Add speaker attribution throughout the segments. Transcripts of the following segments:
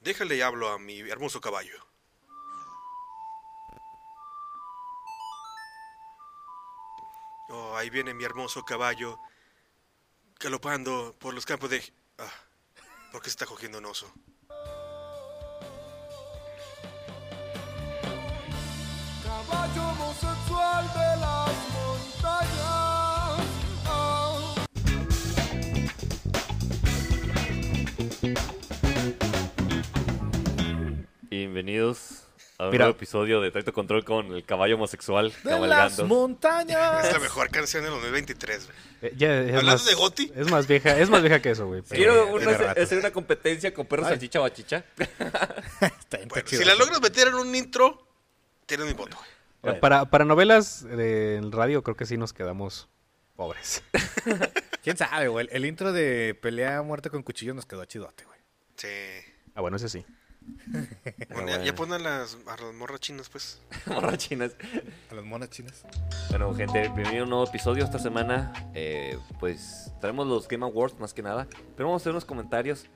Speaker 1: Déjale y hablo a mi hermoso caballo. Oh, ahí viene mi hermoso caballo galopando por los campos de... Ah, ¿por qué se está cogiendo un oso?
Speaker 2: Caballo homosexual de las montañas. Ah.
Speaker 3: Bienvenidos a un
Speaker 4: Mira.
Speaker 3: nuevo episodio de Trato Control con el caballo homosexual
Speaker 4: De las
Speaker 3: cabalgando.
Speaker 1: Es
Speaker 4: montañas.
Speaker 1: la mejor canción del 2023. güey.
Speaker 4: Eh, ya, es
Speaker 1: ¿Hablando
Speaker 4: más-
Speaker 1: de Gotti?
Speaker 4: Es más vieja, es más vieja que eso, güey. pero
Speaker 3: Quiero
Speaker 4: ya
Speaker 3: una-
Speaker 4: tiene rato.
Speaker 3: hacer una competencia con perros
Speaker 4: Ay.
Speaker 3: salchicha bachicha.
Speaker 4: Está bien, está
Speaker 1: Bueno,
Speaker 4: chido.
Speaker 1: si la logras meter en un intro, tienes mi voto. güey.
Speaker 4: Mira, Para, para novelas de- en radio creo que sí nos quedamos pobres.
Speaker 5: ¿Quién sabe, güey? El intro de pelea a muerte con cuchillo nos quedó chidote, güey.
Speaker 1: Sí.
Speaker 4: Ah, bueno, ese sí.
Speaker 1: Bueno, ya, ya ponen las, a las morras chinas, pues.
Speaker 3: Borrachinas.
Speaker 5: A las monas chinas.
Speaker 3: Bueno, gente, bienvenido a un nuevo episodio esta semana. eh, pues traemos los Game Awards más que nada. Pero vamos a hacer unos comentarios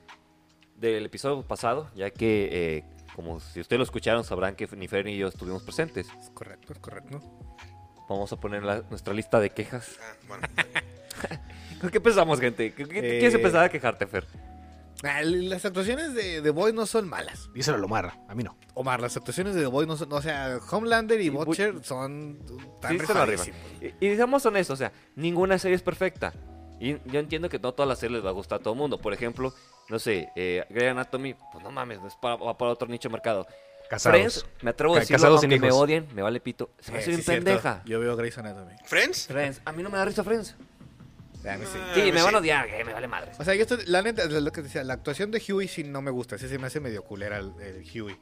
Speaker 3: del episodio pasado, ya que, eh, como si ustedes lo escucharon, sabrán que ni Fer ni yo estuvimos presentes.
Speaker 5: Es correcto, es correcto.
Speaker 3: Vamos a poner la- nuestra lista de quejas.
Speaker 1: Ah, bueno.
Speaker 3: ¿Con qué empezamos, gente? ¿Qué, qué- qué quieres
Speaker 5: Eh,
Speaker 3: empezar a quejarte, Fer?
Speaker 5: Ah, las actuaciones de The Boy no son malas.
Speaker 4: Díselo a Lomar, a mí no.
Speaker 5: Omar, las actuaciones de The Boy no son. O sea, Homelander y
Speaker 3: Bu-
Speaker 5: Butcher son tan
Speaker 3: Sí, se la rifan.
Speaker 5: rifadísimos.
Speaker 3: Y, y seamos honestos, o sea, ninguna serie es perfecta. Y yo entiendo que no todas las series les va a gustar a todo el mundo. Por ejemplo, no sé, eh, Grey Anatomy, pues no mames, no es para, va para otro nicho de mercado.
Speaker 4: Casados.
Speaker 3: Friends, me atrevo a
Speaker 4: Ca-
Speaker 3: decirlo,
Speaker 4: casados sin
Speaker 3: aunque me
Speaker 4: hijos.
Speaker 3: odien, me vale pito. Se me
Speaker 5: Eh,
Speaker 3: hace
Speaker 5: sí,
Speaker 3: bien
Speaker 5: cierto.
Speaker 3: pendeja.
Speaker 5: Yo veo Grey's Anatomy.
Speaker 1: ¿Friends?
Speaker 3: Friends, a mí no me da risa Friends.
Speaker 5: Ya, no sé.
Speaker 1: Ah,
Speaker 3: Sí,
Speaker 1: pues
Speaker 3: me van
Speaker 1: sí.
Speaker 3: a odiar, eh, me vale madre.
Speaker 5: O sea, yo estoy. La neta, lo que decía, la actuación de Huey sí no me gusta. Sí se me hace medio culera el, el Huey.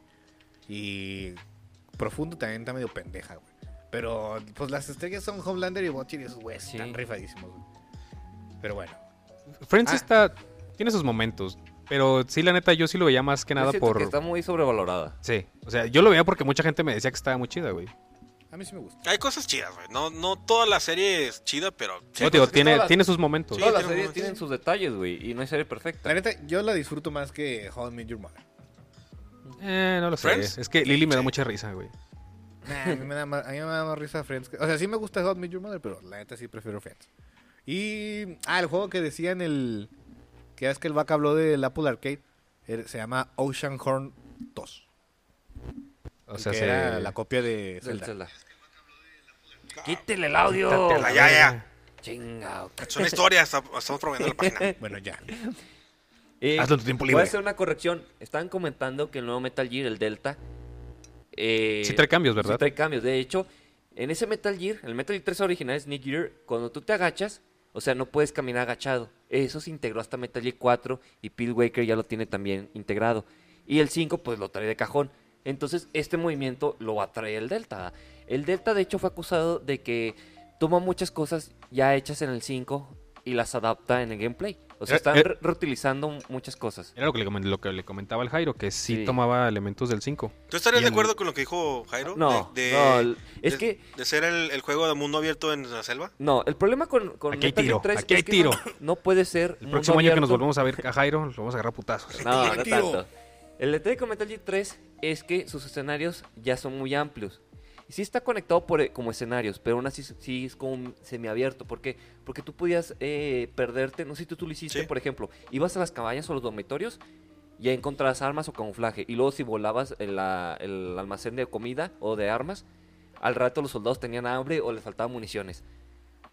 Speaker 5: Y. Profundo también está medio pendeja, güey. Pero, pues las estrellas son Homelander y Butcher y esos güeyes
Speaker 3: Sí.
Speaker 5: están rifadísimos, güey. Pero bueno.
Speaker 4: Friends
Speaker 5: Ah.
Speaker 4: está, tiene sus momentos, pero sí, la neta, yo sí lo veía más que
Speaker 3: Yo
Speaker 4: nada
Speaker 3: siento
Speaker 4: por...
Speaker 3: que está muy sobrevalorada.
Speaker 4: Sí, o sea, yo lo veía porque mucha gente me decía que estaba muy chida, güey.
Speaker 5: A mí sí me gusta.
Speaker 1: Hay cosas chidas, güey. No, no toda la serie es chida, pero... sí hay
Speaker 4: no, digo,
Speaker 1: cosas que
Speaker 4: tiene,
Speaker 3: todas-
Speaker 4: tiene sus momentos.
Speaker 1: Sí,
Speaker 3: Todas las
Speaker 1: tiene
Speaker 3: series
Speaker 1: momentos.
Speaker 3: tienen sus detalles, güey, y no hay serie perfecta.
Speaker 5: La neta, yo la disfruto más que How I Met Your Mother.
Speaker 4: Eh, no lo sé.
Speaker 1: Friends.
Speaker 4: Es que Lily me da mucha risa, güey.
Speaker 5: Nah, a, mí me da más, a mí me da más risa Friends. que- o sea, sí me gusta How I Met Your Mother, pero la neta sí prefiero Friends. Y. Ah, el juego que decía en el. Que es que el vaca habló del Apple Arcade. eh, Se llama Ocean Horn 2.
Speaker 4: O sea,
Speaker 5: que
Speaker 4: se...
Speaker 5: era la copia de
Speaker 3: Del
Speaker 5: Zelda.
Speaker 3: Zelda. Quítele el audio.
Speaker 1: Ya, ya,
Speaker 4: eh,
Speaker 1: ya.
Speaker 3: Chinga.
Speaker 1: Son historias, está- estamos promoviendo la página.
Speaker 5: Bueno, ya.
Speaker 3: Eh,
Speaker 4: Hazlo en tu tiempo
Speaker 3: Voy
Speaker 4: libre.
Speaker 3: a hacer una corrección. Estaban comentando que el nuevo Metal Gear, el Delta. Eh,
Speaker 4: Sí trae cambios, ¿verdad?
Speaker 3: sí trae cambios. De hecho, en ese Metal Gear, el Metal Gear 3 original es Nick Gear, cuando tú te agachas, o sea, no puedes caminar agachado. Eso se integró hasta Metal Gear 4 y Peel Waker ya lo tiene también integrado. Y el 5, pues lo trae de cajón. Entonces, este movimiento lo va a traer el Delta. El Delta, de hecho, fue acusado de que toma muchas cosas ya hechas en el 5 y las adapta en el gameplay. O sea,
Speaker 4: Eh,
Speaker 3: están
Speaker 4: eh.
Speaker 3: re- reutilizando muchas cosas.
Speaker 4: Era lo que, le, comen- lo que le comentaba al Jairo, que sí,
Speaker 3: Sí.
Speaker 4: tomaba elementos del 5.
Speaker 1: ¿Tú estarías
Speaker 4: Y
Speaker 1: de
Speaker 4: el-
Speaker 1: acuerdo con lo que dijo Jairo?
Speaker 3: No,
Speaker 1: De- de-
Speaker 3: no, el- es
Speaker 1: de-
Speaker 3: que
Speaker 1: ¿De ser el, el juego de mundo abierto en la selva?
Speaker 3: no, el problema con, con
Speaker 4: Aquí hay
Speaker 3: Metal Gear
Speaker 4: tiro,
Speaker 3: 3
Speaker 4: aquí
Speaker 3: es
Speaker 4: hay
Speaker 3: que
Speaker 4: tiro.
Speaker 3: No, no puede ser
Speaker 4: El
Speaker 3: mundo
Speaker 4: próximo año que nos
Speaker 3: abierto.
Speaker 4: volvamos a ver a Jairo, lo vamos a agarrar a putazos.
Speaker 3: No, no
Speaker 5: Tiro, tiro.
Speaker 3: tanto. El E detalle con Metal Gear 3 es que sus escenarios ya son muy amplios. Y sí está conectado por, eh, como escenarios, pero aún así sí es como un semiabierto. ¿Por qué? Porque tú podías eh, perderte, no sé si tú, tú lo hiciste,
Speaker 1: Sí.
Speaker 3: por ejemplo, ibas a las cabañas o los dormitorios y ahí encontrabas armas o camuflaje. Y luego si volabas en la- el almacén de comida o de armas, al rato los soldados tenían hambre o les faltaban municiones.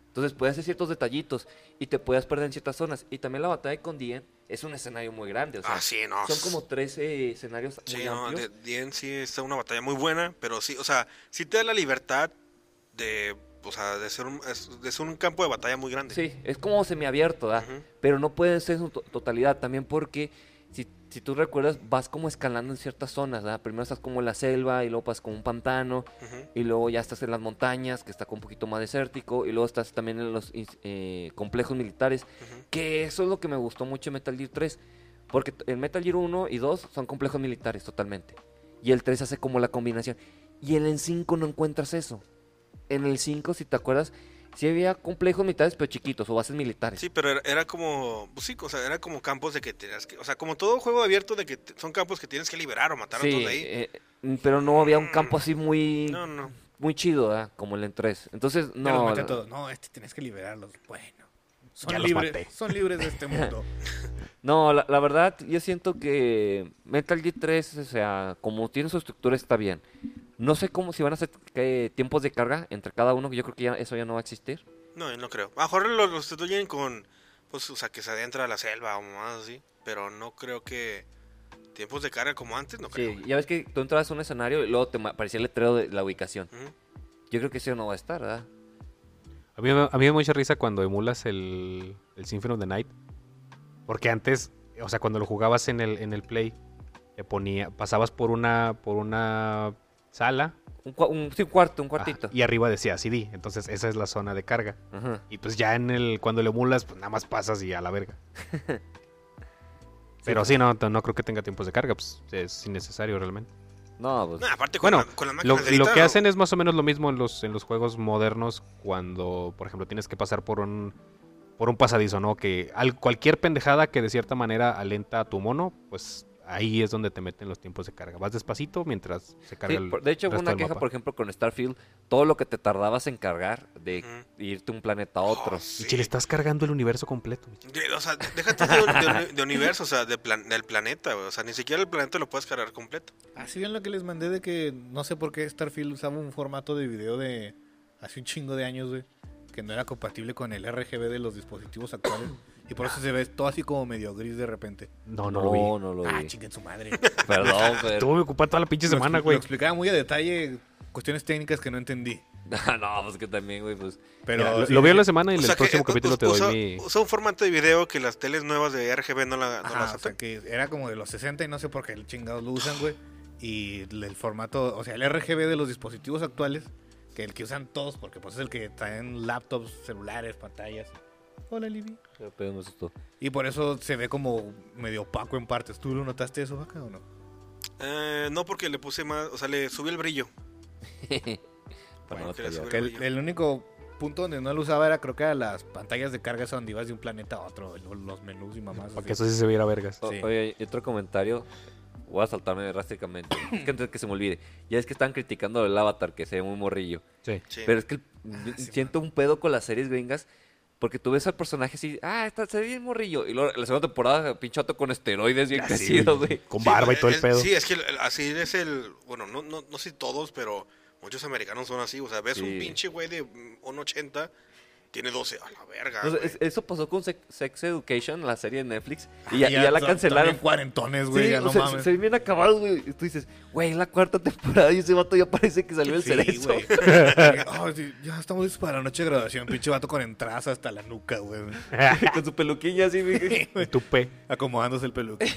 Speaker 3: Entonces podías hacer ciertos detallitos y te podías perder en ciertas zonas. Y también la batalla con Dien es un escenario muy grande. O sea,
Speaker 1: ah, sí, no.
Speaker 3: son como tres eh, escenarios
Speaker 1: Sí,
Speaker 3: muy
Speaker 1: no,
Speaker 3: amplios.
Speaker 1: de, Dien sí es una batalla muy buena, pero sí, o sea, sí te da la libertad de, o sea, de ser un, es- de ser un campo de batalla muy grande.
Speaker 3: Sí, es como semiabierto, ¿verdad?
Speaker 1: Ujú.
Speaker 3: Pero no puede ser en su to- totalidad también porque si, si tú recuerdas vas como escalando en ciertas zonas, ¿verdad? Primero estás como en la selva y luego pasas como un pantano
Speaker 1: Ujú.
Speaker 3: y luego ya estás en las montañas que está como un poquito más desértico y luego estás también en los ins- eh, complejos militares
Speaker 1: Ujú.
Speaker 3: que eso es lo que me gustó mucho en Metal Gear 3. Porque t- el Metal Gear 1 y 2 son complejos militares totalmente. Y el 3 hace como la combinación. Y en el 5 no encuentras eso. En el 5, si te acuerdas, Sí había complejos militares, pero chiquitos, o bases militares.
Speaker 1: Sí, pero era, era como, pues sí, o sea, era como campos de que tenías que, o sea, como todo juego abierto de que te- son campos que tienes que liberar o matar a
Speaker 3: Sí,
Speaker 1: todos de ahí. Mm.
Speaker 3: eh, pero no había un campo así muy,
Speaker 1: No, no.
Speaker 3: muy chido, ¿verdad? como el en 3. Entonces,
Speaker 5: Te los
Speaker 3: no.
Speaker 5: maté a
Speaker 3: no.
Speaker 5: todos. No, este tienes que liberarlos. Bueno.
Speaker 4: Ya
Speaker 5: Son
Speaker 4: los
Speaker 5: libres,
Speaker 4: maté.
Speaker 5: son libres de este mundo.
Speaker 3: No, la, la verdad, yo siento que Metal Gear 3, o sea, como tiene su estructura, está bien. No sé cómo, si van a hacer eh, tiempos de carga entre cada uno, que yo creo que ya eso ya no va a existir.
Speaker 1: No, yo no creo. A lo mejor lo sustituyen con, pues, o sea, que se adentra a la selva o más así. Pero no creo que tiempos de carga como antes, no creo.
Speaker 3: Sí, ya ves que tú entrabas a un escenario y luego te ma- aparecía el letrero de la ubicación.
Speaker 1: Ujú.
Speaker 3: Yo creo que eso no va a estar, ¿verdad?
Speaker 4: A mí, me- a mí me da mucha risa cuando emulas el, el Symphony of the Night. Porque antes, o sea, cuando lo jugabas en el, en el Play, le ponía, pasabas por una, por una sala
Speaker 3: Un, cua- un, sí, un cuarto, un
Speaker 4: ajá,
Speaker 3: cuartito.
Speaker 4: Ah, y arriba decía CD. Entonces esa es la zona de carga.
Speaker 3: Ajá.
Speaker 4: Y pues ya en el, cuando lo emulas, pues nada más pasas y a la verga. Pero sí, no, no creo que tenga tiempos de carga, pues es innecesario realmente.
Speaker 3: No, pues,
Speaker 1: No, aparte con,
Speaker 4: Bueno,
Speaker 1: la- con las
Speaker 4: lo,
Speaker 1: máquinas de
Speaker 4: lo
Speaker 1: ahorita,
Speaker 4: que
Speaker 1: no.
Speaker 4: hacen es más o menos lo mismo en los, en los juegos modernos cuando, por ejemplo, tienes que pasar por un, por un pasadizo, ¿no? Que al- cualquier pendejada que de cierta manera alenta a tu mono, pues ahí es donde te meten los tiempos de carga. Vas despacito mientras se
Speaker 3: sí,
Speaker 4: carga el
Speaker 3: por- de hecho, fue
Speaker 4: resto
Speaker 3: una
Speaker 4: del
Speaker 3: queja,
Speaker 4: mapa.
Speaker 3: por ejemplo, con Starfield, todo lo que te tardabas en cargar de
Speaker 1: Ujú.
Speaker 3: irte un planeta a otro.
Speaker 1: Oh, sí.
Speaker 4: Y chile, estás cargando el universo completo. Michi.
Speaker 1: De- O sea, déjate de, de- de universo, o sea, de plan- del planeta, güey. O sea, ni siquiera el planeta lo puedes cargar completo.
Speaker 5: Así bien lo que les mandé de que no sé por qué Starfield usaba un formato de video de hace un chingo de años, güey, que no era compatible con el RGB de los dispositivos actuales. y por eso se ve todo así como medio gris de repente.
Speaker 4: No, no, lo vi.
Speaker 3: no lo
Speaker 5: Ah,
Speaker 3: vi.
Speaker 5: chinguen su madre.
Speaker 3: Perdón, pero...
Speaker 4: Tuve que ocupar toda la pinche
Speaker 5: Lo expli-
Speaker 4: semana,
Speaker 5: lo
Speaker 4: güey.
Speaker 5: explicaba muy a detalle cuestiones técnicas que no entendí.
Speaker 3: Ah, no, pues que también, güey, pues...
Speaker 5: Pero
Speaker 4: Mira, lo,
Speaker 5: sí,
Speaker 4: lo veo en la semana y en
Speaker 1: o
Speaker 4: el
Speaker 1: sea, que,
Speaker 4: próximo
Speaker 1: eh,
Speaker 4: capítulo te
Speaker 1: usa-
Speaker 4: doy mi...
Speaker 1: usa un formato de video que las teles nuevas de RGB no, la, no
Speaker 5: ajá,
Speaker 1: las
Speaker 5: o sea,
Speaker 1: aceptan.
Speaker 5: que era como de los 60 y no sé por qué el chingado lo usan, güey. Y el el formato, o sea, el RGB de los dispositivos actuales, que el que usan todos, porque pues es el que traen laptops, celulares, pantallas. Hola, Libby.
Speaker 3: pero- pero no es esto.
Speaker 5: Y por eso se ve como medio opaco en partes. ¿Tú lo notaste eso, vaca, o no?
Speaker 1: Eh, no, porque le puse más, o sea, le subí el brillo.
Speaker 3: Para no
Speaker 1: que le
Speaker 3: pelear.
Speaker 1: sube
Speaker 5: Que
Speaker 1: el
Speaker 5: el,
Speaker 1: brillo.
Speaker 5: el único punto donde no lo usaba era creo que a las pantallas de carga esas donde ibas de un planeta a otro, lo- los menús y mamás.
Speaker 4: Para
Speaker 5: así.
Speaker 4: que eso sí se viera vergas.
Speaker 3: O-
Speaker 5: Sí.
Speaker 3: Oye, y otro comentario. Voy a saltarme drásticamente. es que antes que se me olvide. Ya es que están criticando el Avatar, que se ve muy morrillo.
Speaker 4: Sí.
Speaker 1: Sí.
Speaker 3: Pero es que el-
Speaker 5: Ah,
Speaker 3: yo siento un pedo con las series gringas. Porque tú ves al personaje así, ah, está, se ve bien morrillo. Y luego la segunda temporada, pinche vato con esteroides bien crecido, güey.
Speaker 4: Con
Speaker 1: Sí,
Speaker 4: barba y
Speaker 1: eh,
Speaker 4: todo el
Speaker 1: eh,
Speaker 4: pedo.
Speaker 1: Sí, es que el- el- así es el. Bueno, no, no, no sé si todos, pero muchos americanos son así. O sea, ves
Speaker 3: Sí.
Speaker 1: un pinche güey de mm, un 80, tiene 12. A la verga.
Speaker 3: Entonces,
Speaker 1: güey.
Speaker 3: es- eso pasó con Sex, Sex Education, la serie de Netflix.
Speaker 5: Ah,
Speaker 3: Y ya, y ya la
Speaker 5: ta-
Speaker 3: cancelaron.
Speaker 5: también cuarentones,
Speaker 3: Sí,
Speaker 5: güey, ya
Speaker 3: o
Speaker 5: no
Speaker 3: sea,
Speaker 5: mames.
Speaker 3: se ven bien acabados, güey. Y Tú dices, güey, es la cuarta temporada y ese vato ya parece que salió el
Speaker 5: Sí,
Speaker 3: cerezo.
Speaker 5: güey. Ah, sí, ya estamos listos para la noche de graduación. Pinche vato con entradas hasta la nuca, güey.
Speaker 3: con su peluquilla así, güey.
Speaker 4: Y tu pe.
Speaker 5: Acomodándose el peluque.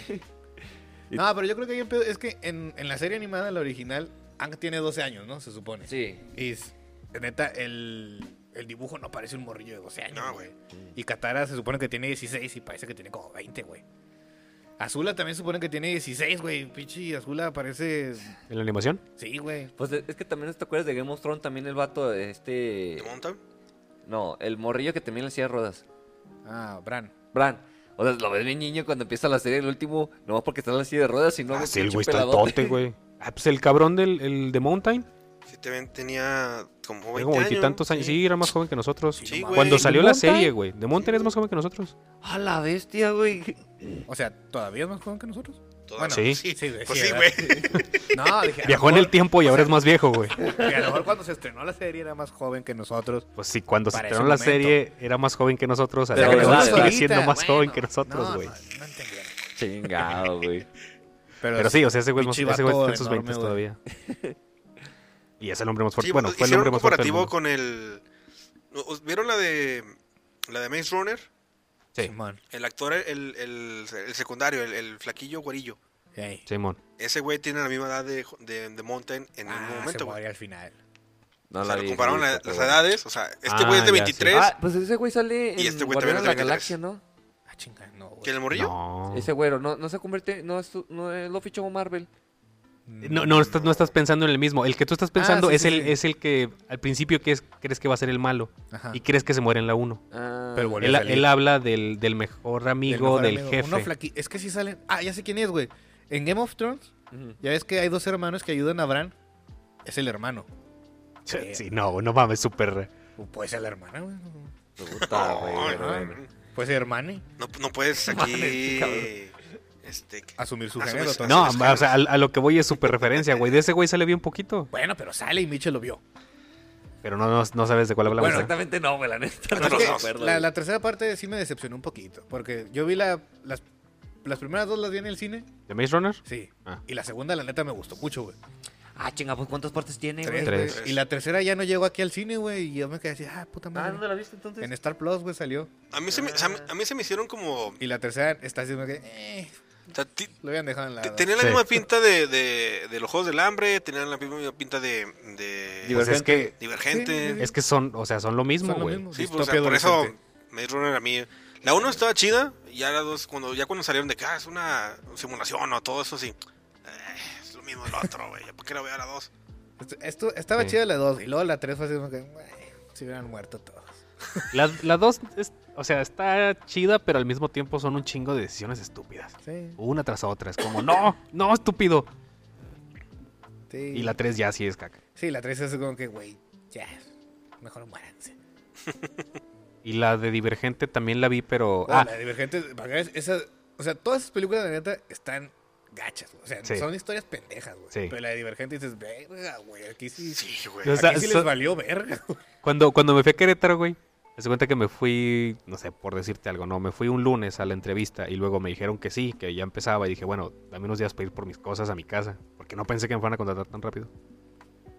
Speaker 5: no, pero yo creo que hay un pedo. Es que en, en la serie animada, la original, Ang tiene 12 años, ¿no? Se supone.
Speaker 3: Sí.
Speaker 5: Y s- neta, el, el dibujo no parece un morrillo de 12 años,
Speaker 1: No,
Speaker 5: güey. Y Katara se supone que tiene 16 y parece que tiene como 20, güey. Azula también supone que tiene 16, güey. Pinche Azula parece.
Speaker 4: ¿En la animación?
Speaker 5: Sí, güey.
Speaker 3: Pues es es que también te acuerdas de Game of Thrones, también el vato, este...
Speaker 1: ¿Te montan?
Speaker 3: No, el morrillo que también le hacía ruedas.
Speaker 5: Ah, Bran.
Speaker 3: Bran. O sea, lo ves bien niño cuando empieza la serie, el último, nomás porque está en la silla de ruedas y no...
Speaker 4: ah,
Speaker 1: Pues
Speaker 3: ves
Speaker 4: sí, el
Speaker 3: pinche
Speaker 4: güey está
Speaker 3: peladote.
Speaker 4: tote, güey. Ah, pues el cabrón del el de Mountain.
Speaker 1: Sí, te ven- tenía como 20
Speaker 4: Tengo como veintitantos
Speaker 1: ¿no?
Speaker 4: años.
Speaker 1: Sí.
Speaker 4: Sí. era más joven que nosotros.
Speaker 1: Sí, güey.
Speaker 4: Cuando
Speaker 1: ¿De
Speaker 4: salió la
Speaker 3: Mountain?
Speaker 4: serie, güey. De Mountain es más joven que nosotros.
Speaker 3: A la bestia, güey.
Speaker 5: O sea, ¿todavía es más joven que nosotros?
Speaker 1: Todavía
Speaker 5: Bueno,
Speaker 4: Sí.
Speaker 1: sí.
Speaker 5: güey,
Speaker 1: Pues
Speaker 5: sí,
Speaker 1: sí, güey.
Speaker 5: ¿verdad? No, dije. a lo
Speaker 4: Viajó en
Speaker 5: mejor-
Speaker 4: el tiempo y ahora es más viejo, güey.
Speaker 5: que a lo mejor cuando se estrenó la serie era más joven que nosotros.
Speaker 4: Pues sí, cuando se
Speaker 5: Para
Speaker 4: estrenó
Speaker 5: ese
Speaker 4: la
Speaker 5: momento.
Speaker 4: serie era más joven que nosotros.
Speaker 3: Pero
Speaker 4: ahora
Speaker 3: nosotros
Speaker 4: sigue
Speaker 5: ahorita,
Speaker 4: siendo más
Speaker 5: bueno,
Speaker 4: joven que nosotros,
Speaker 5: no,
Speaker 4: güey.
Speaker 5: No, no entendieron.
Speaker 3: Chingado, güey.
Speaker 4: Pero sí, o sea, ese güey es más-
Speaker 5: pinche
Speaker 4: ese güey
Speaker 5: vato
Speaker 4: está en sus
Speaker 5: enorme,
Speaker 4: 20
Speaker 5: güey.
Speaker 4: todavía. Y es el hombre más fuerte.
Speaker 1: Sí,
Speaker 4: bueno,
Speaker 1: bueno,
Speaker 4: fue el
Speaker 1: hicieron
Speaker 4: hombre
Speaker 1: un
Speaker 4: más fuerte. del
Speaker 1: comparativo
Speaker 4: mundo.
Speaker 1: con el. ¿no? ¿Os- ¿Vieron la de. La de Maze Runner?
Speaker 4: Sí,
Speaker 5: Simón.
Speaker 1: El actor, el, el, el secundario, el, el flaquillo guarillo.
Speaker 5: Ey.
Speaker 4: Simón.
Speaker 1: Ese güey tiene la misma edad de, de, de Mountain en el
Speaker 5: Ah,
Speaker 1: mismo
Speaker 5: se
Speaker 1: momento, güey.
Speaker 5: muere al final.
Speaker 3: No
Speaker 1: O sea,
Speaker 3: la
Speaker 1: lo
Speaker 3: vi,
Speaker 1: compararon
Speaker 3: sí,
Speaker 1: la-
Speaker 3: está
Speaker 1: las
Speaker 3: cabrón.
Speaker 1: edades. O sea, este
Speaker 4: Ah,
Speaker 1: güey es de
Speaker 4: ya, sí.
Speaker 1: 23.
Speaker 3: Ah, pues ese güey sale en
Speaker 1: Y este güey también
Speaker 3: Guardianes de la
Speaker 1: es de
Speaker 3: Galaxia, ¿no?
Speaker 5: Ah, chinga, no, güey.
Speaker 1: ¿Que el morrillo?
Speaker 4: No.
Speaker 3: Ese güero, no, no se convierte, no, es, no eh, lo fichó Marvel.
Speaker 5: Mm.
Speaker 4: No, no, estás, no estás pensando en el mismo. El que tú estás pensando
Speaker 5: Ah, sí,
Speaker 4: es,
Speaker 5: sí,
Speaker 4: el,
Speaker 5: sí.
Speaker 4: es el que al principio que es- crees que va a ser el malo
Speaker 5: Ajá.
Speaker 4: y crees que se muere en la 1.
Speaker 3: Ah,
Speaker 5: Pero volvió
Speaker 4: Él,
Speaker 5: a salir.
Speaker 4: él habla del, del mejor
Speaker 5: Del
Speaker 4: amigo,
Speaker 5: mejor
Speaker 4: del
Speaker 5: amigo.
Speaker 4: jefe.
Speaker 5: Uno flaqui- Es que sí salen. Ah, ya sé quién es, güey. En Game of Thrones,
Speaker 3: ujú.
Speaker 5: ya ves que hay dos hermanos que ayudan a Bran. Es el hermano.
Speaker 4: Sí, no, no mames, súper.
Speaker 5: Puede ser la hermana, Pues güey.
Speaker 3: Puta, güey,
Speaker 1: No,
Speaker 3: pero
Speaker 1: no,
Speaker 3: bueno.
Speaker 5: Puede ser hermane.
Speaker 1: No, no puedes aquí. este,
Speaker 5: Asumir su
Speaker 1: Asumir
Speaker 5: género.
Speaker 1: su-
Speaker 5: todo.
Speaker 4: No,
Speaker 1: Así es,
Speaker 4: o sea, a, a lo que voy es súper referencia, güey. De ese güey sale bien poquito.
Speaker 5: Bueno, pero sale y Mitchell lo vio.
Speaker 4: Pero no, no, no sabes de cuál hablamos.
Speaker 3: Bueno,
Speaker 4: ¿eh?
Speaker 3: exactamente no, güey, la neta. No
Speaker 1: Pero
Speaker 5: Es
Speaker 3: lo
Speaker 5: que
Speaker 1: no,
Speaker 3: recuerdo,
Speaker 5: la,
Speaker 3: güey.
Speaker 5: la tercera parte sí me decepcionó un poquito. Porque yo vi la- las, las primeras dos las vi en el cine.
Speaker 4: ¿De Maze Runner?
Speaker 5: Sí.
Speaker 4: Ah.
Speaker 5: Y la segunda, la neta, me gustó mucho, güey.
Speaker 3: Ah, chinga, pues ¿cuántas partes tiene,
Speaker 5: Tres,
Speaker 3: güey?
Speaker 4: Tres.
Speaker 5: güey. Y la tercera ya no llegó aquí al cine, güey. Y yo me quedé así, ah, puta
Speaker 3: Ah, ¿dónde
Speaker 5: madre.
Speaker 3: la viste entonces?
Speaker 5: en Star Plus, güey, salió.
Speaker 1: a, mí se me, o sea, a mí se me hicieron como. o
Speaker 5: Y la tercera está haciendo que. eh,
Speaker 1: sea, ti-
Speaker 5: lo habían dejado en la.
Speaker 1: te- Tenían la
Speaker 4: Sí.
Speaker 1: misma pinta de, de, de los Juegos del Hambre, tenían la misma pinta de, de
Speaker 4: Pues es que,
Speaker 1: Divergente.
Speaker 4: es que son, o sea, son lo mismo,
Speaker 5: Son lo
Speaker 4: güey.
Speaker 5: mismo.
Speaker 1: Sí, pues, o
Speaker 5: Distopia
Speaker 1: sea, por eso
Speaker 5: adolescente.
Speaker 1: Maze Runner a mí. La 1 estaba chida, y ya la 2, cuando, ya cuando salieron de acá, es una simulación o todo eso así. eh, es lo mismo del otro, güey. ¿Por qué no veo a la 2?
Speaker 5: Esto, esto- estaba
Speaker 4: Sí.
Speaker 5: chida la 2. Y luego la 3 fue así como que. "Ay, Se hubieran muerto todos.
Speaker 4: La, la dos, es- o sea, está chida, pero al mismo tiempo son un chingo de decisiones estúpidas.
Speaker 5: Sí.
Speaker 4: Una tras otra. Es como, no, no, estúpido.
Speaker 5: sí.
Speaker 4: Y la tres ya sí es caca.
Speaker 5: Sí, la 3 es como que, güey, ya. Mejor muéranse.
Speaker 4: Y la de Divergente también la vi, pero.
Speaker 5: Ah.
Speaker 4: ah,
Speaker 5: La divergente. para que veas, esa- o sea, todas esas películas, la neta, están gachas. güey. O sea,
Speaker 4: Sí.
Speaker 5: son historias pendejas, güey.
Speaker 4: Sí.
Speaker 5: Pero la de divergente dices, verga, güey. Aquí sí.
Speaker 1: Sí, güey.
Speaker 4: O sea,
Speaker 5: aquí sí
Speaker 4: so-
Speaker 5: les valió verga. güey".
Speaker 4: Cuando, cuando me fui a Querétaro, güey, se cuenta que me fui, no sé, por decirte algo, no, me fui un lunes a la entrevista y luego me dijeron que sí, que ya empezaba y dije, bueno, dame unos días para ir por mis cosas a mi casa, porque no pensé que me fueran a contratar tan rápido.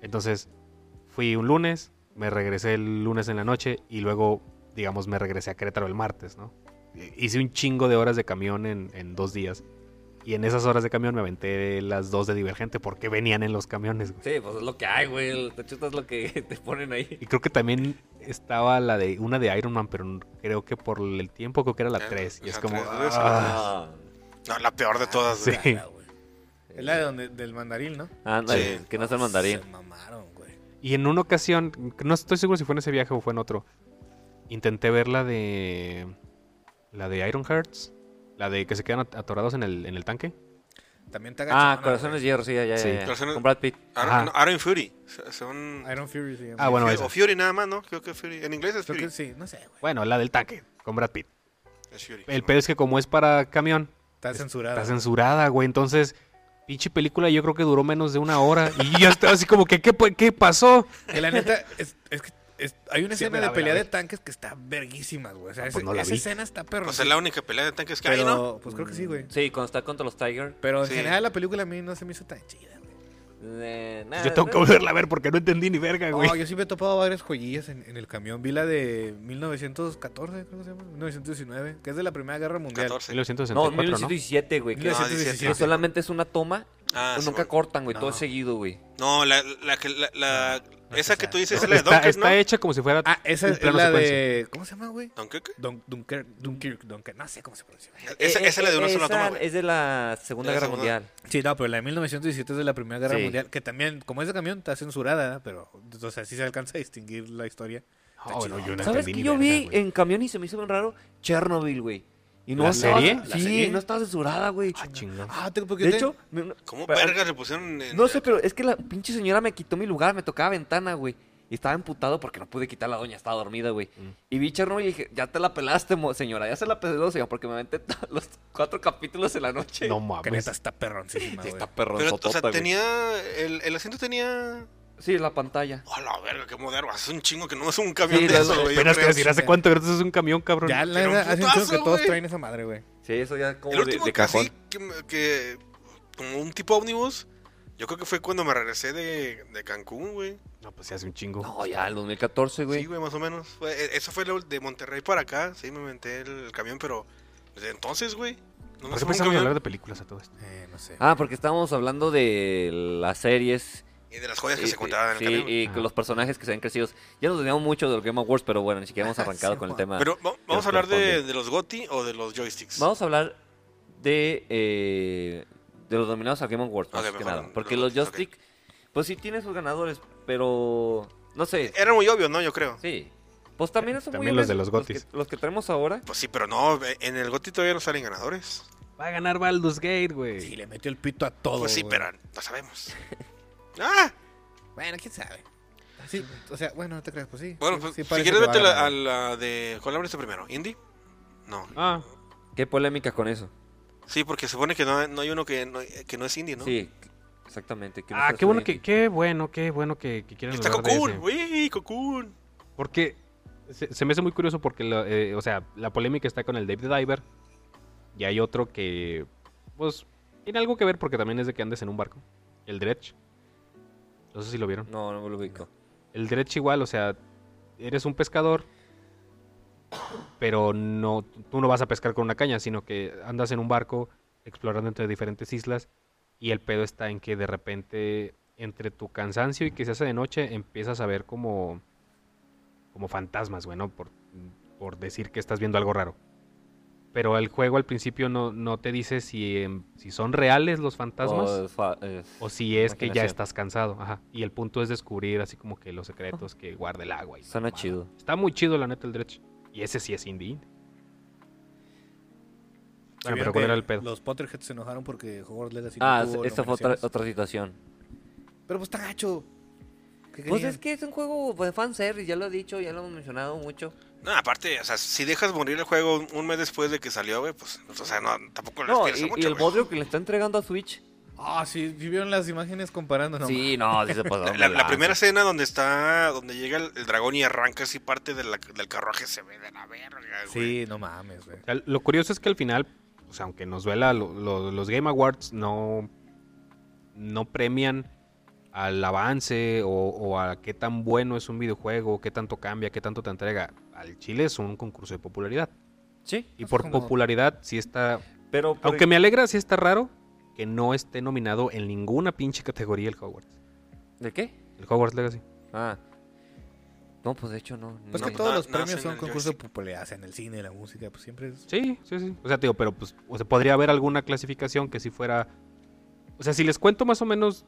Speaker 4: Entonces, fui un lunes, me regresé el lunes en la noche y luego, digamos, me regresé a Querétaro el martes, ¿no? Eh, Hice un chingo de horas de camión en, en dos días. Y en esas horas de camión me aventé las dos de Divergente porque venían en los camiones, güey.
Speaker 3: Sí, pues es lo que hay, güey. El tachuta es lo que te ponen ahí.
Speaker 4: Y creo que también estaba la de una de Iron Man, pero creo que por el tiempo creo que era la
Speaker 1: Era-
Speaker 4: 3. Y es
Speaker 1: la
Speaker 4: como.
Speaker 1: tres, es
Speaker 4: ah,
Speaker 3: Ah,
Speaker 1: No, la peor de todas,
Speaker 4: Sí.
Speaker 1: güey.
Speaker 5: Verga, Ah, güey. Es la de donde, del mandarín, ¿no?
Speaker 3: Ah, ándale, que no se mandarín.
Speaker 5: Se mamaron, güey.
Speaker 4: Y en una ocasión, no estoy seguro si fue en ese viaje o fue en otro. Intenté ver la de. La de Iron Hearts. La de que se quedan at- atorados en el, en el tanque.
Speaker 5: También está
Speaker 3: Ah,
Speaker 5: gachona,
Speaker 3: Corazones de
Speaker 5: güey.
Speaker 3: Hierro, sí, ya, ya,
Speaker 4: Sí.
Speaker 3: ya, ya.
Speaker 1: Corazones-
Speaker 3: Con Brad Pitt.
Speaker 4: Ajá.
Speaker 1: Iron, no, Iron Fury. so- Son.
Speaker 5: Iron Fury se llama.
Speaker 4: Ah, bueno,
Speaker 1: Fury-
Speaker 4: esa.
Speaker 1: o Fury nada más, ¿no? Creo que Fury. En inglés es
Speaker 5: Creo
Speaker 1: Fury.
Speaker 5: que sí, no sé, güey.
Speaker 4: Bueno, la del tanque, con Brad Pitt.
Speaker 1: Es Fury.
Speaker 4: El pedo es que como es para camión,
Speaker 5: Está censurado.
Speaker 4: está censurada, güey. Entonces, pinche película yo creo que duró menos de una hora. Y yo estaba así como que, ¿qué, pa- qué pasó?
Speaker 5: Que la neta, es, es que es- hay una
Speaker 4: Sí,
Speaker 5: escena
Speaker 4: me
Speaker 5: de
Speaker 4: la- me la
Speaker 5: pelea
Speaker 4: vi.
Speaker 5: de tanques que está verguísima, güey. O sea,
Speaker 4: Ah,
Speaker 5: ese-
Speaker 4: pues no la
Speaker 5: esa
Speaker 4: vi.
Speaker 5: escena está perro.
Speaker 1: Pues es la única pelea de tanques que hay,
Speaker 5: pero,
Speaker 1: ¿no?
Speaker 5: pues creo que sí, güey.
Speaker 3: Sí, cuando está contra los Tiger.
Speaker 5: Pero en
Speaker 1: Sí.
Speaker 5: general la película a mí no se me hizo tan chida, güey.
Speaker 3: eh, nah,
Speaker 4: Yo tengo que
Speaker 3: no.
Speaker 4: volverla a ver porque no entendí ni verga, Ah, güey.
Speaker 5: Oh, yo sí me he topado varias joyillas en, en el camión. Vi la de 1914, creo que se llama. 1919, que es de la Primera Guerra Mundial.
Speaker 1: 14.
Speaker 3: No,
Speaker 4: 1964, ¿no?
Speaker 3: 1917, güey. Que,
Speaker 1: No,
Speaker 3: que
Speaker 5: 1917.
Speaker 3: solamente es una toma.
Speaker 1: Ah,
Speaker 3: pues
Speaker 1: sí,
Speaker 3: nunca
Speaker 1: bueno.
Speaker 3: cortan, güey. Todo
Speaker 5: No.
Speaker 3: seguido, güey.
Speaker 1: No, la, la, que- la, la-
Speaker 5: no
Speaker 1: esa
Speaker 5: sé
Speaker 1: que
Speaker 5: si
Speaker 1: tú
Speaker 5: sea.
Speaker 1: dices es la de
Speaker 4: Está,
Speaker 1: Dunkirk,
Speaker 4: está
Speaker 1: ¿no?
Speaker 4: hecha como si fuera.
Speaker 5: Ah, esa
Speaker 4: un
Speaker 5: es,
Speaker 4: plano
Speaker 5: la
Speaker 4: secuencia.
Speaker 5: de. ¿Cómo se llama, güey?
Speaker 1: ¿Dunkirk?
Speaker 5: Dun- Dunker, Dunkirk, Dunker. No sé cómo se pronuncia. güey.
Speaker 1: Esa, esa
Speaker 3: Eh,
Speaker 1: es la de una
Speaker 3: eh,
Speaker 1: sola
Speaker 3: esa
Speaker 1: toma, güey.
Speaker 3: Es de la Segunda
Speaker 1: De la
Speaker 3: Guerra
Speaker 1: Segunda.
Speaker 3: Mundial.
Speaker 5: Sí, no, pero la de 1917 es de la Primera Guerra
Speaker 3: Sí.
Speaker 5: Mundial, que también, como es de camión, está censurada, pero, o sea, sí se alcanza a distinguir la historia.
Speaker 4: Ah, bueno, yo no
Speaker 3: ¿Sabes
Speaker 4: entendí
Speaker 3: qué
Speaker 4: ni
Speaker 3: yo
Speaker 4: verga,
Speaker 3: vi
Speaker 4: güey.
Speaker 3: en camión y se me hizo bien raro? Chernobyl, güey. Y no
Speaker 4: ¿La
Speaker 3: estaba-
Speaker 4: serie?
Speaker 5: ¿La
Speaker 3: Sí,
Speaker 5: serie?
Speaker 3: no estaba censurada, güey.
Speaker 4: Ah, chingón.
Speaker 5: Ah, tengo porque
Speaker 3: De
Speaker 5: te-
Speaker 3: hecho, me-
Speaker 1: ¿Cómo
Speaker 3: pero-
Speaker 1: verga le pusieron en-
Speaker 3: No sé, pero es que la pinche señora me quitó mi lugar, me tocaba ventana, güey. Y estaba emputado porque no pude quitar la doña, estaba dormida, güey. Y vi Chernobyl y dije, ya te la pelaste, mo- señora, ya se la peló, señora, porque me aventé to- los cuatro capítulos en la noche.
Speaker 4: No
Speaker 5: que neta
Speaker 4: mames.
Speaker 5: está perroncísima,
Speaker 3: Sí,
Speaker 5: güey.
Speaker 3: está perro.
Speaker 1: Pero, o sea, tenía. El, el asiento tenía.
Speaker 3: Sí, la pantalla.
Speaker 1: ¡Oh, la verga, qué moderno! Es un chingo que no es un camión
Speaker 3: Sí,
Speaker 1: de
Speaker 3: lo-
Speaker 1: eso,
Speaker 3: lo-
Speaker 1: güey. yo
Speaker 4: Apenas te iba a
Speaker 1: creo.
Speaker 4: decir, ¿hace cuánto que no estás en un camión, cabrón?
Speaker 5: Ya, la
Speaker 1: Pero un
Speaker 5: verdad, hace un chingo que
Speaker 1: putazo,
Speaker 5: todos
Speaker 1: güey.
Speaker 5: traen esa madre, güey.
Speaker 3: Sí, eso ya como
Speaker 1: El
Speaker 3: de,
Speaker 1: último
Speaker 3: de
Speaker 1: que
Speaker 3: cajón.
Speaker 1: sí, que, me- que- Como un tipo ómnibus. Yo creo que fue cuando me regresé de, de Cancún, güey.
Speaker 4: No, pues sí, hace un chingo.
Speaker 3: No, ya, el 2014, güey.
Speaker 1: Sí, güey, más o menos. Fue- e- eso fue lo de Monterrey para acá. Sí, me inventé el camión, pero desde entonces, güey. No
Speaker 4: ¿Por
Speaker 1: me
Speaker 4: qué
Speaker 1: subo a un
Speaker 4: empezamos a
Speaker 1: camión.
Speaker 4: hablar de películas a todo esto?
Speaker 5: Eh, no sé.
Speaker 3: ah, porque estábamos hablando de las series.
Speaker 1: Y de las joyas que
Speaker 3: y-
Speaker 1: se encontraban en
Speaker 3: sí,
Speaker 1: el camión.
Speaker 3: y
Speaker 4: Ah.
Speaker 3: con los personajes que se han crecido. Ya nos teníamos mucho del Game Awards, pero bueno, ni siquiera hemos arrancado
Speaker 5: Sí,
Speaker 3: con el
Speaker 5: Juan.
Speaker 3: tema.
Speaker 1: Pero va- vamos
Speaker 3: los
Speaker 1: a hablar de,
Speaker 3: corresponde.
Speaker 1: de los GOTI o de los joysticks.
Speaker 3: Vamos a hablar de eh, de los nominados a Game Awards, más
Speaker 1: Ok,
Speaker 3: que
Speaker 1: mejor
Speaker 3: nada.
Speaker 1: los
Speaker 3: Porque los
Speaker 1: nominados, ok.
Speaker 3: joystick, pues sí tiene sus ganadores, pero no sé.
Speaker 1: Era muy obvio, ¿no? Yo creo.
Speaker 3: Sí. Pues también son muy
Speaker 4: Eh, También los
Speaker 3: obvios
Speaker 4: de los
Speaker 3: que-
Speaker 4: Gotis.
Speaker 3: Los que, tenemos ahora.
Speaker 1: Pues sí, pero no, eh, en el Goti todavía no salen ganadores.
Speaker 4: Va a ganar Baldur's Gate, güey.
Speaker 5: Sí, le metió el pito a
Speaker 3: Oh,
Speaker 5: todo.
Speaker 1: Pues sí,
Speaker 5: güey.
Speaker 1: pero no sabemos. ¡Ah!
Speaker 5: Bueno, quién sabe. Sí, o sea, bueno, no te creas, pues sí.
Speaker 1: Bueno,
Speaker 5: Sí,
Speaker 1: pues,
Speaker 5: sí
Speaker 1: si
Speaker 5: parece
Speaker 1: quieres
Speaker 5: que va
Speaker 1: vete a la,
Speaker 5: ganar.
Speaker 1: a la de... ¿Cuál abriste primero? ¿Indie? No.
Speaker 4: Ah,
Speaker 3: Qué polémica con eso.
Speaker 1: Sí, porque se supone que no, no hay uno que no, que no es indie, ¿no?
Speaker 3: Sí, exactamente. que no
Speaker 4: ah
Speaker 3: está
Speaker 4: qué bueno
Speaker 3: subiendo.
Speaker 4: que, qué bueno, qué bueno que, que quieren
Speaker 1: Está
Speaker 4: hablar de
Speaker 1: Cocoon,
Speaker 4: ese.
Speaker 1: uy, Cocoon.
Speaker 4: Porque se, se me hace muy curioso porque, la- eh, o sea, la polémica está con el Dave the Diver. Y hay otro que, pues, tiene algo que ver porque también es de que andes en un barco. El Dredge. No sé si lo vieron.
Speaker 3: No, no me lo ubico.
Speaker 4: El Dredge igual, o sea, eres un pescador. Pero no, tú no vas a pescar con una caña, sino que andas en un barco explorando entre diferentes islas. Y el pedo está en que de repente, entre tu cansancio y que se hace de noche, empiezas a ver como, como fantasmas, bueno, por, por decir que estás viendo algo raro. Pero el juego al principio no, no te dice si, em, si son reales los fantasmas.
Speaker 3: O fa- eh,
Speaker 4: O si es que ya
Speaker 3: Imaginación.
Speaker 4: estás cansado. Ajá. Y el punto es descubrir así como que los secretos que guarda el agua. Y la
Speaker 3: Suena
Speaker 4: mamada.
Speaker 3: chido.
Speaker 4: Está muy chido la neta el Dredge. Y ese sí es indie. indie. Bueno,
Speaker 5: Vieron Ah,
Speaker 4: pero ¿cuál
Speaker 5: que
Speaker 4: era el pedo?
Speaker 5: Los Potterheads se enojaron porque Hogwarts Legacy no
Speaker 3: Ah,
Speaker 5: tuvo
Speaker 3: esta fue otra,
Speaker 5: nominaciones.
Speaker 3: otra situación.
Speaker 5: Pero pues está gacho. ¿Qué
Speaker 3: Pues
Speaker 5: querían?
Speaker 3: es que es un juego de fanservice, ya lo he dicho, ya lo hemos mencionado mucho.
Speaker 1: No, aparte, o sea, si dejas morir el juego un- un mes después de que salió, güey, pues, o sea, no, tampoco les
Speaker 3: No,
Speaker 1: piensa
Speaker 3: y, y
Speaker 1: mucho,
Speaker 3: el
Speaker 1: güey.
Speaker 3: bodrio que le está entregando a Switch.
Speaker 5: Ah, sí, sí vieron las imágenes comparando, ¿no?
Speaker 3: sí, no, sí se pasó.
Speaker 1: La,
Speaker 3: de
Speaker 1: la- la
Speaker 3: lanza.
Speaker 1: primera escena donde está, donde llega el, el dragón y arranca así parte de la- del carruaje se ve de la verga, güey.
Speaker 5: Sí, no mames, güey.
Speaker 4: O sea, lo curioso es que al final, o sea, aunque nos duela, lo- lo- los Game Awards no, no premian al avance o, o a qué tan bueno es un videojuego, qué tanto cambia, qué tanto te entrega. Al Chile es un concurso de popularidad.
Speaker 3: Sí,
Speaker 4: Y
Speaker 5: Pues
Speaker 4: por
Speaker 5: como-
Speaker 4: popularidad sí está
Speaker 3: pero. por-
Speaker 4: Aunque me alegra, sí está raro que no esté nominado en ninguna pinche categoría el Hogwarts.
Speaker 3: ¿De qué?
Speaker 4: El Hogwarts Legacy.
Speaker 3: Ah. No, pues de hecho no.
Speaker 5: Pues
Speaker 3: no.
Speaker 5: que todos
Speaker 1: na-
Speaker 5: los
Speaker 1: nacen
Speaker 5: premios
Speaker 1: en
Speaker 5: son
Speaker 1: el
Speaker 5: concursos de
Speaker 1: joystick.
Speaker 5: popularidad, o sea, en el cine, la música, pues siempre es...
Speaker 4: Sí, sí, sí. O sea, tío, pero pues o sea, podría haber alguna clasificación que si fuera... O sea, si les cuento más o menos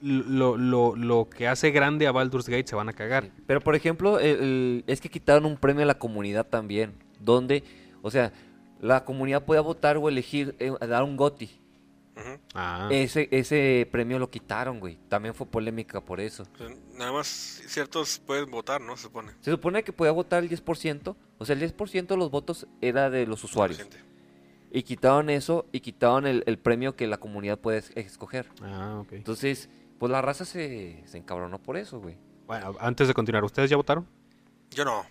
Speaker 4: lo, lo- lo que hace grande a Baldur's Gate, se van a cagar.
Speaker 3: Pero por ejemplo, el- el- es que quitaron un premio a la comunidad también. Donde, o sea, la comunidad podía votar o elegir, eh, dar un goti.
Speaker 1: Ujú.
Speaker 4: Ah,
Speaker 3: Ese, ese premio lo quitaron, güey. También fue polémica por eso.
Speaker 1: O sea, Nada más ciertos pueden votar, ¿no? Se supone.
Speaker 3: Se supone que podía votar el 10%. O sea, el 10% de los votos era de los usuarios.
Speaker 1: Gente.
Speaker 3: Y quitaron eso y quitaron el, el premio que la comunidad puede es- escoger.
Speaker 4: ah, ok.
Speaker 3: Entonces, pues la raza se, se encabronó por eso, güey.
Speaker 4: Bueno, antes de continuar, ¿ustedes ya votaron?
Speaker 1: Yo no.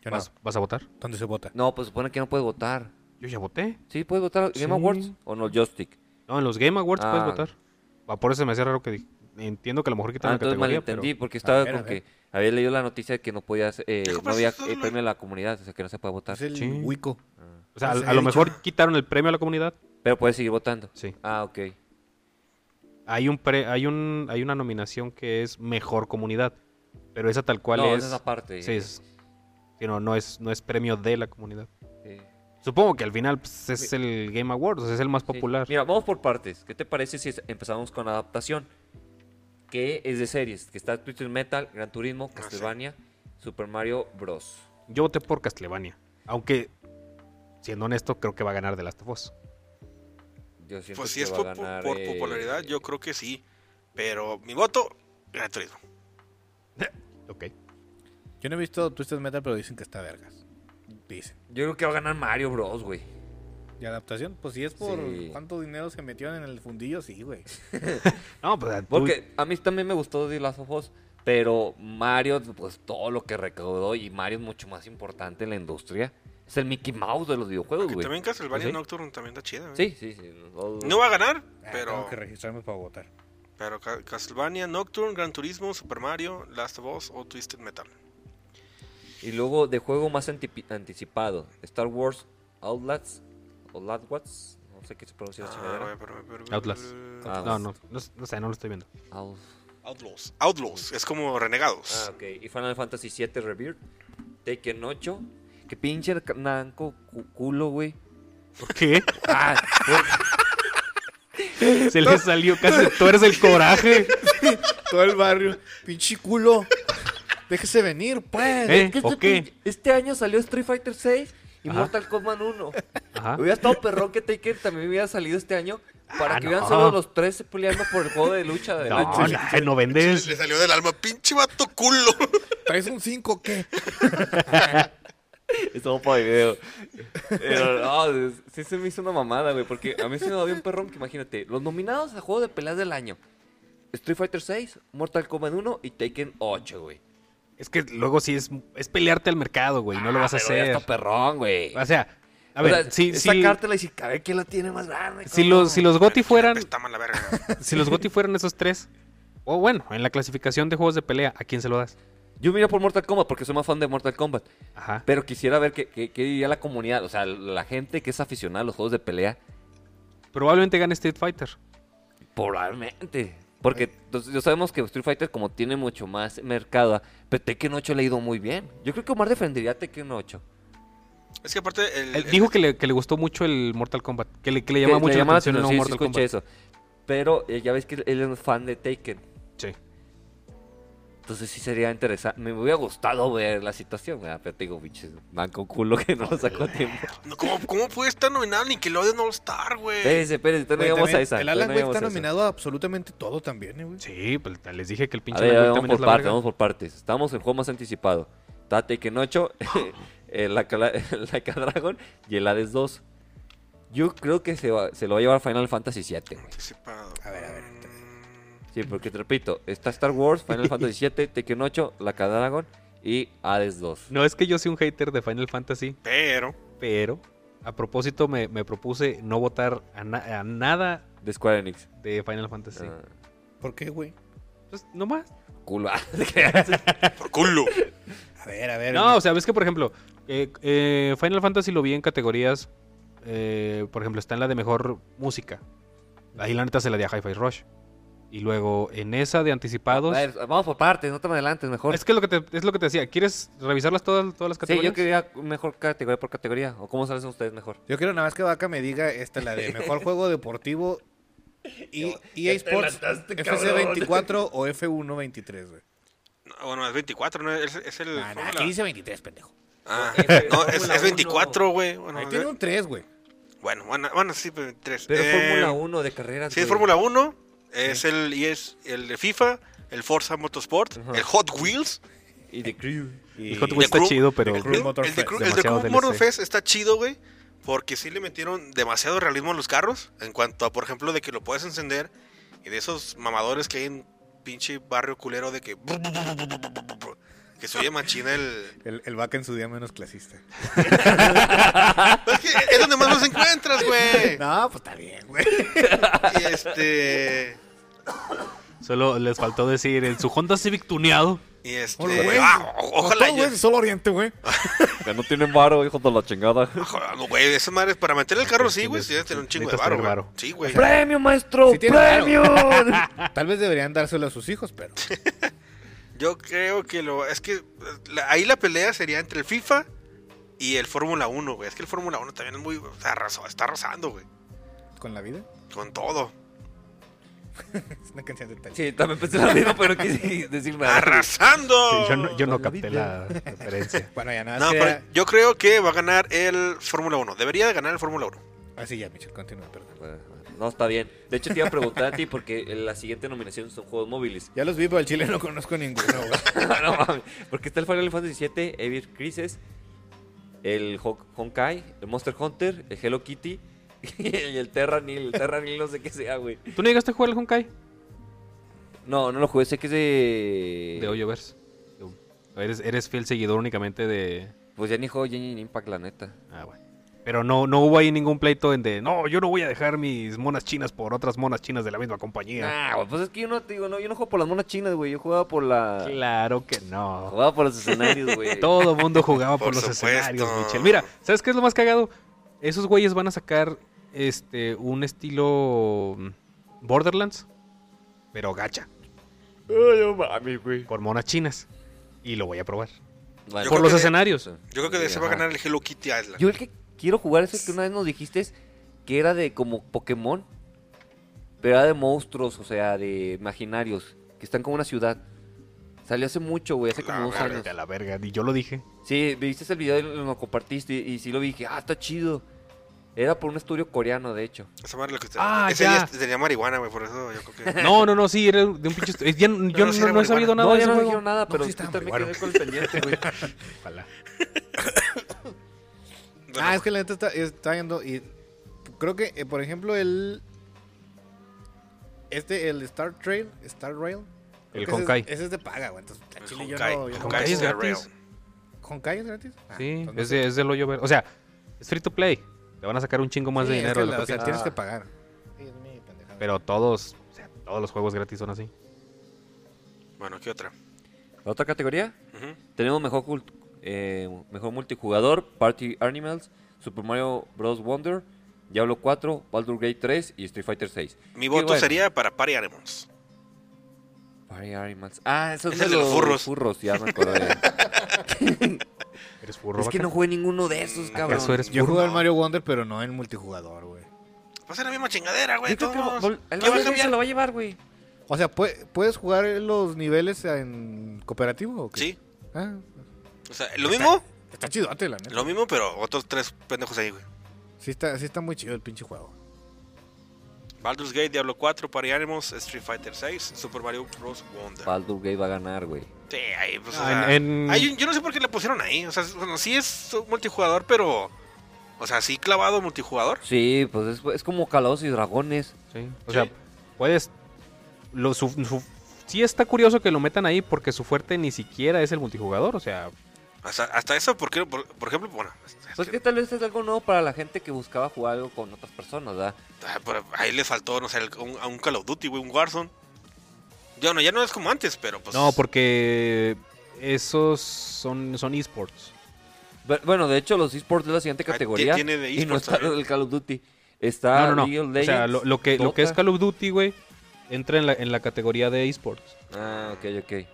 Speaker 5: Yo no.
Speaker 4: ¿Vas, vas a votar?
Speaker 5: ¿Dónde se vota?
Speaker 3: No, pues supone que no puedes votar.
Speaker 4: Yo ya voté.
Speaker 3: Sí, puedes votar
Speaker 4: Sí.
Speaker 3: Game Awards o no Joystick.
Speaker 4: No, en los Game Awards
Speaker 3: Ah.
Speaker 4: puedes votar. Ah, por eso se me hacía raro que dije. Entiendo que a lo mejor
Speaker 3: Ah,
Speaker 4: quitaron la
Speaker 3: entonces
Speaker 4: categoría,
Speaker 3: malentendí
Speaker 4: pero...
Speaker 3: porque estaba
Speaker 5: ver, a
Speaker 3: con
Speaker 5: ver.
Speaker 3: que había leído la noticia de que no podías, eh,
Speaker 1: Dijo,
Speaker 3: no
Speaker 1: pues,
Speaker 3: había eh,
Speaker 1: solo-
Speaker 3: premio a la comunidad, o sea que no se puede votar.
Speaker 5: Es el
Speaker 4: Sí.
Speaker 5: Wico.
Speaker 4: O sea, a,
Speaker 5: Se
Speaker 4: a
Speaker 5: había
Speaker 4: lo
Speaker 5: dicho.
Speaker 4: mejor quitaron el premio a la comunidad.
Speaker 3: Pero puedes seguir votando.
Speaker 4: Sí.
Speaker 3: Ah, ok.
Speaker 4: hay un pre- hay un hay una nominación que es mejor comunidad pero esa tal cual
Speaker 3: no,
Speaker 4: es,
Speaker 3: esa parte.
Speaker 4: sí, es- sí, no, no es no es premio de la comunidad
Speaker 3: Sí.
Speaker 4: supongo que al final pues, es el Game Awards o sea, es el más
Speaker 3: Sí.
Speaker 4: popular
Speaker 3: Mira, vamos por partes. ¿Qué te parece si es- empezamos con adaptación? Que es de series, que está Twisted Metal, Gran Turismo,
Speaker 1: sé.
Speaker 3: Castlevania, Super Mario Bros.
Speaker 4: yo voté por Castlevania aunque siendo honesto creo que va a ganar The Last of Us
Speaker 3: Yo siento
Speaker 1: Pues si
Speaker 3: que
Speaker 1: es
Speaker 3: va a
Speaker 1: por,
Speaker 3: ganar,
Speaker 1: por
Speaker 3: eh,
Speaker 1: popularidad, yo creo que sí. Pero mi voto, Gran Turismo.
Speaker 4: ok
Speaker 5: Yo no he visto Twisted Metal, pero dicen que está vergas. Dicen.
Speaker 3: Yo creo que va a ganar Mario Bros, güey.
Speaker 5: ¿Y adaptación? Pues si es por
Speaker 3: Sí.
Speaker 5: cuánto dinero se metieron en el fundillo, sí, güey.
Speaker 4: no pues tú-
Speaker 3: Porque a mí también me gustó The Last of Us, pero Mario, pues todo lo que recaudó y Mario es mucho más importante en la industria. Es el Mickey Mouse de los videojuegos,
Speaker 1: Ah, Que
Speaker 3: güey.
Speaker 1: también Castlevania
Speaker 4: Pues sí.
Speaker 1: Nocturne también está chida. güey.
Speaker 3: Sí, sí, sí. No,
Speaker 1: No va a ganar,
Speaker 5: Ah,
Speaker 1: pero,
Speaker 5: Tengo que registrarme para votar.
Speaker 1: pero Ca- Castlevania Nocturne, Gran Turismo, Super Mario, Last of Us o Twisted Metal.
Speaker 3: Y luego de juego más antipi- anticipado, Star Wars Outlast, Outlast, no sé qué se pronuncia la
Speaker 1: Ah,
Speaker 3: chingadera.
Speaker 1: pero- pero-
Speaker 4: Outlast.
Speaker 3: Ah,
Speaker 4: no, no, no no sé no lo estoy viendo
Speaker 3: Out-
Speaker 1: Outlaws. Outlaws. Es como renegados.
Speaker 3: Ah, ok. Y Final Fantasy VII Rebirth, Taken 8, que pinche ca- nanco cu- culo, güey.
Speaker 4: ¿por qué?
Speaker 3: Ah, por-
Speaker 4: Se le salió casi. Tú eres el coraje.
Speaker 5: Todo el barrio. Pinche culo. Déjese venir, pues.
Speaker 4: ¿Eh?
Speaker 3: Que este,
Speaker 4: ¿O qué?
Speaker 3: pin- este año salió Street Fighter 6 y
Speaker 4: Ajá.
Speaker 3: Mortal Kombat 1.
Speaker 4: Ajá.
Speaker 3: Hubiera estado perrón que Taker también hubiera salido este año para
Speaker 4: Ah,
Speaker 3: que hubieran
Speaker 4: no.
Speaker 3: solo los tres peleando por el juego de lucha. De
Speaker 4: No,
Speaker 3: Nacho.
Speaker 4: no, no vendes.
Speaker 1: Le salió del alma, pinche vato culo.
Speaker 5: ¿Traes un 5 qué?
Speaker 3: Es todo para video. Pero no, es- sí se me hizo una mamada, güey. Porque a mí se me dio un perrón que imagínate. Los nominados a juego de peleas del año. Street Fighter 6, Mortal Kombat 1 y Taken 8, güey.
Speaker 4: Es que luego sí es, es pelearte al mercado, güey. No lo vas a
Speaker 3: Ah, pero ya
Speaker 4: hacer.
Speaker 3: Está perrón, güey.
Speaker 4: O sea, a
Speaker 3: O
Speaker 4: ver,
Speaker 3: sea,
Speaker 4: si,
Speaker 3: es
Speaker 4: si,
Speaker 3: sacártela y decir, a ver quién la tiene más grande.
Speaker 4: si
Speaker 3: cabrón".
Speaker 4: los, si los Goti fueran.
Speaker 1: Está mal la verga.
Speaker 4: Si los Goti fueran esos tres. O bueno, en la clasificación de juegos de pelea, ¿a quién se lo das?
Speaker 3: Yo miro por Mortal Kombat porque soy más fan de Mortal Kombat.
Speaker 4: Ajá.
Speaker 3: Pero quisiera ver qué, qué- qué diría la comunidad, o sea, la gente que es aficionada a los juegos de pelea.
Speaker 4: Probablemente gane Street Fighter.
Speaker 3: Probablemente. Porque entonces, ya sabemos que Street Fighter como tiene mucho más mercado, pero Tekken 8 le ha ido muy bien. Yo creo que Omar defendería a Tekken 8.
Speaker 1: Es que aparte, el,
Speaker 4: Él
Speaker 1: el-
Speaker 4: dijo que le, que le gustó mucho el Mortal Kombat. Que le, que le llama
Speaker 3: Eh, Que
Speaker 4: mucho la
Speaker 3: llamaba
Speaker 4: atención el nuevo
Speaker 3: sí, sí
Speaker 4: Mortal Kombat.
Speaker 3: escuché eso. Pero eh, ya ves que él es un fan de Taken.
Speaker 4: Sí.
Speaker 3: Entonces sí sería interesante. Me hubiera gustado ver la situación, ¿verdad? pero te digo, pinches, manco culo que no lo sacó a tiempo.
Speaker 1: no, ¿cómo, ¿Cómo puede estar nominado Nickelodeon All Star, güey?
Speaker 3: Espérense, espérense, todavía
Speaker 5: Güey,
Speaker 3: no llegamos a
Speaker 5: también,
Speaker 3: esa.
Speaker 5: El
Speaker 3: todavía
Speaker 5: Alan
Speaker 3: no
Speaker 5: Wake
Speaker 3: llegamos
Speaker 5: está
Speaker 3: a esa.
Speaker 5: nominado a absolutamente todo también, eh, güey.
Speaker 4: Sí, pues les dije que el
Speaker 3: A
Speaker 4: pinche
Speaker 3: ver,
Speaker 4: Alan Wake
Speaker 3: vamos
Speaker 4: también
Speaker 3: por
Speaker 4: es la
Speaker 3: partes,
Speaker 4: verga.
Speaker 3: vamos por partes. Estamos en juego más anticipado. Está Taken 8, el Aka- el Aka Dragon y el Hades 2. Yo creo que se, va- se lo va a llevar Final Fantasy 7, güey.
Speaker 1: Anticipado.
Speaker 5: A ver, a ver,
Speaker 1: Mm,
Speaker 3: Sí, porque te repito, está Star Wars, Final Fantasy 7, Tekken 8, la Aka Dragon y Hades 2.
Speaker 4: No, es que yo soy un hater de Final Fantasy,
Speaker 1: Pero,
Speaker 4: pero a propósito me, me propuse no votar a, na- a nada
Speaker 3: De Square Enix.
Speaker 4: de Final Fantasy.
Speaker 3: Ah,
Speaker 5: ¿Por qué, güey?
Speaker 4: Pues nomás.
Speaker 3: culo.
Speaker 1: por culo.
Speaker 5: A ver, a ver.
Speaker 4: No, o sea, ves que por ejemplo, eh, eh, Final Fantasy lo vi en categorías, eh, por ejemplo, está en la de mejor música. Ahí la neta se la di a Hi-Fi Rush. Y luego en esa de
Speaker 3: A
Speaker 4: anticipados...
Speaker 3: ver, vamos por partes, no te me adelantes, Ah, mejor.
Speaker 4: Es que, lo que te, es lo que te decía, ¿quieres revisarlas todas, todas las
Speaker 3: Sí,
Speaker 4: categorías?
Speaker 3: yo quería mejor categoría por categoría. ¿O cómo salen ustedes mejor?
Speaker 1: Eh,
Speaker 5: Yo quiero nada más que Vaca me diga esta, la de mejor juego deportivo y EA Sports FC24 o F123, güey.
Speaker 1: No, bueno, es 24, ¿no? Es, es el.
Speaker 5: Ah, nah,
Speaker 1: Fórmula.
Speaker 5: aquí dice 23, pendejo.
Speaker 1: Ah,
Speaker 3: F-
Speaker 1: no, es,
Speaker 3: Fórmula
Speaker 1: es 24, güey. Bueno,
Speaker 5: Ahí tiene un 3, güey.
Speaker 1: bueno, bueno, bueno, sí, 3.
Speaker 3: Pero Fórmula 1 de carreras.
Speaker 1: Sí, es
Speaker 3: güey.
Speaker 1: Fórmula 1. Es el y es el de FIFA, el Forza Motorsport, el Hot Wheels.
Speaker 3: Y de Crew.
Speaker 4: El Hot
Speaker 5: Y-
Speaker 4: Wheels
Speaker 1: The
Speaker 4: está
Speaker 1: Crew-
Speaker 4: chido, pero...
Speaker 1: el,
Speaker 5: Crew Motor
Speaker 1: el de
Speaker 5: Fest,
Speaker 1: Crew, el de
Speaker 4: demasiado
Speaker 1: Crew
Speaker 4: DLC.
Speaker 1: Motor Fest está chido, güey. Porque sí le metieron demasiado realismo a los carros. En cuanto a, por ejemplo, de que lo puedes encender. Y de esos mamadores que hay en pinche barrio culero de que. Que se oye machina el.
Speaker 5: El, el Vaca en su día menos clasista.
Speaker 1: Es, que es donde más los encuentras, güey.
Speaker 5: No, pues está bien, güey.
Speaker 1: Y este.
Speaker 4: Solo les faltó decir en su Honda Civic tuneado.
Speaker 1: Y este.
Speaker 5: Hola, güey.
Speaker 1: ah, o- ojalá.
Speaker 5: Todo,
Speaker 1: ya-
Speaker 5: güey, de Sol Oriente, güey.
Speaker 3: Que no tienen varo, hijos de la chingada.
Speaker 1: Ojalá, no, güey, esa madre es para meter el carro, sí, güey.
Speaker 4: Tienes-
Speaker 1: Sí, debe tener un chingo de
Speaker 4: necesitas
Speaker 1: barro,
Speaker 4: tener
Speaker 1: güey.
Speaker 4: varo.
Speaker 1: Sí, güey.
Speaker 3: ¡Premio, maestro!
Speaker 5: Sí tiene
Speaker 3: ¡Premio!
Speaker 5: Tal vez deberían dárselo a sus hijos, pero.
Speaker 1: Yo creo que lo. Es que eh, la- ahí la pelea sería entre el FIFA y el Fórmula 1, güey. Es que el Fórmula 1 también es muy. o sea, arrasó- está arrasando, güey.
Speaker 5: Con la vida.
Speaker 1: Con todo.
Speaker 5: Es una canción de tal.
Speaker 3: sí, también pensé lo mismo, pero quise decir nada.
Speaker 1: ¡Arrasando!
Speaker 4: Yo no, yo no
Speaker 3: Con la
Speaker 4: capté
Speaker 3: vida.
Speaker 4: la referencia.
Speaker 5: Bueno, ya nada.
Speaker 1: No,
Speaker 5: más quería-
Speaker 1: pero yo creo que va a ganar el Fórmula 1. Debería de ganar el Fórmula 1.
Speaker 5: Ah, sí, ya, Michel, continúa, perdón.
Speaker 3: No, está bien. De hecho, te iba a preguntar a ti porque la siguiente nominación son juegos móviles.
Speaker 5: Ya los vi, pero al chile no conozco ninguno, güey.
Speaker 3: no mames. Porque está el Final Fantasy 7 Evil Crisis, el Hon- Honkai, el Monster Hunter, el Hello Kitty y el Terra Nil. El Terra Nil no sé qué sea, güey.
Speaker 4: ¿Tú no llegaste a jugar al Honkai?
Speaker 3: No, no lo jugué, sé que es de.
Speaker 4: De Hoyoverse. Eres, eres fiel seguidor únicamente de...
Speaker 3: Pues ya ni juego ya ni ni Impact, la neta.
Speaker 4: Ah, bueno. Pero no, no hubo ahí ningún pleito en de... No, yo no voy a dejar mis monas chinas por otras monas chinas de la misma compañía.
Speaker 3: Nah, güey, pues es que yo no te digo, no, yo no juego por las monas chinas, güey. Yo jugaba por la.
Speaker 4: Claro que no.
Speaker 3: Jugaba por los escenarios, güey.
Speaker 4: Todo mundo jugaba
Speaker 1: Por
Speaker 4: por, los
Speaker 1: supuesto.
Speaker 4: escenarios, Michel. Mira, ¿sabes qué es lo más cagado? Esos güeyes van a sacar este un estilo mm, Borderlands, pero gacha,
Speaker 3: Ay, no mames, güey.
Speaker 4: con monas chinas. Y lo voy a probar.
Speaker 3: Bueno,
Speaker 1: Yo
Speaker 4: por
Speaker 1: creo
Speaker 4: los
Speaker 1: que-
Speaker 4: escenarios.
Speaker 1: Yo creo que de ese va a
Speaker 3: Ajá.
Speaker 1: ganar el Hello Kitty Island.
Speaker 3: Yo el que quiero jugar es el que una vez nos dijiste que era de como Pokémon. Pero era de monstruos, o sea, de imaginarios, que están como una ciudad. Salió hace mucho, güey, hace como
Speaker 1: La
Speaker 3: dos
Speaker 1: Ah, verga,
Speaker 3: años.
Speaker 4: Vete a la verga, y yo lo dije.
Speaker 3: Sí, viste el video y lo lo compartiste y, y sí lo vi, dije, ah, está chido. Era por un estudio coreano, de hecho.
Speaker 1: Esa madre lo que
Speaker 4: Ah,
Speaker 1: ese
Speaker 4: ya.
Speaker 1: día tenía marihuana, güey, por eso yo creo que.
Speaker 4: No, no, no, sí, era de un pinche. est- eh, ya n-
Speaker 1: no,
Speaker 4: yo no,
Speaker 1: sí
Speaker 4: no
Speaker 1: era
Speaker 4: he sabido
Speaker 1: marihuana.
Speaker 4: nada
Speaker 3: No,
Speaker 4: de
Speaker 3: ya
Speaker 4: ese
Speaker 3: no
Speaker 4: juego.
Speaker 3: dijeron nada,
Speaker 5: No,
Speaker 3: pero
Speaker 5: sí
Speaker 3: tú
Speaker 5: estaba
Speaker 3: también
Speaker 5: muy
Speaker 3: quedé con el pendiente, güey.
Speaker 4: Ojalá.
Speaker 1: Bueno,
Speaker 5: Ah, es que la neta está, está viendo y creo que, eh, por ejemplo, el... Este, el Star Trail, Star Rail. creo
Speaker 4: El
Speaker 5: que ese es-
Speaker 4: Honkai.
Speaker 5: Ese, es de paga, güey. Entonces, la
Speaker 1: pues,
Speaker 5: chile yo
Speaker 1: Honkai.
Speaker 5: no- yo
Speaker 1: Honkai
Speaker 5: no-
Speaker 4: Honkai
Speaker 1: es
Speaker 4: es
Speaker 1: Guerrero.
Speaker 4: gratis.
Speaker 5: ¿Honkai es gratis? Ah,
Speaker 4: Sí,
Speaker 5: entonces no
Speaker 4: es,
Speaker 5: sé.
Speaker 4: de- es del hoyo verde. O sea, es free to play. Te van a sacar un chingo más de
Speaker 5: Sí, es
Speaker 4: dinero.
Speaker 5: que
Speaker 4: de lo
Speaker 5: la-
Speaker 4: que
Speaker 5: o sea,
Speaker 4: piensas.
Speaker 5: tienes
Speaker 3: Ah.
Speaker 5: que pagar. Sí, es mi pendejada.
Speaker 4: Pero todos, o sea, todos los juegos gratis son así.
Speaker 1: Bueno, ¿qué otra?
Speaker 3: La otra categoría,
Speaker 1: Ujú.
Speaker 3: tenemos mejor, cult- eh, mejor multijugador, Party Animals, Super Mario Bros. Wonder, Diablo 4, Baldur's Gate 3 y Street Fighter 6.
Speaker 1: Mi voto
Speaker 3: bueno.
Speaker 1: sería para Party Animals.
Speaker 3: Party Animals. Ah, esos
Speaker 1: Es el de los furros.
Speaker 3: ya me acordé.
Speaker 4: Eres furro.
Speaker 3: es que
Speaker 4: vaca.
Speaker 3: no jugué ninguno de esos, cabrón.
Speaker 4: ¿Acaso eres
Speaker 5: Yo
Speaker 4: furro?
Speaker 5: jugué al Mario Wonder, pero no en multijugador, güey.
Speaker 1: Va a ser la misma chingadera, güey.
Speaker 3: Yo creo que
Speaker 1: todos.
Speaker 3: vol- el
Speaker 1: ¿Qué va a
Speaker 3: Baldur's Gate se
Speaker 1: cambiar?
Speaker 3: lo va a llevar, güey.
Speaker 5: O sea, ¿pue- ¿puedes jugar los niveles en cooperativo o qué?
Speaker 1: Sí.
Speaker 5: Ah,
Speaker 1: O sea, lo mismo,
Speaker 5: está chidote, la neta.
Speaker 1: lo mismo, pero otros tres pendejos ahí, güey.
Speaker 5: Sí está, sí está muy chido el pinche juego.
Speaker 1: Baldur's Gate, Diablo 4, Party Animals, Street Fighter 6, Super Mario Bros. Wonder.
Speaker 3: Baldur's Gate va a ganar, güey.
Speaker 1: Sí, ahí, pues, o
Speaker 4: Ah, en-
Speaker 1: sea,
Speaker 4: en-
Speaker 1: ahí yo- yo no sé por qué le pusieron ahí. O sea, bueno, sí es un multijugador, pero. O sea, sí clavado multijugador.
Speaker 3: Sí, pues es, es como Calados y Dragones.
Speaker 4: Sí. O
Speaker 1: Sí.
Speaker 4: sea, puedes. Lo, su- su- sí está curioso que lo metan ahí porque su fuerte ni siquiera es el multijugador. O sea,
Speaker 1: Hasta, hasta eso, porque, por, por ejemplo, bueno. es- es
Speaker 3: Pues
Speaker 1: que-
Speaker 3: que tal vez es algo nuevo para la gente que buscaba jugar algo con otras personas, ¿verdad?
Speaker 1: ah, por- ahí le faltó, no sé, el- un- a un Call of Duty, güey, un Warzone. Ya no, ya no es como antes, pero pues.
Speaker 4: no, porque esos son, son esports.
Speaker 3: Bu- Bueno, de hecho, los esports es la siguiente
Speaker 1: Ah,
Speaker 3: categoría.
Speaker 1: tiene de
Speaker 3: y no
Speaker 1: esports
Speaker 3: está
Speaker 1: también.
Speaker 3: el Call of Duty. Está
Speaker 4: No, no,
Speaker 3: Ah, League of
Speaker 4: no. O sea,
Speaker 3: Legends,
Speaker 4: lo, lo que, lo que es
Speaker 3: Dota.
Speaker 4: Call of Duty, güey, entra en la, en la categoría de esports.
Speaker 3: Ah, ok, ok.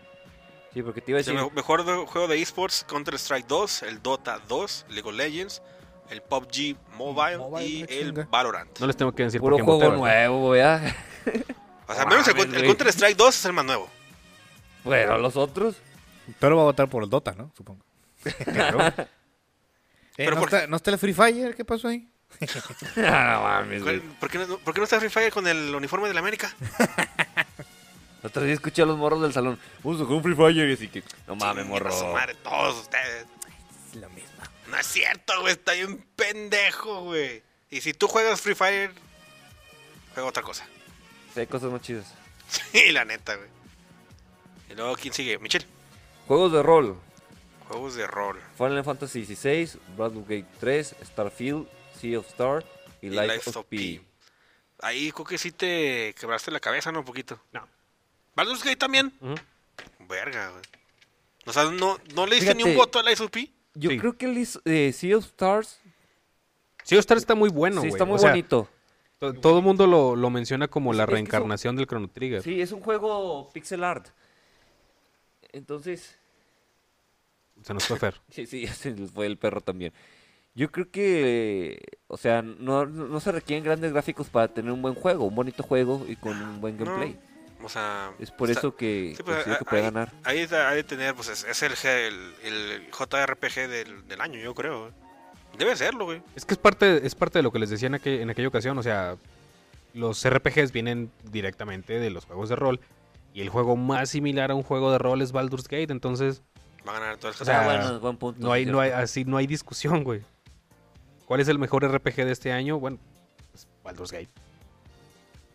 Speaker 3: Sí, porque te iba a
Speaker 1: es el
Speaker 3: decir.
Speaker 1: me- mejor de- juego de esports: Counter-Strike 2, el Dota 2, League of Legends, el PUBG Mobile,
Speaker 5: Mobile,
Speaker 1: y
Speaker 5: la
Speaker 1: el
Speaker 5: chinga.
Speaker 1: Valorant.
Speaker 4: No les tengo que decir
Speaker 3: Puro
Speaker 4: por qué
Speaker 3: juego
Speaker 4: voté, ¿verdad?
Speaker 3: nuevo, ah. ¿verdad?
Speaker 1: o sea, menos el,
Speaker 3: Mames,
Speaker 1: Con- el
Speaker 3: güey.
Speaker 1: Counter-Strike 2 es el más nuevo.
Speaker 3: Pero los otros.
Speaker 5: Pero va a votar por el Dota, ¿no? Supongo. Eh,
Speaker 1: Pero
Speaker 5: ¿no,
Speaker 1: por-
Speaker 5: está, no está el Free Fire? ¿Qué pasó ahí?
Speaker 3: Ah, no mames,
Speaker 1: ¿Cuál-
Speaker 3: güey.
Speaker 1: ¿Por qué, no, ¿Por qué no está Free Fire con el uniforme de la América?
Speaker 3: Otro día escuché a los morros del salón. Vamos a jugar un Free Fire. Y así que. No mames,
Speaker 1: Chinguen
Speaker 3: morro.
Speaker 1: a su madre, todos ustedes.
Speaker 5: Es lo mismo.
Speaker 1: No es cierto, güey. Está bien pendejo, güey. Y si tú juegas Free Fire, juega otra cosa.
Speaker 3: Sí, hay cosas más chidas.
Speaker 1: Sí, la neta, güey. Y luego, ¿quién sigue? Michel.
Speaker 3: Juegos de rol.
Speaker 1: Juegos de rol.
Speaker 3: Final Fantasy XVI, Baldur's Gate 3, Starfield, Sea of Star y
Speaker 1: Y
Speaker 3: Life, of P.
Speaker 1: Ahí creo que sí te quebraste la cabeza, ¿no? Un poquito.
Speaker 4: No.
Speaker 1: Baldur's Gate también.
Speaker 4: Ujú.
Speaker 1: Verga, güey. O sea, ¿no, no le diste ni
Speaker 3: Fíjate.
Speaker 1: un voto a la of P?
Speaker 3: Yo
Speaker 4: Sí.
Speaker 3: creo que el is- eh, Sea of Stars
Speaker 4: Sí, Star está muy bueno,
Speaker 3: sí
Speaker 4: güey.
Speaker 3: está muy
Speaker 4: O sea,
Speaker 3: bonito.
Speaker 4: to- Todo el mundo lo, lo menciona como
Speaker 3: Es-
Speaker 4: la
Speaker 3: es que son-
Speaker 4: reencarnación del Chrono Trigger.
Speaker 3: Sí, es un juego pixel art. Entonces,
Speaker 4: Se nos fue Fer.
Speaker 3: sí, sí, ya se les fue el perro también. Yo creo que, eh, o sea, no, no se requieren grandes gráficos para tener un buen juego, un bonito juego y con un buen
Speaker 1: No.
Speaker 3: gameplay.
Speaker 1: O sea.
Speaker 3: Es por
Speaker 1: está-
Speaker 3: eso que
Speaker 1: Sí, pues,
Speaker 3: considero que
Speaker 1: ah,
Speaker 3: puede
Speaker 1: ahí-
Speaker 3: ganar.
Speaker 1: Ahí está- ha de tener, pues es, es el, G- el, el JRPG del, del año, yo creo. güey. Debe serlo, güey.
Speaker 4: Es que es parte, es parte de lo que les decía en, aquel- en aquella ocasión. O sea, los RPGs vienen directamente de los juegos de rol. Y el juego más similar a un juego de rol es Baldur's Gate. Entonces,
Speaker 1: Va a ganar todo el JRPG.
Speaker 4: O sea,
Speaker 3: Ah, bueno, buen punto.
Speaker 4: no hay,
Speaker 3: sí,
Speaker 4: no hay,
Speaker 3: cierto.
Speaker 4: así no hay discusión, güey. ¿Cuál es el mejor RPG de este año? Bueno, pues, Baldur's Gate.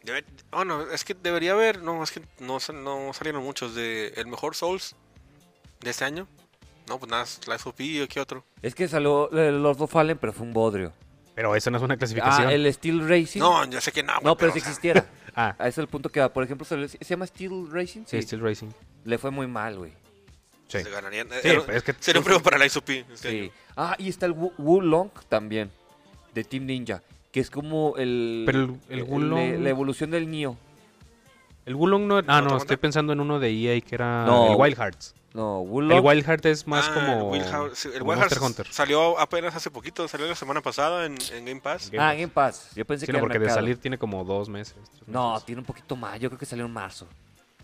Speaker 1: Debe- oh, no, es que debería haber. No, es que no, sal- no salieron muchos. de El mejor Souls de este año. No, pues nada, Life of P, ¿qué otro?
Speaker 3: Es que salió eh, Lord of Fallen, pero fue un bodrio.
Speaker 4: Pero esa no es una clasificación.
Speaker 3: Ah, el Steel Racing.
Speaker 1: No, yo sé que no. güey,
Speaker 3: No, pero si
Speaker 1: o sea,
Speaker 3: existiera.
Speaker 4: Ah,
Speaker 3: Ah, es el punto que va. Por ejemplo, salió- ¿se llama Steel Racing?
Speaker 4: sí, Steel Racing.
Speaker 3: Le fue muy mal, güey.
Speaker 4: Sí.
Speaker 1: se ganarían. eh,
Speaker 4: Sí, pues.
Speaker 1: era-
Speaker 4: pero es que-
Speaker 1: sería un premio para Life of P. este
Speaker 3: Sí.
Speaker 1: año.
Speaker 3: Ah, y está el Wu- Wulong también, de Team Ninja, que es como el...
Speaker 4: Pero el- el Wulong-
Speaker 3: La, la evolución del Nio.
Speaker 4: El Wulong no era- Ah,
Speaker 1: ¿No te
Speaker 4: no,
Speaker 1: cuenta?
Speaker 4: estoy pensando en uno de EA que era
Speaker 3: No.
Speaker 4: el Wild Hearts.
Speaker 3: No, Woollock.
Speaker 4: El Wild Heart es más
Speaker 1: Ah,
Speaker 4: como.
Speaker 1: El Wild Heart- sí, el
Speaker 4: como
Speaker 1: Wild
Speaker 4: Monster
Speaker 1: Heart
Speaker 4: Hunter.
Speaker 1: salió apenas hace poquito, salió la semana pasada en, en Game Pass.
Speaker 4: Game
Speaker 3: Ah,
Speaker 4: Pass.
Speaker 3: Game Pass. Yo pensé
Speaker 4: Sí,
Speaker 3: que
Speaker 4: no,
Speaker 3: era
Speaker 4: porque de
Speaker 3: mercado.
Speaker 4: salir tiene como dos meses. tres
Speaker 3: No,
Speaker 4: meses.
Speaker 3: tiene un poquito más. Yo creo que salió en marzo.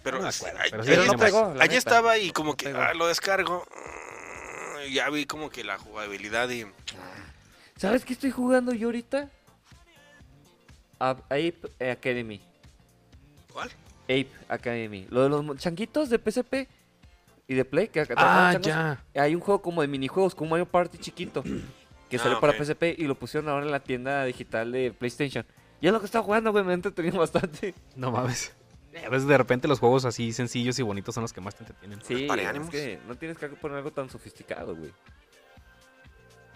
Speaker 1: Pero,
Speaker 4: No me
Speaker 1: es-
Speaker 4: acuerdo,
Speaker 1: ahí-
Speaker 4: pero sí
Speaker 1: ahí
Speaker 4: lo
Speaker 1: está-
Speaker 3: pegó, la
Speaker 1: ahí
Speaker 3: neta.
Speaker 1: estaba y como que
Speaker 3: Pegó.
Speaker 1: ah, lo descargo. mm, y Ya vi como que la jugabilidad y
Speaker 3: ¿Sabes qué estoy jugando yo ahorita? A- Ape Academy.
Speaker 1: ¿cuál?
Speaker 3: Ape Academy. Lo de los mo- changuitos de PSP y de Play. Que
Speaker 4: Ah,
Speaker 3: atrapaban changos.
Speaker 4: ya.
Speaker 3: Hay un juego como de minijuegos, como Mario Party chiquito. Que
Speaker 1: Ah,
Speaker 3: salió para
Speaker 1: ok.
Speaker 3: PSP y lo pusieron ahora en la tienda digital de PlayStation. Y es lo que estaba jugando, güey. Me ha entretenido bastante.
Speaker 4: No mames. A veces de repente los juegos así sencillos y bonitos son los que más te entretienen.
Speaker 3: Sí,
Speaker 1: Pues, Para
Speaker 3: es
Speaker 1: ánimos.
Speaker 3: que no tienes que poner algo tan sofisticado, güey.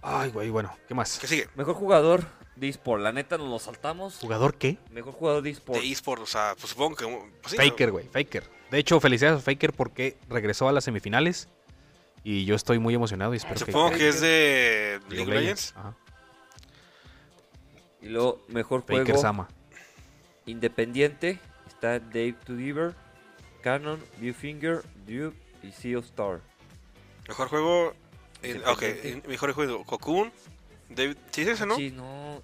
Speaker 4: Ay, güey, bueno, ¿qué más?
Speaker 1: ¿Qué sigue?
Speaker 3: Mejor jugador de eSport. La neta, nos lo saltamos.
Speaker 4: ¿Jugador qué?
Speaker 3: Mejor jugador de eSport.
Speaker 1: De eSport, o sea, pues supongo que pues sí,
Speaker 4: Faker, güey, Faker. De hecho, felicidades a Faker porque regresó a las semifinales y yo estoy muy emocionado y espero
Speaker 1: Supongo
Speaker 4: que...
Speaker 1: que es de League of Legends.
Speaker 4: Ajá.
Speaker 3: Y luego, mejor
Speaker 4: Faker
Speaker 3: juego
Speaker 4: Sama.
Speaker 3: independiente. Está Dave to Diver, Canon, Viewfinger, Dupe y Sea of Star.
Speaker 1: Mejor juego. eh, ok,
Speaker 3: Independiente.
Speaker 1: mejor juego. Cocoon. David, ¿Sí es ese, no?
Speaker 3: Sí, no.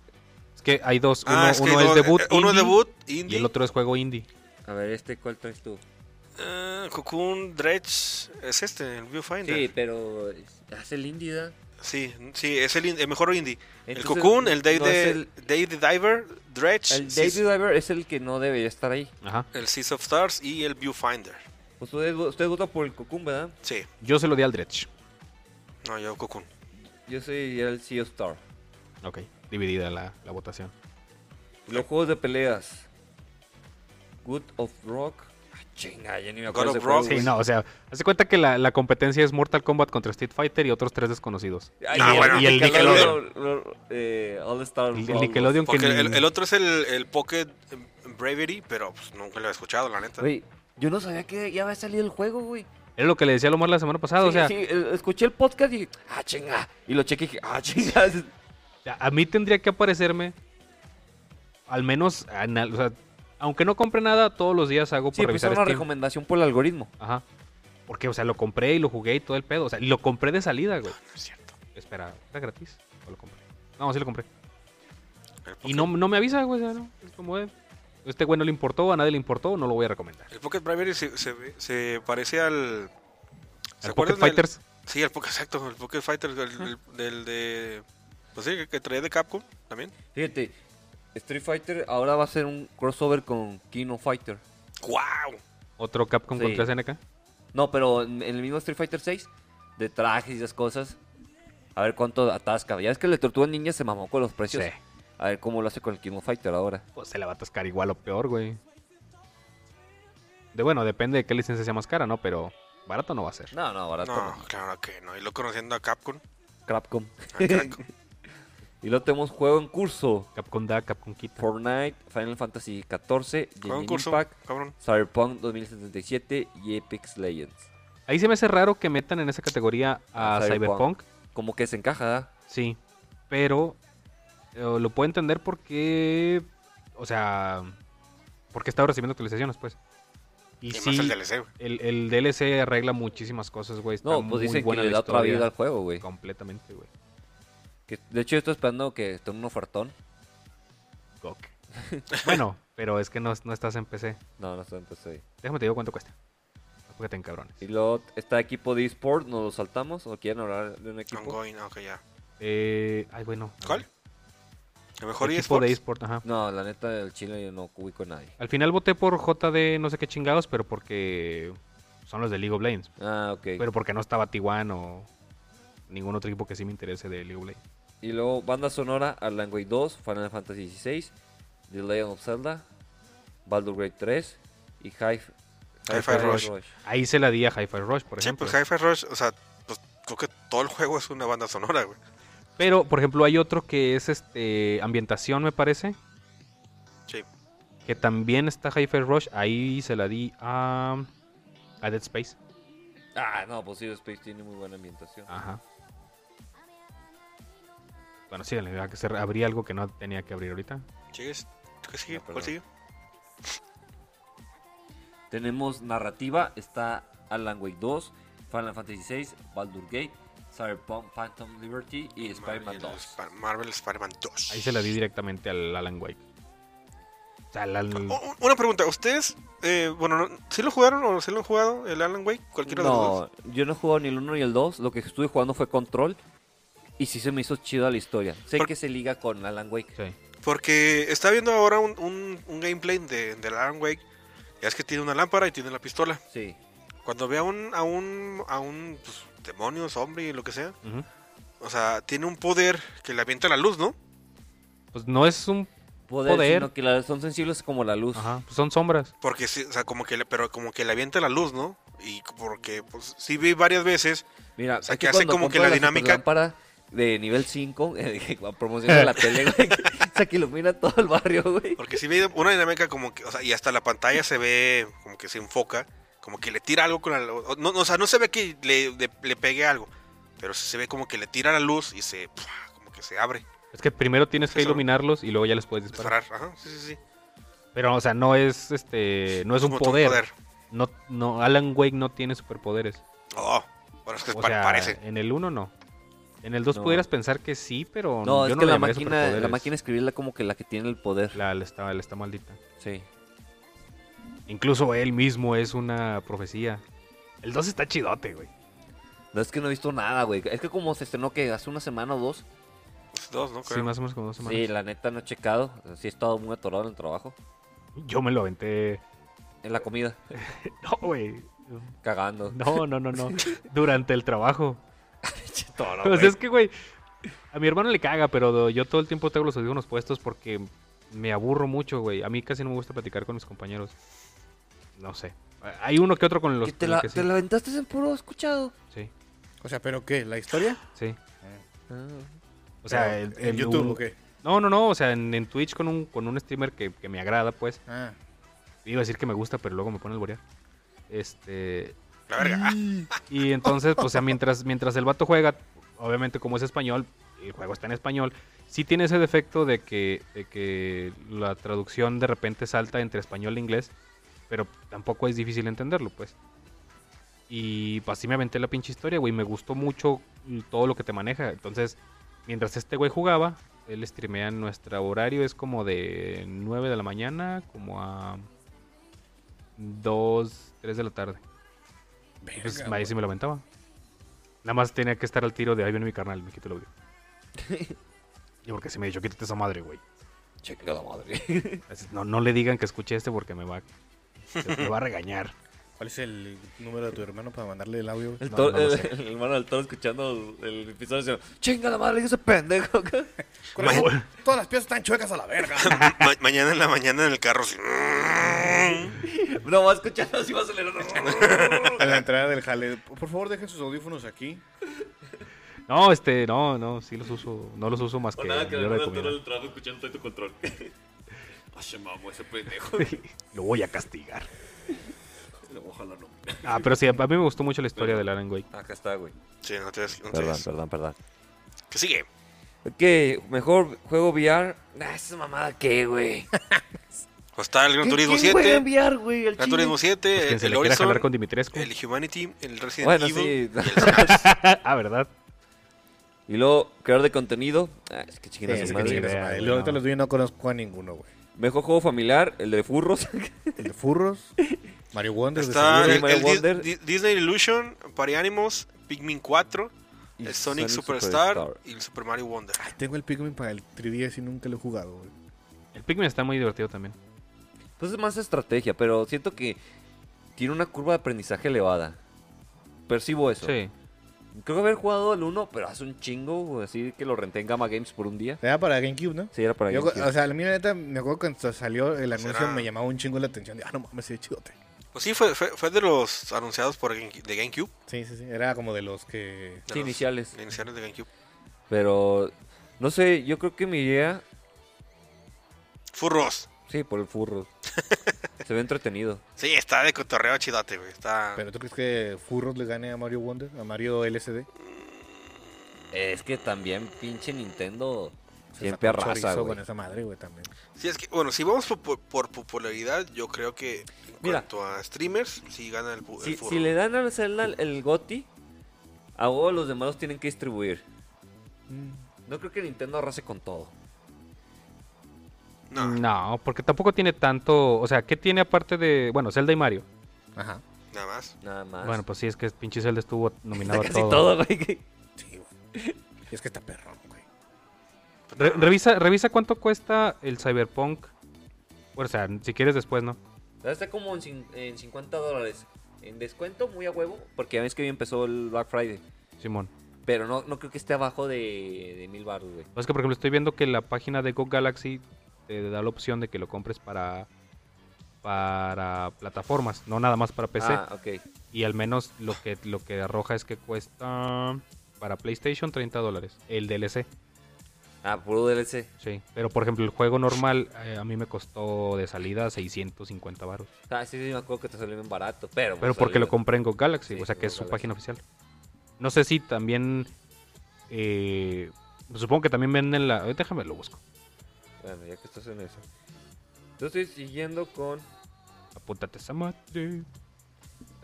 Speaker 4: Es que hay dos. Uno,
Speaker 1: Ah, es que
Speaker 4: uno
Speaker 1: hay
Speaker 4: es
Speaker 1: dos,
Speaker 4: debut.
Speaker 1: eh, Uno es
Speaker 4: indie,
Speaker 1: debut,
Speaker 4: Y
Speaker 1: indie.
Speaker 4: el otro es juego indie.
Speaker 3: A ver, este, ¿cuál traes tú?
Speaker 1: Ah, Cocoon, Dredge. Es este, el Viewfinder.
Speaker 3: Sí,
Speaker 1: Sí,
Speaker 3: pero es- hace el indie, ¿da?
Speaker 1: sí, es el, in- el mejor indie. el
Speaker 3: Entonces,
Speaker 1: Cocoon, el Dave,
Speaker 3: no
Speaker 1: de,
Speaker 3: es el-
Speaker 1: Dave the Diver, Dredge,
Speaker 3: El Dave
Speaker 1: Seas-
Speaker 3: to Diver es el que no debería estar ahí.
Speaker 4: Ajá.
Speaker 1: el Seas of Stars y el Viewfinder.
Speaker 3: Ustedes, ustedes votan por el Cocoon, ¿verdad?
Speaker 1: Sí,
Speaker 4: Yo se lo di al Dredge.
Speaker 1: no, yo Cocoon.
Speaker 3: Yo soy el Sea of Star.
Speaker 4: Ok. Dividida la, la votación.
Speaker 3: Los juegos de peleas. Good of Rock. Ah, chinga, ya ni me
Speaker 1: God
Speaker 3: acuerdo.
Speaker 1: of
Speaker 3: de
Speaker 1: Rock.
Speaker 4: Sí, no, o sea, hace cuenta que la, la competencia es Mortal Kombat contra Street Fighter y otros tres desconocidos.
Speaker 1: Ah, bueno,
Speaker 4: y el
Speaker 3: eh, All Star.
Speaker 4: El, el Nickelodeon que
Speaker 1: Porque
Speaker 4: ni-
Speaker 1: el, el otro es el, el Pocket Bravery, pero pues, nunca lo he escuchado, la neta.
Speaker 3: Güey, yo no sabía que ya había salido el juego, güey.
Speaker 4: Era lo que le decía a Lomar la semana pasada,
Speaker 3: sí,
Speaker 4: o sea,
Speaker 3: sí, eh, escuché el podcast y dije, ah, chinga. Y lo chequé y dije, ah, chinga.
Speaker 4: a a mí tendría que aparecerme al menos, anal- o sea, aunque no compre nada, todos los días hago por
Speaker 3: Sí, pues
Speaker 4: revisar
Speaker 3: era una
Speaker 4: Steam.
Speaker 3: recomendación por el algoritmo.
Speaker 4: Ajá. Porque, o sea, lo compré y lo jugué y todo el pedo. O sea, y lo compré de salida, güey.
Speaker 1: Ah, No es cierto.
Speaker 4: Espera, ¿era gratis? ¿O lo compré? No, sí lo compré.
Speaker 1: El
Speaker 4: Y
Speaker 1: Pocket-
Speaker 4: no, no me avisa, güey. O sea, no. Es como de. Este güey no le importó, a nadie le importó, no lo voy a recomendar.
Speaker 1: El Pocket Bravery se, se, ve- se parece al. ¿se
Speaker 4: ¿Al Pocket
Speaker 1: acuerdan del-
Speaker 4: Fighters?
Speaker 1: Sí, el Pocket, exacto, el Pocket Fighter, el, el- del de. Pues sí, que, que traía de Capcom también.
Speaker 3: Fíjate, Street Fighter ahora va a ser un crossover con Kino Fighter.
Speaker 1: ¡Wow!
Speaker 4: Otro Capcom
Speaker 3: Sí.
Speaker 4: contra SNK.
Speaker 3: No, pero en, en el mismo Street Fighter 6, de trajes y esas cosas. A ver cuánto atasca. Ya es que el de Tortuga Ninja se mamó con los precios.
Speaker 4: Sí.
Speaker 3: A ver cómo lo hace con el Kino Fighter ahora.
Speaker 4: Pues se la va a atascar igual o peor, güey. De bueno, depende de qué licencia sea más cara, ¿no? Pero barato no va a ser.
Speaker 3: No, no, barato.
Speaker 1: No,
Speaker 3: no.
Speaker 1: claro que no. Y lo conociendo a Capcom.
Speaker 3: Crapcom.
Speaker 4: Ah,
Speaker 1: a Capcom.
Speaker 3: Y luego tenemos juego en curso.
Speaker 4: Capcom da, Capcom quita.
Speaker 3: Fortnite, Final Fantasy XIV,
Speaker 1: Juega un
Speaker 3: Genshin
Speaker 1: curso,
Speaker 3: Impact,
Speaker 1: cabrón.
Speaker 3: Cyberpunk 2077 y Apex Legends.
Speaker 4: Ahí se me hace raro que metan en esa categoría a
Speaker 3: Cyberpunk.
Speaker 4: Cyberpunk.
Speaker 3: Como que se encaja, ¿ah? ¿da?
Speaker 4: Sí, pero eh, lo puedo entender porque, o sea, porque estaba recibiendo actualizaciones, pues. Y
Speaker 1: Y
Speaker 4: sí,
Speaker 1: más el
Speaker 4: el,
Speaker 1: DLC, güey.
Speaker 4: el DLC arregla muchísimas cosas, güey. Está
Speaker 3: No, pues
Speaker 4: muy
Speaker 3: dicen que
Speaker 4: buena
Speaker 3: le
Speaker 4: la
Speaker 3: da otra
Speaker 4: historia,
Speaker 3: vida al juego, güey.
Speaker 4: Completamente, güey.
Speaker 3: Que- De hecho, yo estoy esperando que esté un ofertón.
Speaker 4: Gok. bueno, pero es que no, no estás en PC.
Speaker 3: No, no está empezó ahí.
Speaker 4: Déjame te digo cuánto cuesta. No, Porque te encabrones.
Speaker 3: Y luego está equipo de eSport, nos lo saltamos o quieren hablar de un equipo.
Speaker 1: Ongoing, ok, ya.
Speaker 4: Eh, ay, bueno.
Speaker 1: ¿Cuál? El mejor
Speaker 4: Equipo
Speaker 1: eSports.
Speaker 4: de eSport, ajá.
Speaker 3: No, la neta del Chile yo no ubico a nadie.
Speaker 4: Al final voté por JD no sé qué chingados, pero porque son los de League of Legends.
Speaker 3: Ah, ok.
Speaker 4: Pero porque no estaba Tijuana o ningún otro equipo que sí me interese de League of Legends.
Speaker 3: Y luego banda sonora Alan Wake 2, Final Fantasy XVI, The Legend of Zelda, Baldur's Gate 3 y Hive
Speaker 1: Hi-Fi Rush.
Speaker 4: Ahí se la di a Hi-Fi Rush, por
Speaker 1: Sí,
Speaker 4: ejemplo.
Speaker 1: pues Hi-Fi Rush, o sea, pues creo que todo el juego es una banda sonora, güey.
Speaker 4: Pero, por ejemplo, hay otro que es este ambientación, me parece,
Speaker 1: Sí.
Speaker 4: que también está Hi-Fi Rush. Ahí se la di a, a Dead Space.
Speaker 3: Ah, no, pues sí, Space tiene muy buena ambientación.
Speaker 4: Ajá. Bueno, sí, la verdad que se abrí algo que no tenía que abrir ahorita.
Speaker 1: ¿Sigues? ¿Qué sigue?
Speaker 3: Ah,
Speaker 1: ¿Cuál
Speaker 3: perdón.
Speaker 1: sigue?
Speaker 3: Tenemos narrativa, está Alan Wake 2, Final Fantasy VI, Baldur Gate, Cyberpunk Phantom Liberty y Spider-Man
Speaker 1: Marvel
Speaker 3: 2.
Speaker 1: Sp- Marvel Spider-Man 2.
Speaker 4: Ahí se la di directamente al Alan Wake. O sea, al- al-
Speaker 1: Oh, una pregunta, ¿ustedes, eh, bueno, no- ¿sí lo jugaron o sí lo han jugado el Alan Wake? Cualquiera de los dos.
Speaker 3: No, yo no he jugado ni el 1 ni el 2. Lo que estuve jugando fue Control. Y sí se me hizo chido la historia. Sé
Speaker 1: Por-
Speaker 3: que se liga con Alan Wake.
Speaker 4: sí.
Speaker 1: Porque está viendo ahora un, un- un gameplay de, del Alan Wake. Ya es que tiene una lámpara y tiene la pistola.
Speaker 3: Sí.
Speaker 1: Cuando ve a un, a un, a un pues, demonio, zombie, lo que sea,
Speaker 4: Ujú.
Speaker 1: o sea, tiene un poder que le avienta la luz, ¿no?
Speaker 4: Pues no es un.
Speaker 3: Poder,
Speaker 4: Poder.
Speaker 3: sino que la- son sensibles como la luz.
Speaker 4: Ajá, pues son sombras.
Speaker 1: Porque sí, o sea, como que le, pero como que le avienta la luz, ¿no? Y porque pues sí vi varias veces
Speaker 3: Mira,
Speaker 1: O sea,
Speaker 3: aquí
Speaker 1: que hace
Speaker 3: cuando
Speaker 1: como que
Speaker 3: compras
Speaker 1: la dinámica-
Speaker 3: superlámpara de nivel 5, promoción de la tele, güey. que- O sea, que ilumina todo el barrio, güey.
Speaker 1: porque sí vi una dinámica como que, o sea, y hasta la pantalla se ve como que se enfoca, como que le tira algo con la o- no, no, o sea, no se ve que le, le- le pegue algo, pero sí se ve como que le tira la luz y se pua, como que se abre,
Speaker 4: Es que primero tienes
Speaker 1: Sí,
Speaker 4: que
Speaker 1: son-
Speaker 4: iluminarlos y luego ya les puedes disparar.
Speaker 1: disparar, ajá, sí, sí, sí.
Speaker 4: Pero, o sea, no es este. No es un
Speaker 1: Como tu
Speaker 4: poder. No, no, Alan Wake no tiene superpoderes.
Speaker 1: Oh, bueno, es que
Speaker 4: O
Speaker 1: pa-
Speaker 4: sea,
Speaker 1: parece.
Speaker 4: en el 1 no. En el 2
Speaker 3: No.
Speaker 4: pudieras pensar que sí, pero
Speaker 3: No, es
Speaker 4: yo
Speaker 3: que
Speaker 4: le
Speaker 3: la
Speaker 4: llamaría
Speaker 3: máquina, la
Speaker 4: superpoderes.
Speaker 3: máquina de escribirla como que la que tiene el poder.
Speaker 4: La- la está, la está maldita.
Speaker 3: Sí.
Speaker 4: Incluso él mismo es una profecía. El 2 está chidote, güey.
Speaker 3: No, es que no he visto nada, güey. Es que como se estrenó que hace una semana o dos.
Speaker 1: Dos, ¿no?
Speaker 4: Sí,
Speaker 1: Creo.
Speaker 4: más o menos como dos semanas.
Speaker 3: Sí, la neta no he checado. Sí he estado muy atorado en el trabajo.
Speaker 4: Yo me lo aventé.
Speaker 3: En la comida.
Speaker 4: No, güey.
Speaker 3: Cagando.
Speaker 4: No, no, no, no. Durante el trabajo.
Speaker 3: Toro,
Speaker 4: Pues
Speaker 3: güey.
Speaker 4: es que, güey, a mi hermano le caga, pero yo todo el tiempo tengo los audífonos puestos porque me aburro mucho, güey. A mí casi no me gusta platicar con mis compañeros. No sé. Hay uno que otro con los
Speaker 3: Que te,
Speaker 4: con
Speaker 3: la,
Speaker 4: los que sí.
Speaker 3: te la aventaste en puro escuchado.
Speaker 4: Sí,
Speaker 5: O sea, ¿pero qué? ¿La historia?
Speaker 4: sí.
Speaker 3: Ah.
Speaker 4: O sea,
Speaker 5: Pero,
Speaker 4: el,
Speaker 5: ¿En
Speaker 4: el-
Speaker 5: YouTube
Speaker 4: un-
Speaker 5: o qué?
Speaker 4: No, no, no. O sea, en, en Twitch con un, con un streamer que, que me agrada, pues.
Speaker 5: Ah.
Speaker 4: Iba a decir que me gusta, pero luego me pone el borear. Este.
Speaker 1: La verga. Ah,
Speaker 4: Y entonces, pues, o sea, mientras, mientras el vato juega, obviamente como es español, el juego está en español, sí tiene ese defecto de que, de que la traducción de repente salta entre español e inglés, pero tampoco es difícil entenderlo, pues. Y pues, así me aventé la pinche historia, güey, me gustó mucho todo lo que te maneja. Entonces, mientras este güey jugaba, él streamea en nuestro horario, es como de 9 de la mañana, como a 2, 3 de la tarde. Pues
Speaker 5: Verga,
Speaker 4: ahí sí me lo aventaba. Nada más tenía que estar al tiro de ahí viene mi carnal, me quito el audio. y porque si me dijo, quítate esa madre, güey.
Speaker 3: Checa la madre.
Speaker 4: Así, No, no le digan que escuche este porque me va, se- me va a regañar.
Speaker 5: ¿Cuál es el número de tu hermano para mandarle el audio? güey?
Speaker 3: El,
Speaker 4: No,
Speaker 3: toro-
Speaker 4: no lo
Speaker 3: el-
Speaker 4: sé.
Speaker 3: el hermano del toro escuchando el- el episodio diciendo, chinga la madre, ese pendejo.
Speaker 5: Corazón, Todas las piezas están chuecas a la verga.
Speaker 1: ma- mañana en la mañana en el carro. así.
Speaker 3: no va escuchando así, va acelerando.
Speaker 5: A la entrada del jale. Por favor, dejen sus audífonos aquí.
Speaker 4: No, este, no, no, sí los uso, no los uso más que,
Speaker 3: o
Speaker 4: en
Speaker 3: nada,
Speaker 4: mi
Speaker 3: que el
Speaker 4: hora
Speaker 3: hermano del
Speaker 4: de
Speaker 3: toro
Speaker 4: comida.
Speaker 3: del trabajo escuchando todo tu control. Oye, mamo, ese pendejo.
Speaker 4: Lo voy a castigar.
Speaker 3: Lo voy a jalar, no.
Speaker 4: Ah, pero sí, a mí me gustó mucho la historia del Alan Wake.
Speaker 3: Acá está, güey.
Speaker 1: Sí, no te no te-
Speaker 3: perdón, perdón.
Speaker 1: ¿Qué sigue?
Speaker 3: Ok, mejor juego VR. Ah, esa mamada qué, güey.
Speaker 1: O está el Gran
Speaker 3: ¿Quién-
Speaker 1: Turismo
Speaker 3: quién juega
Speaker 1: 7.
Speaker 3: en VR, güey? al
Speaker 1: Gran
Speaker 3: chile?
Speaker 1: Turismo 7,
Speaker 4: Pues quien se
Speaker 1: el
Speaker 4: le quiera
Speaker 1: Horizon,
Speaker 4: jalar con Dimitrescu.
Speaker 1: el Humanity, el Resident
Speaker 3: Bueno,
Speaker 1: Evil.
Speaker 3: sí.
Speaker 4: ah, ¿verdad?
Speaker 3: y luego, creador de contenido. Ah, es que chinguen a
Speaker 5: Sí,
Speaker 3: su
Speaker 5: sí,
Speaker 4: madre.
Speaker 5: sí,
Speaker 4: Idea,
Speaker 5: sí,
Speaker 4: güey,
Speaker 5: Yo ahorita
Speaker 4: no.
Speaker 5: los doy y no conozco a ninguno, güey.
Speaker 3: Mejor juego familiar, el de furros.
Speaker 5: El de Furros, Mario Wonder, de
Speaker 1: Está
Speaker 5: seguro.
Speaker 1: el,
Speaker 3: Super Mario
Speaker 1: el Dis-
Speaker 3: Wonder.
Speaker 1: Di- Disney Illusion, Party Animals, Pikmin 4, el Sonic, Superstar, y el Super Mario Wonder.
Speaker 5: Ay, tengo el Pikmin para el 3DS y nunca lo he jugado, güey.
Speaker 4: El Pikmin está muy divertido también.
Speaker 3: Pues es más estrategia, pero siento que tiene una curva de aprendizaje elevada. Percibo eso.
Speaker 4: Sí.
Speaker 3: Creo que haber jugado el 1, pero hace un chingo, güey, así que lo renté en Gamma Games por un día.
Speaker 5: Era para GameCube, ¿no?
Speaker 3: Sí, era para
Speaker 5: Yo,
Speaker 3: GameCube.
Speaker 5: o sea, a mí la neta, me acuerdo cuando salió el anuncio,
Speaker 1: Será-
Speaker 5: me llamaba un chingo la atención. De, ah, no mames, sí, chidote.
Speaker 1: Pues sí, fue, fue, fue de los anunciados por Game- de GameCube.
Speaker 5: Sí, sí, sí. Era como de los que.
Speaker 1: de
Speaker 3: Sí,
Speaker 1: los
Speaker 3: iniciales.
Speaker 1: Iniciales de GameCube.
Speaker 3: Pero, no sé, yo creo que mi idea,
Speaker 1: Furros.
Speaker 3: sí, por el furro. Se ve entretenido.
Speaker 1: Sí, está de cotorreo chidote, güey. Está...
Speaker 5: ¿Pero tú crees que Furros le gane a Mario Wonder? ¿A Mario LSD?
Speaker 3: Es que también pinche Nintendo Siempre
Speaker 5: sacó
Speaker 3: arrasa,
Speaker 5: chorizo
Speaker 3: güey.
Speaker 5: con esa madre, güey, también.
Speaker 1: Si es que, bueno, si vamos por, por- por popularidad, yo creo que en
Speaker 3: Mira.
Speaker 1: cuanto a streamers, sí gana el, pu- el
Speaker 3: Si,
Speaker 1: furro.
Speaker 3: si le dan a Zelda el, el GOTI, a huevo los demás los tienen que distribuir.
Speaker 5: Mm.
Speaker 3: No creo que Nintendo arrase con todo.
Speaker 1: No,
Speaker 4: No, porque tampoco tiene tanto. O sea, ¿qué tiene aparte de. Bueno, Zelda y Mario?
Speaker 5: Ajá.
Speaker 1: nada más.
Speaker 3: Nada más.
Speaker 4: Bueno, pues sí, es que pinche Zelda estuvo
Speaker 3: Está
Speaker 4: nominado a
Speaker 3: Ah, casi
Speaker 4: todo.
Speaker 3: todo, güey.
Speaker 5: Sí, güey. Y es que está perrón, güey.
Speaker 4: Re- revisa, revisa cuánto cuesta el Cyberpunk. Bueno, o sea, si quieres después, ¿no?
Speaker 3: Está como en, cin- en 50 dólares. En descuento, muy a huevo. Porque ya ves que hoy empezó el Black Friday.
Speaker 4: Simón.
Speaker 3: Pero no, no creo que esté abajo de, de mil baros, güey.
Speaker 4: Es que, por ejemplo, estoy viendo que la página de Go Galaxy te da la opción de que lo compres para. Para plataformas, no nada más para PC.
Speaker 3: Ah, ok.
Speaker 4: Y al menos lo que, lo que arroja es que cuesta para PlayStation 30 dólares. El DLC,
Speaker 3: Ah, puro DLC.
Speaker 4: sí. Pero por ejemplo, el juego normal eh, a mí me costó de salida 650 baros.
Speaker 3: Ah, sí, sí, me acuerdo que te salió bien barato. Pero,
Speaker 4: Pero
Speaker 3: pues,
Speaker 4: porque lo
Speaker 3: ahorita-
Speaker 4: compré en Go Galaxy,
Speaker 3: Sí,
Speaker 4: o sea que es su
Speaker 3: Gogalaxy.
Speaker 4: página oficial. No sé si también. eh, supongo que también venden la. eh, déjame lo busco.
Speaker 3: Bueno, ya que estás en eso. Yo estoy siguiendo con.
Speaker 4: Apúntate esa madre.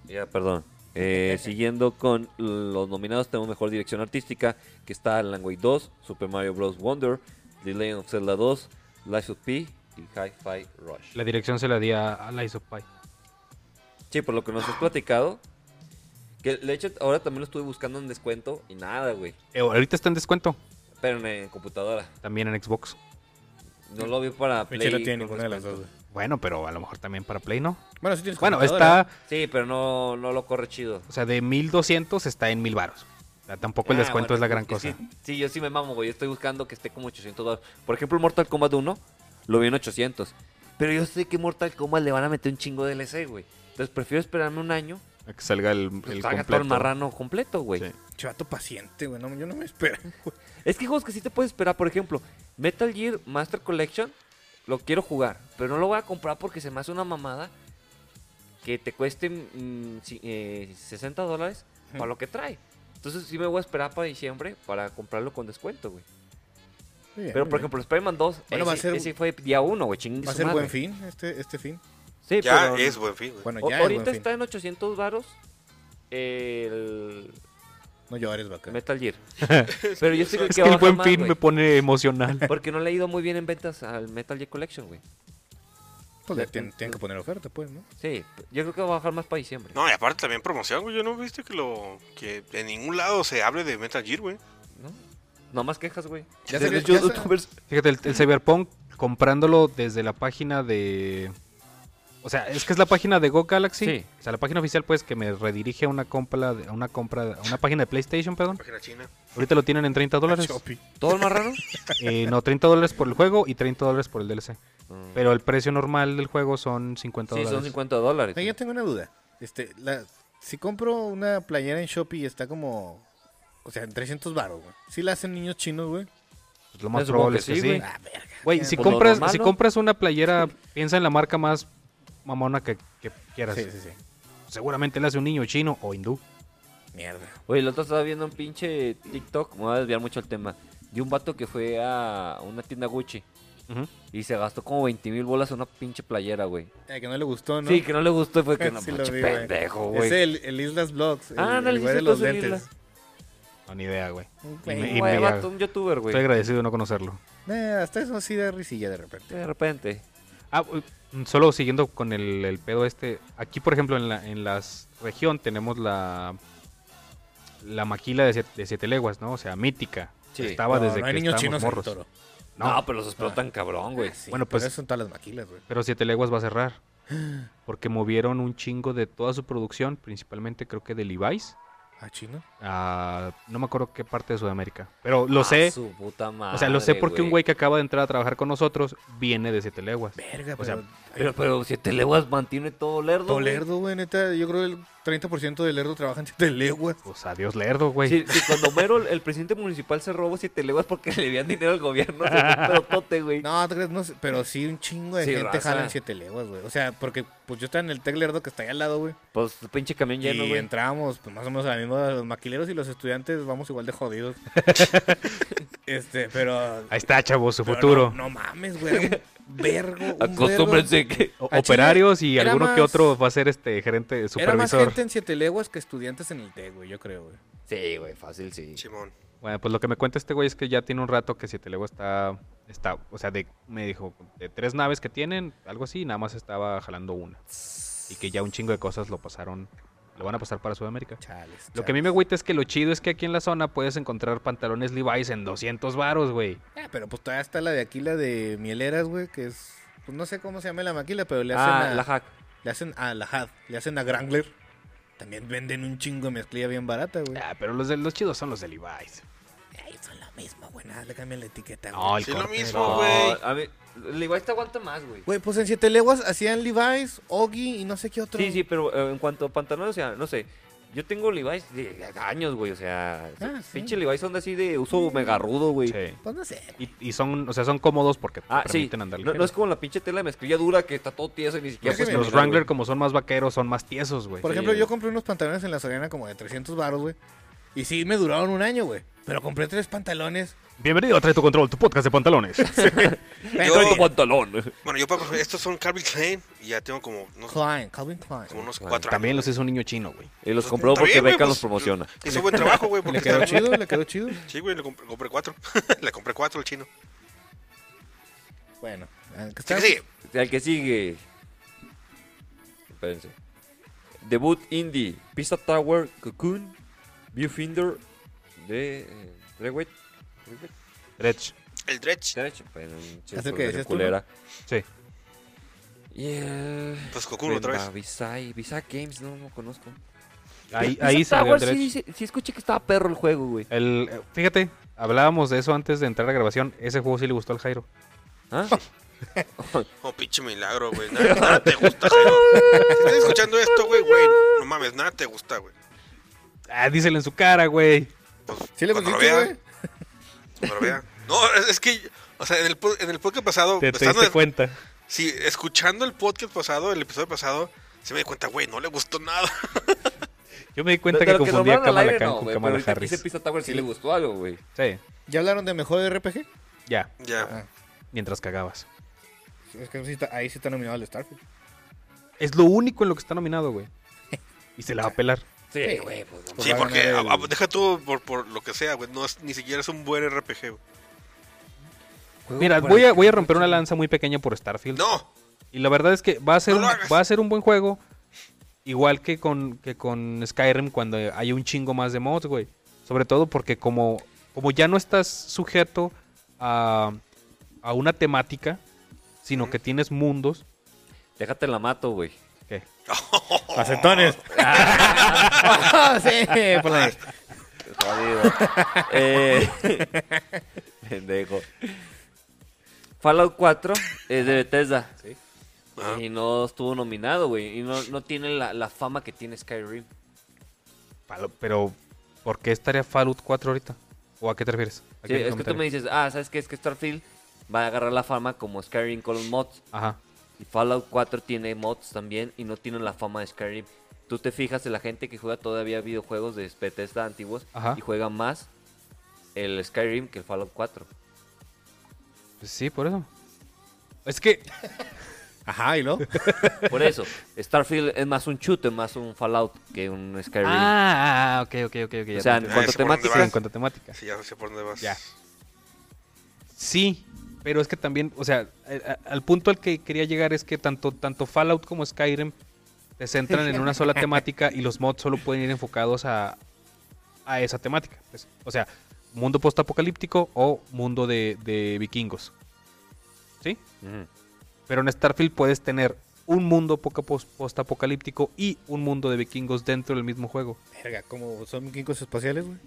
Speaker 3: Ya, perdón. Eh, siguiendo con los nominados, tenemos mejor dirección artística, que está Alan Wake 2, Super Mario Bros. Wonder, The Legend of Zelda 2, Life of P y Hi-Fi Rush.
Speaker 4: La dirección se la di a, a Lies of Pi.
Speaker 3: Sí, por lo que nos has platicado. Que de hecho ahora también lo estuve buscando en descuento y nada, güey.
Speaker 4: Eh, ahorita está en descuento,
Speaker 3: Pero en, en computadora.
Speaker 4: también en Xbox.
Speaker 3: No lo vi para Play.
Speaker 5: Michelle no tiene
Speaker 3: con
Speaker 5: ninguna de las dos,
Speaker 3: descuento.
Speaker 5: güey.
Speaker 4: Bueno, pero a lo mejor también para Play, ¿no?
Speaker 5: Bueno, sí tienes
Speaker 4: Bueno,
Speaker 5: computadora.
Speaker 4: está.
Speaker 3: Sí, pero no, no lo corre chido.
Speaker 4: O sea, de 1200 está en 1000 baros. O sea, tampoco el
Speaker 3: Ah,
Speaker 4: descuento
Speaker 3: bueno,
Speaker 4: es la gran
Speaker 3: sí,
Speaker 4: cosa.
Speaker 3: Sí, yo sí me mamo, güey. Yo estoy buscando que esté como 800 dólares. Por ejemplo, Mortal Kombat 1 lo vi en 800. Pero yo sé que Mortal Kombat le van a meter un chingo de DLC, güey. Entonces prefiero esperarme un año.
Speaker 6: A que salga el,
Speaker 3: que
Speaker 6: el
Speaker 3: salga todo el
Speaker 6: completo.
Speaker 3: marrano completo, güey.
Speaker 6: Sí.
Speaker 5: Chivato paciente, güey. No, yo no me espero.
Speaker 3: Es que hay juegos que sí te puedes esperar. Por ejemplo, Metal Gear Master Collection lo quiero jugar. Pero no lo voy a comprar porque se me hace una mamada que te cueste mm, si- eh, 60 dólares para lo que trae. Entonces sí me voy a esperar para diciembre para comprarlo con descuento, güey.
Speaker 5: Muy bien,
Speaker 3: Pero
Speaker 5: muy
Speaker 3: por
Speaker 5: bien.
Speaker 3: ejemplo, Spider-Man 2,
Speaker 5: Bueno,
Speaker 3: ese,
Speaker 5: va a ser-
Speaker 3: ese fue día 1, güey, chingue
Speaker 5: Va a
Speaker 3: su
Speaker 5: ser
Speaker 3: madre.
Speaker 5: buen fin este, este fin.
Speaker 3: Sí,
Speaker 1: Ya
Speaker 3: pero-
Speaker 1: es buen fin, güey.
Speaker 5: Bueno,
Speaker 3: o-
Speaker 5: ya es
Speaker 3: ahorita
Speaker 5: buen fin.
Speaker 3: está en 800 varos el
Speaker 5: No llores, vaca.
Speaker 3: Metal Gear. pero yo sé que,
Speaker 4: Es que el
Speaker 3: baja
Speaker 4: buen
Speaker 3: más,
Speaker 4: fin
Speaker 3: güey,
Speaker 4: me pone emocional.
Speaker 3: Porque no le ha ido muy bien en ventas al Metal Gear Collection, güey.
Speaker 5: Pues le tien- tienen que poner oferta, pues, ¿no?
Speaker 3: Sí, yo creo que va a bajar más para diciembre.
Speaker 1: No, y aparte también promoción, güey. Yo no viste que lo que en ningún lado se hable de Metal Gear, güey.
Speaker 3: ¿No? Nomás quejas, güey.
Speaker 5: Ya
Speaker 3: De
Speaker 5: salió-
Speaker 3: los
Speaker 5: ya sa-
Speaker 3: youtubers.
Speaker 4: Fíjate, el, el Cyberpunk comprándolo desde la página de. O sea, es que es la página de Go Galaxy.
Speaker 3: Sí.
Speaker 4: O sea, la página oficial, pues, que me redirige a una compra, de- a una compra, a una página de PlayStation, perdón.
Speaker 1: Página china.
Speaker 4: Ahorita lo tienen en 30 dólares.
Speaker 5: Shopee.
Speaker 3: ¿Todo el más raro?
Speaker 4: Eh, no, 30 dólares por el juego y 30 dólares por el DLC. Pero el precio normal del juego son 50
Speaker 3: Mm. sí,
Speaker 4: dólares.
Speaker 3: son 50 dólares.
Speaker 5: Oye, yo tengo una duda. Este, la, si compro una playera en Shopee y está como. O sea, en 300 baros, güey. Si la hacen niños chinos, güey.
Speaker 4: Pues lo más
Speaker 3: Yo supongo
Speaker 4: probable
Speaker 3: que
Speaker 4: es que
Speaker 3: sí,
Speaker 4: sí.
Speaker 3: güey.
Speaker 5: Ah, verga.
Speaker 4: Güey, si
Speaker 3: Pues lo
Speaker 4: compras,
Speaker 3: normal,
Speaker 4: si
Speaker 3: ¿no?
Speaker 4: compras una playera, piensa en la marca más mamona que, que quieras.
Speaker 5: Sí, sí, sí.
Speaker 4: Seguramente la hace un niño chino o hindú.
Speaker 5: Mierda.
Speaker 3: Oye, el otro estaba viendo un pinche TikTok, me voy a desviar mucho el tema, de un vato que fue a una tienda Gucci
Speaker 4: Ujú.
Speaker 3: y se gastó como 20 mil bolas en una pinche playera, güey.
Speaker 5: Eh, que no le gustó, ¿no?
Speaker 3: Sí, que no le gustó y fue que no,
Speaker 5: Sí lo
Speaker 3: pinche
Speaker 5: vi, güey.
Speaker 3: pendejo,
Speaker 5: Es
Speaker 3: güey.
Speaker 5: el, el Islas Vlogs. El,
Speaker 3: Ah, no,
Speaker 5: el
Speaker 3: el
Speaker 5: güey de
Speaker 3: Islas
Speaker 5: los
Speaker 3: Vlogs, el
Speaker 5: lentes.
Speaker 4: No, ni idea, güey. Y me- y
Speaker 3: Un
Speaker 4: me-
Speaker 3: güey, vato, un youtuber,
Speaker 4: Estoy
Speaker 3: güey.
Speaker 4: agradecido de no conocerlo.
Speaker 5: Eh, hasta eso sí da risilla de repente.
Speaker 3: De repente.
Speaker 4: Ah, u- solo siguiendo con el, el pedo este. Aquí, por ejemplo, en la en las región tenemos la la maquila de siete, de siete leguas, ¿no? O sea, mítica.
Speaker 3: Sí.
Speaker 4: Estaba
Speaker 5: No,
Speaker 4: desde
Speaker 5: no
Speaker 4: que
Speaker 5: hay niños chinos
Speaker 4: estábamos
Speaker 5: en el
Speaker 4: morros.
Speaker 5: toro.
Speaker 3: No,
Speaker 4: No. Ah.
Speaker 3: pero los explotan cabrón, güey.
Speaker 5: Sí,
Speaker 4: Bueno,
Speaker 5: pero
Speaker 4: pues-
Speaker 5: eso son todas las maquilas, güey.
Speaker 4: Pero Siete Leguas va a cerrar. Porque movieron un chingo de toda su producción, principalmente creo que de Levi's,
Speaker 5: Ah, chino.
Speaker 4: a no me acuerdo qué parte de Sudamérica. Pero lo
Speaker 3: Ah,
Speaker 4: sé,
Speaker 3: su puta
Speaker 4: o sea, lo sé
Speaker 3: madre,
Speaker 4: porque un güey que acaba de entrar a trabajar con nosotros viene de Siete Leguas.
Speaker 5: Verga,
Speaker 4: O sea,
Speaker 5: pero
Speaker 3: Pero, pero siete leguas mantiene todo lerdo.
Speaker 5: Todo
Speaker 3: güey.
Speaker 5: lerdo, güey, neta. Yo creo que el 30% del lerdo trabaja en siete leguas.
Speaker 4: Pues adiós, Lerdo, güey.
Speaker 3: Sí, sí, cuando Homero, el- el presidente municipal, se robó siete leguas porque le debían dinero al gobierno, se fue un pedotote, güey.
Speaker 5: No, ¿te crees? no sé, pero sí un chingo de
Speaker 3: Sí,
Speaker 5: gente
Speaker 3: raza.
Speaker 5: jala en siete leguas, güey. O sea, porque pues yo estaba en el tec lerdo que está ahí al lado, güey.
Speaker 3: Pues su pinche camión lleno,
Speaker 5: y
Speaker 3: güey.
Speaker 5: entrábamos pues, más o menos a la misma, los maquileros y los estudiantes vamos igual de jodidos. este, pero...
Speaker 4: Ahí está, chavos, su
Speaker 5: pero
Speaker 4: futuro.
Speaker 5: No, no mames, güey. era un Vergo. un vergo.
Speaker 3: Acostúmbrense que.
Speaker 4: O-
Speaker 5: Al chile,
Speaker 4: Operarios y
Speaker 5: era
Speaker 4: alguno que
Speaker 5: más-
Speaker 4: otro va a ser este gerente,
Speaker 5: Era más
Speaker 4: supervisor.
Speaker 5: gente en siete leguas que estudiantes en el tec, güey, yo creo, güey.
Speaker 3: Sí, güey, fácil, sí.
Speaker 1: Simón.
Speaker 4: Bueno, pues lo que me cuenta este güey es que ya tiene un rato que Siete Leguas está, está, o sea, de, me dijo, de tres naves que tienen, algo así, nada más estaba jalando una. Y que ya un chingo de cosas lo pasaron, lo van a pasar para Sudamérica.
Speaker 5: Chales.
Speaker 4: Lo que a mí me agüita es que lo chido es que aquí en la zona puedes encontrar pantalones Levi's en 200 varos, güey.
Speaker 5: Ah, pero pues todavía está la de aquí, la de mieleras, güey, que es... Pues no sé cómo se llama la maquila, pero le hacen
Speaker 3: Ah,
Speaker 5: a-
Speaker 3: la hack.
Speaker 5: Le hacen a la Had, le hacen a Grangler. También venden un chingo de mezclilla bien barata, güey.
Speaker 4: Ah, pero los, de, los chidos son los de Levi's.
Speaker 5: Ay, son la misma, güey. Nada, le cambian la etiqueta, güey.
Speaker 4: No, el
Speaker 1: Sí, lo
Speaker 4: corte,
Speaker 1: mismo,
Speaker 4: no.
Speaker 1: güey.
Speaker 3: a ver, Levi's te aguanta más, güey.
Speaker 5: Güey, pues en Siete Leguas hacían Levi's, Oggy y no sé qué otro.
Speaker 3: Sí, sí, pero eh, en cuanto a pantalones, o sea, no sé. Yo tengo Levi's de años, güey, o sea.
Speaker 5: Ah, sí. Mm.
Speaker 3: Pinche Levi's son de así de uso megarrudo, güey.
Speaker 4: Sí.
Speaker 5: Pues no sé.
Speaker 4: Y, y son, o sea, son cómodos porque te
Speaker 3: Ah, sí.
Speaker 4: permiten andar
Speaker 3: No, no
Speaker 4: ligero.
Speaker 3: es como la pinche tela de mezclilla dura que está todo tieso y ni siquiera
Speaker 5: Es que
Speaker 3: puedes
Speaker 5: mira,
Speaker 4: Los
Speaker 3: caminar,
Speaker 4: Wrangler,
Speaker 3: güey.
Speaker 4: como son más vaqueros, son más tiesos, güey.
Speaker 5: Por
Speaker 3: Sí,
Speaker 5: ejemplo,
Speaker 3: güey.
Speaker 5: yo compré unos pantalones en la Soriana como de 300 baros, güey. Y sí, me duraron un año, güey. Pero compré tres pantalones.
Speaker 4: Bienvenido a Trae tu Control, tu podcast de pantalones.
Speaker 5: Pero-
Speaker 3: Trae tu pantalón.
Speaker 1: Bueno, yo para estos son Calvin Klein y ya tengo como, no sé,
Speaker 5: Klein, Calvin Klein.
Speaker 1: como unos
Speaker 3: Bueno,
Speaker 1: cuatro
Speaker 4: También
Speaker 1: años.
Speaker 4: los hizo un niño chino, güey.
Speaker 3: Y los compró
Speaker 1: Está
Speaker 3: porque
Speaker 1: bien, güey,
Speaker 3: Beca los
Speaker 1: pues,
Speaker 3: promociona.
Speaker 1: Hizo buen trabajo, güey, porque
Speaker 5: Le quedó
Speaker 1: está-
Speaker 5: chido, le quedó chido.
Speaker 1: Sí, güey, le comp- compré, cuatro. le compré cuatro al chino.
Speaker 5: Bueno, ah, que
Speaker 1: Sí,
Speaker 5: está-
Speaker 1: sí.
Speaker 3: Al que sigue. Espérense. Debut indie. Pizza Tower, Cocoon, Viewfinder, de... Eh, Dreadweight. Dreadweight.
Speaker 4: Dredge.
Speaker 1: El Dredge.
Speaker 3: Dreadweight, bueno, un
Speaker 5: el que
Speaker 3: chorro de
Speaker 5: decías tú,
Speaker 3: culera.
Speaker 4: Sí.
Speaker 3: Y el...
Speaker 1: Pues Cocoon otra vez.
Speaker 3: Venga, Visai, Visai Games, no lo conozco.
Speaker 4: Ahí,
Speaker 3: Pizza
Speaker 4: ahí salió
Speaker 3: Tower,
Speaker 4: el Dredge.
Speaker 3: Ah, sí, sí, sí escuché que estaba perro el juego, güey.
Speaker 4: El, eh, fíjate, hablábamos de eso antes de entrar a grabación. Ese juego sí le gustó al Jairo.
Speaker 3: ¿Ah?
Speaker 1: Oh, pinche milagro, güey. Nada, nada te gusta, Jairo. Si estás escuchando esto, güey, güey, no mames, nada te gusta, güey.
Speaker 4: Ah, díselo en su cara, güey.
Speaker 1: Pues,
Speaker 5: ¿Sí le
Speaker 1: cuando lo
Speaker 5: pusiste,
Speaker 1: vea,
Speaker 5: güey?
Speaker 1: cuando lo vea. No, es, es que, o sea, en el, po- en el podcast pasado,
Speaker 3: pues,
Speaker 4: Te, te
Speaker 1: estando-
Speaker 4: diste cuenta.
Speaker 1: sí, escuchando el podcast pasado, el episodio pasado, se me di cuenta, güey, no le gustó nada.
Speaker 4: Yo me di cuenta
Speaker 3: De
Speaker 4: que
Speaker 3: lo
Speaker 4: confundía a
Speaker 3: nombraron al
Speaker 4: Kamala
Speaker 3: aire,
Speaker 4: Khan
Speaker 3: no,
Speaker 4: con
Speaker 3: güey,
Speaker 4: Kamala
Speaker 3: pero ahorita
Speaker 4: Harris.
Speaker 3: Ese Pizza Tower sí le gustó algo, güey.
Speaker 4: Sí,
Speaker 5: ¿Ya hablaron de mejor RPG?
Speaker 4: ya.
Speaker 1: ya.
Speaker 5: Ah.
Speaker 4: Mientras cagabas.
Speaker 5: Es que sí está- ahí sí está nominado el Starfield.
Speaker 4: Es lo único en lo que está nominado, güey. Y se la va a pelar.
Speaker 3: Sí, güey, pues no.
Speaker 1: Sí,
Speaker 5: va a
Speaker 1: porque
Speaker 5: ganar el-
Speaker 1: a- a- deja tú por, por lo que sea, güey. No es- ni siquiera es un buen RPG, güey.
Speaker 3: Juego
Speaker 4: Mira,
Speaker 3: para
Speaker 4: voy a,
Speaker 3: que-
Speaker 4: voy a romper una lanza muy pequeña por Starfield.
Speaker 1: No,
Speaker 4: Y la verdad es que va a ser,
Speaker 1: No
Speaker 4: un,
Speaker 1: lo hagas.
Speaker 4: va a ser un buen juego. Igual que con, que con Skyrim cuando hay un chingo más de mods, güey. Sobre todo porque como, como ya no estás sujeto a, a una temática, sino que tienes mundos.
Speaker 3: Déjate la mato, güey.
Speaker 4: ¿Qué?
Speaker 3: Oh.
Speaker 5: ¡Acentones!
Speaker 3: Ah.
Speaker 5: sí, por la-
Speaker 3: Jodido. eh, pendejo. Fallout 4 es de Bethesda.
Speaker 1: Ajá.
Speaker 3: Y no estuvo nominado, güey. Y no, no tiene la, la fama que tiene Skyrim.
Speaker 4: Palo- Pero, ¿por qué estaría Fallout 4 ahorita? ¿O a qué te refieres? ¿A
Speaker 3: Sí,
Speaker 4: qué
Speaker 3: es que tú
Speaker 4: comentario?
Speaker 3: me dices, ah, ¿sabes qué? Es que Starfield va a agarrar la fama como Skyrim con los mods.
Speaker 4: Ajá.
Speaker 3: Y Fallout 4 tiene mods también y no tienen la fama de Skyrim. Tú te fijas en la gente que juega todavía videojuegos de Bethesda antiguos
Speaker 4: Ajá.
Speaker 3: y juega más el Skyrim que el Fallout 4.
Speaker 4: Pues sí, por eso. Es que
Speaker 5: Ajá, y luego.
Speaker 3: Por eso, Starfield es más un chute, más un Fallout que un Skyrim.
Speaker 4: Ah, ah, ok, ok, ok. ok,
Speaker 3: o
Speaker 4: ya
Speaker 3: sea,
Speaker 4: te
Speaker 3: en
Speaker 4: entendí.
Speaker 3: cuanto
Speaker 1: Ah, sé por dónde vas.
Speaker 4: Sí, en
Speaker 3: temáticas.
Speaker 4: cuanto a temática.
Speaker 1: sí, ya sé por dónde vas.
Speaker 4: Ya. Sí, pero es que también, o sea, a- a- al punto al que quería llegar es que tanto, tanto Fallout como Skyrim se centran en una sola temática y los mods solo pueden ir enfocados a, a esa temática. pues. o sea, mundo postapocalíptico o mundo de, de vikingos. ¿Sí?
Speaker 3: Ujú.
Speaker 4: Pero en Starfield puedes tener un mundo poca- pos- postapocalíptico y un mundo de vikingos dentro del mismo juego.
Speaker 5: Verga, como son quincos espaciales, güey.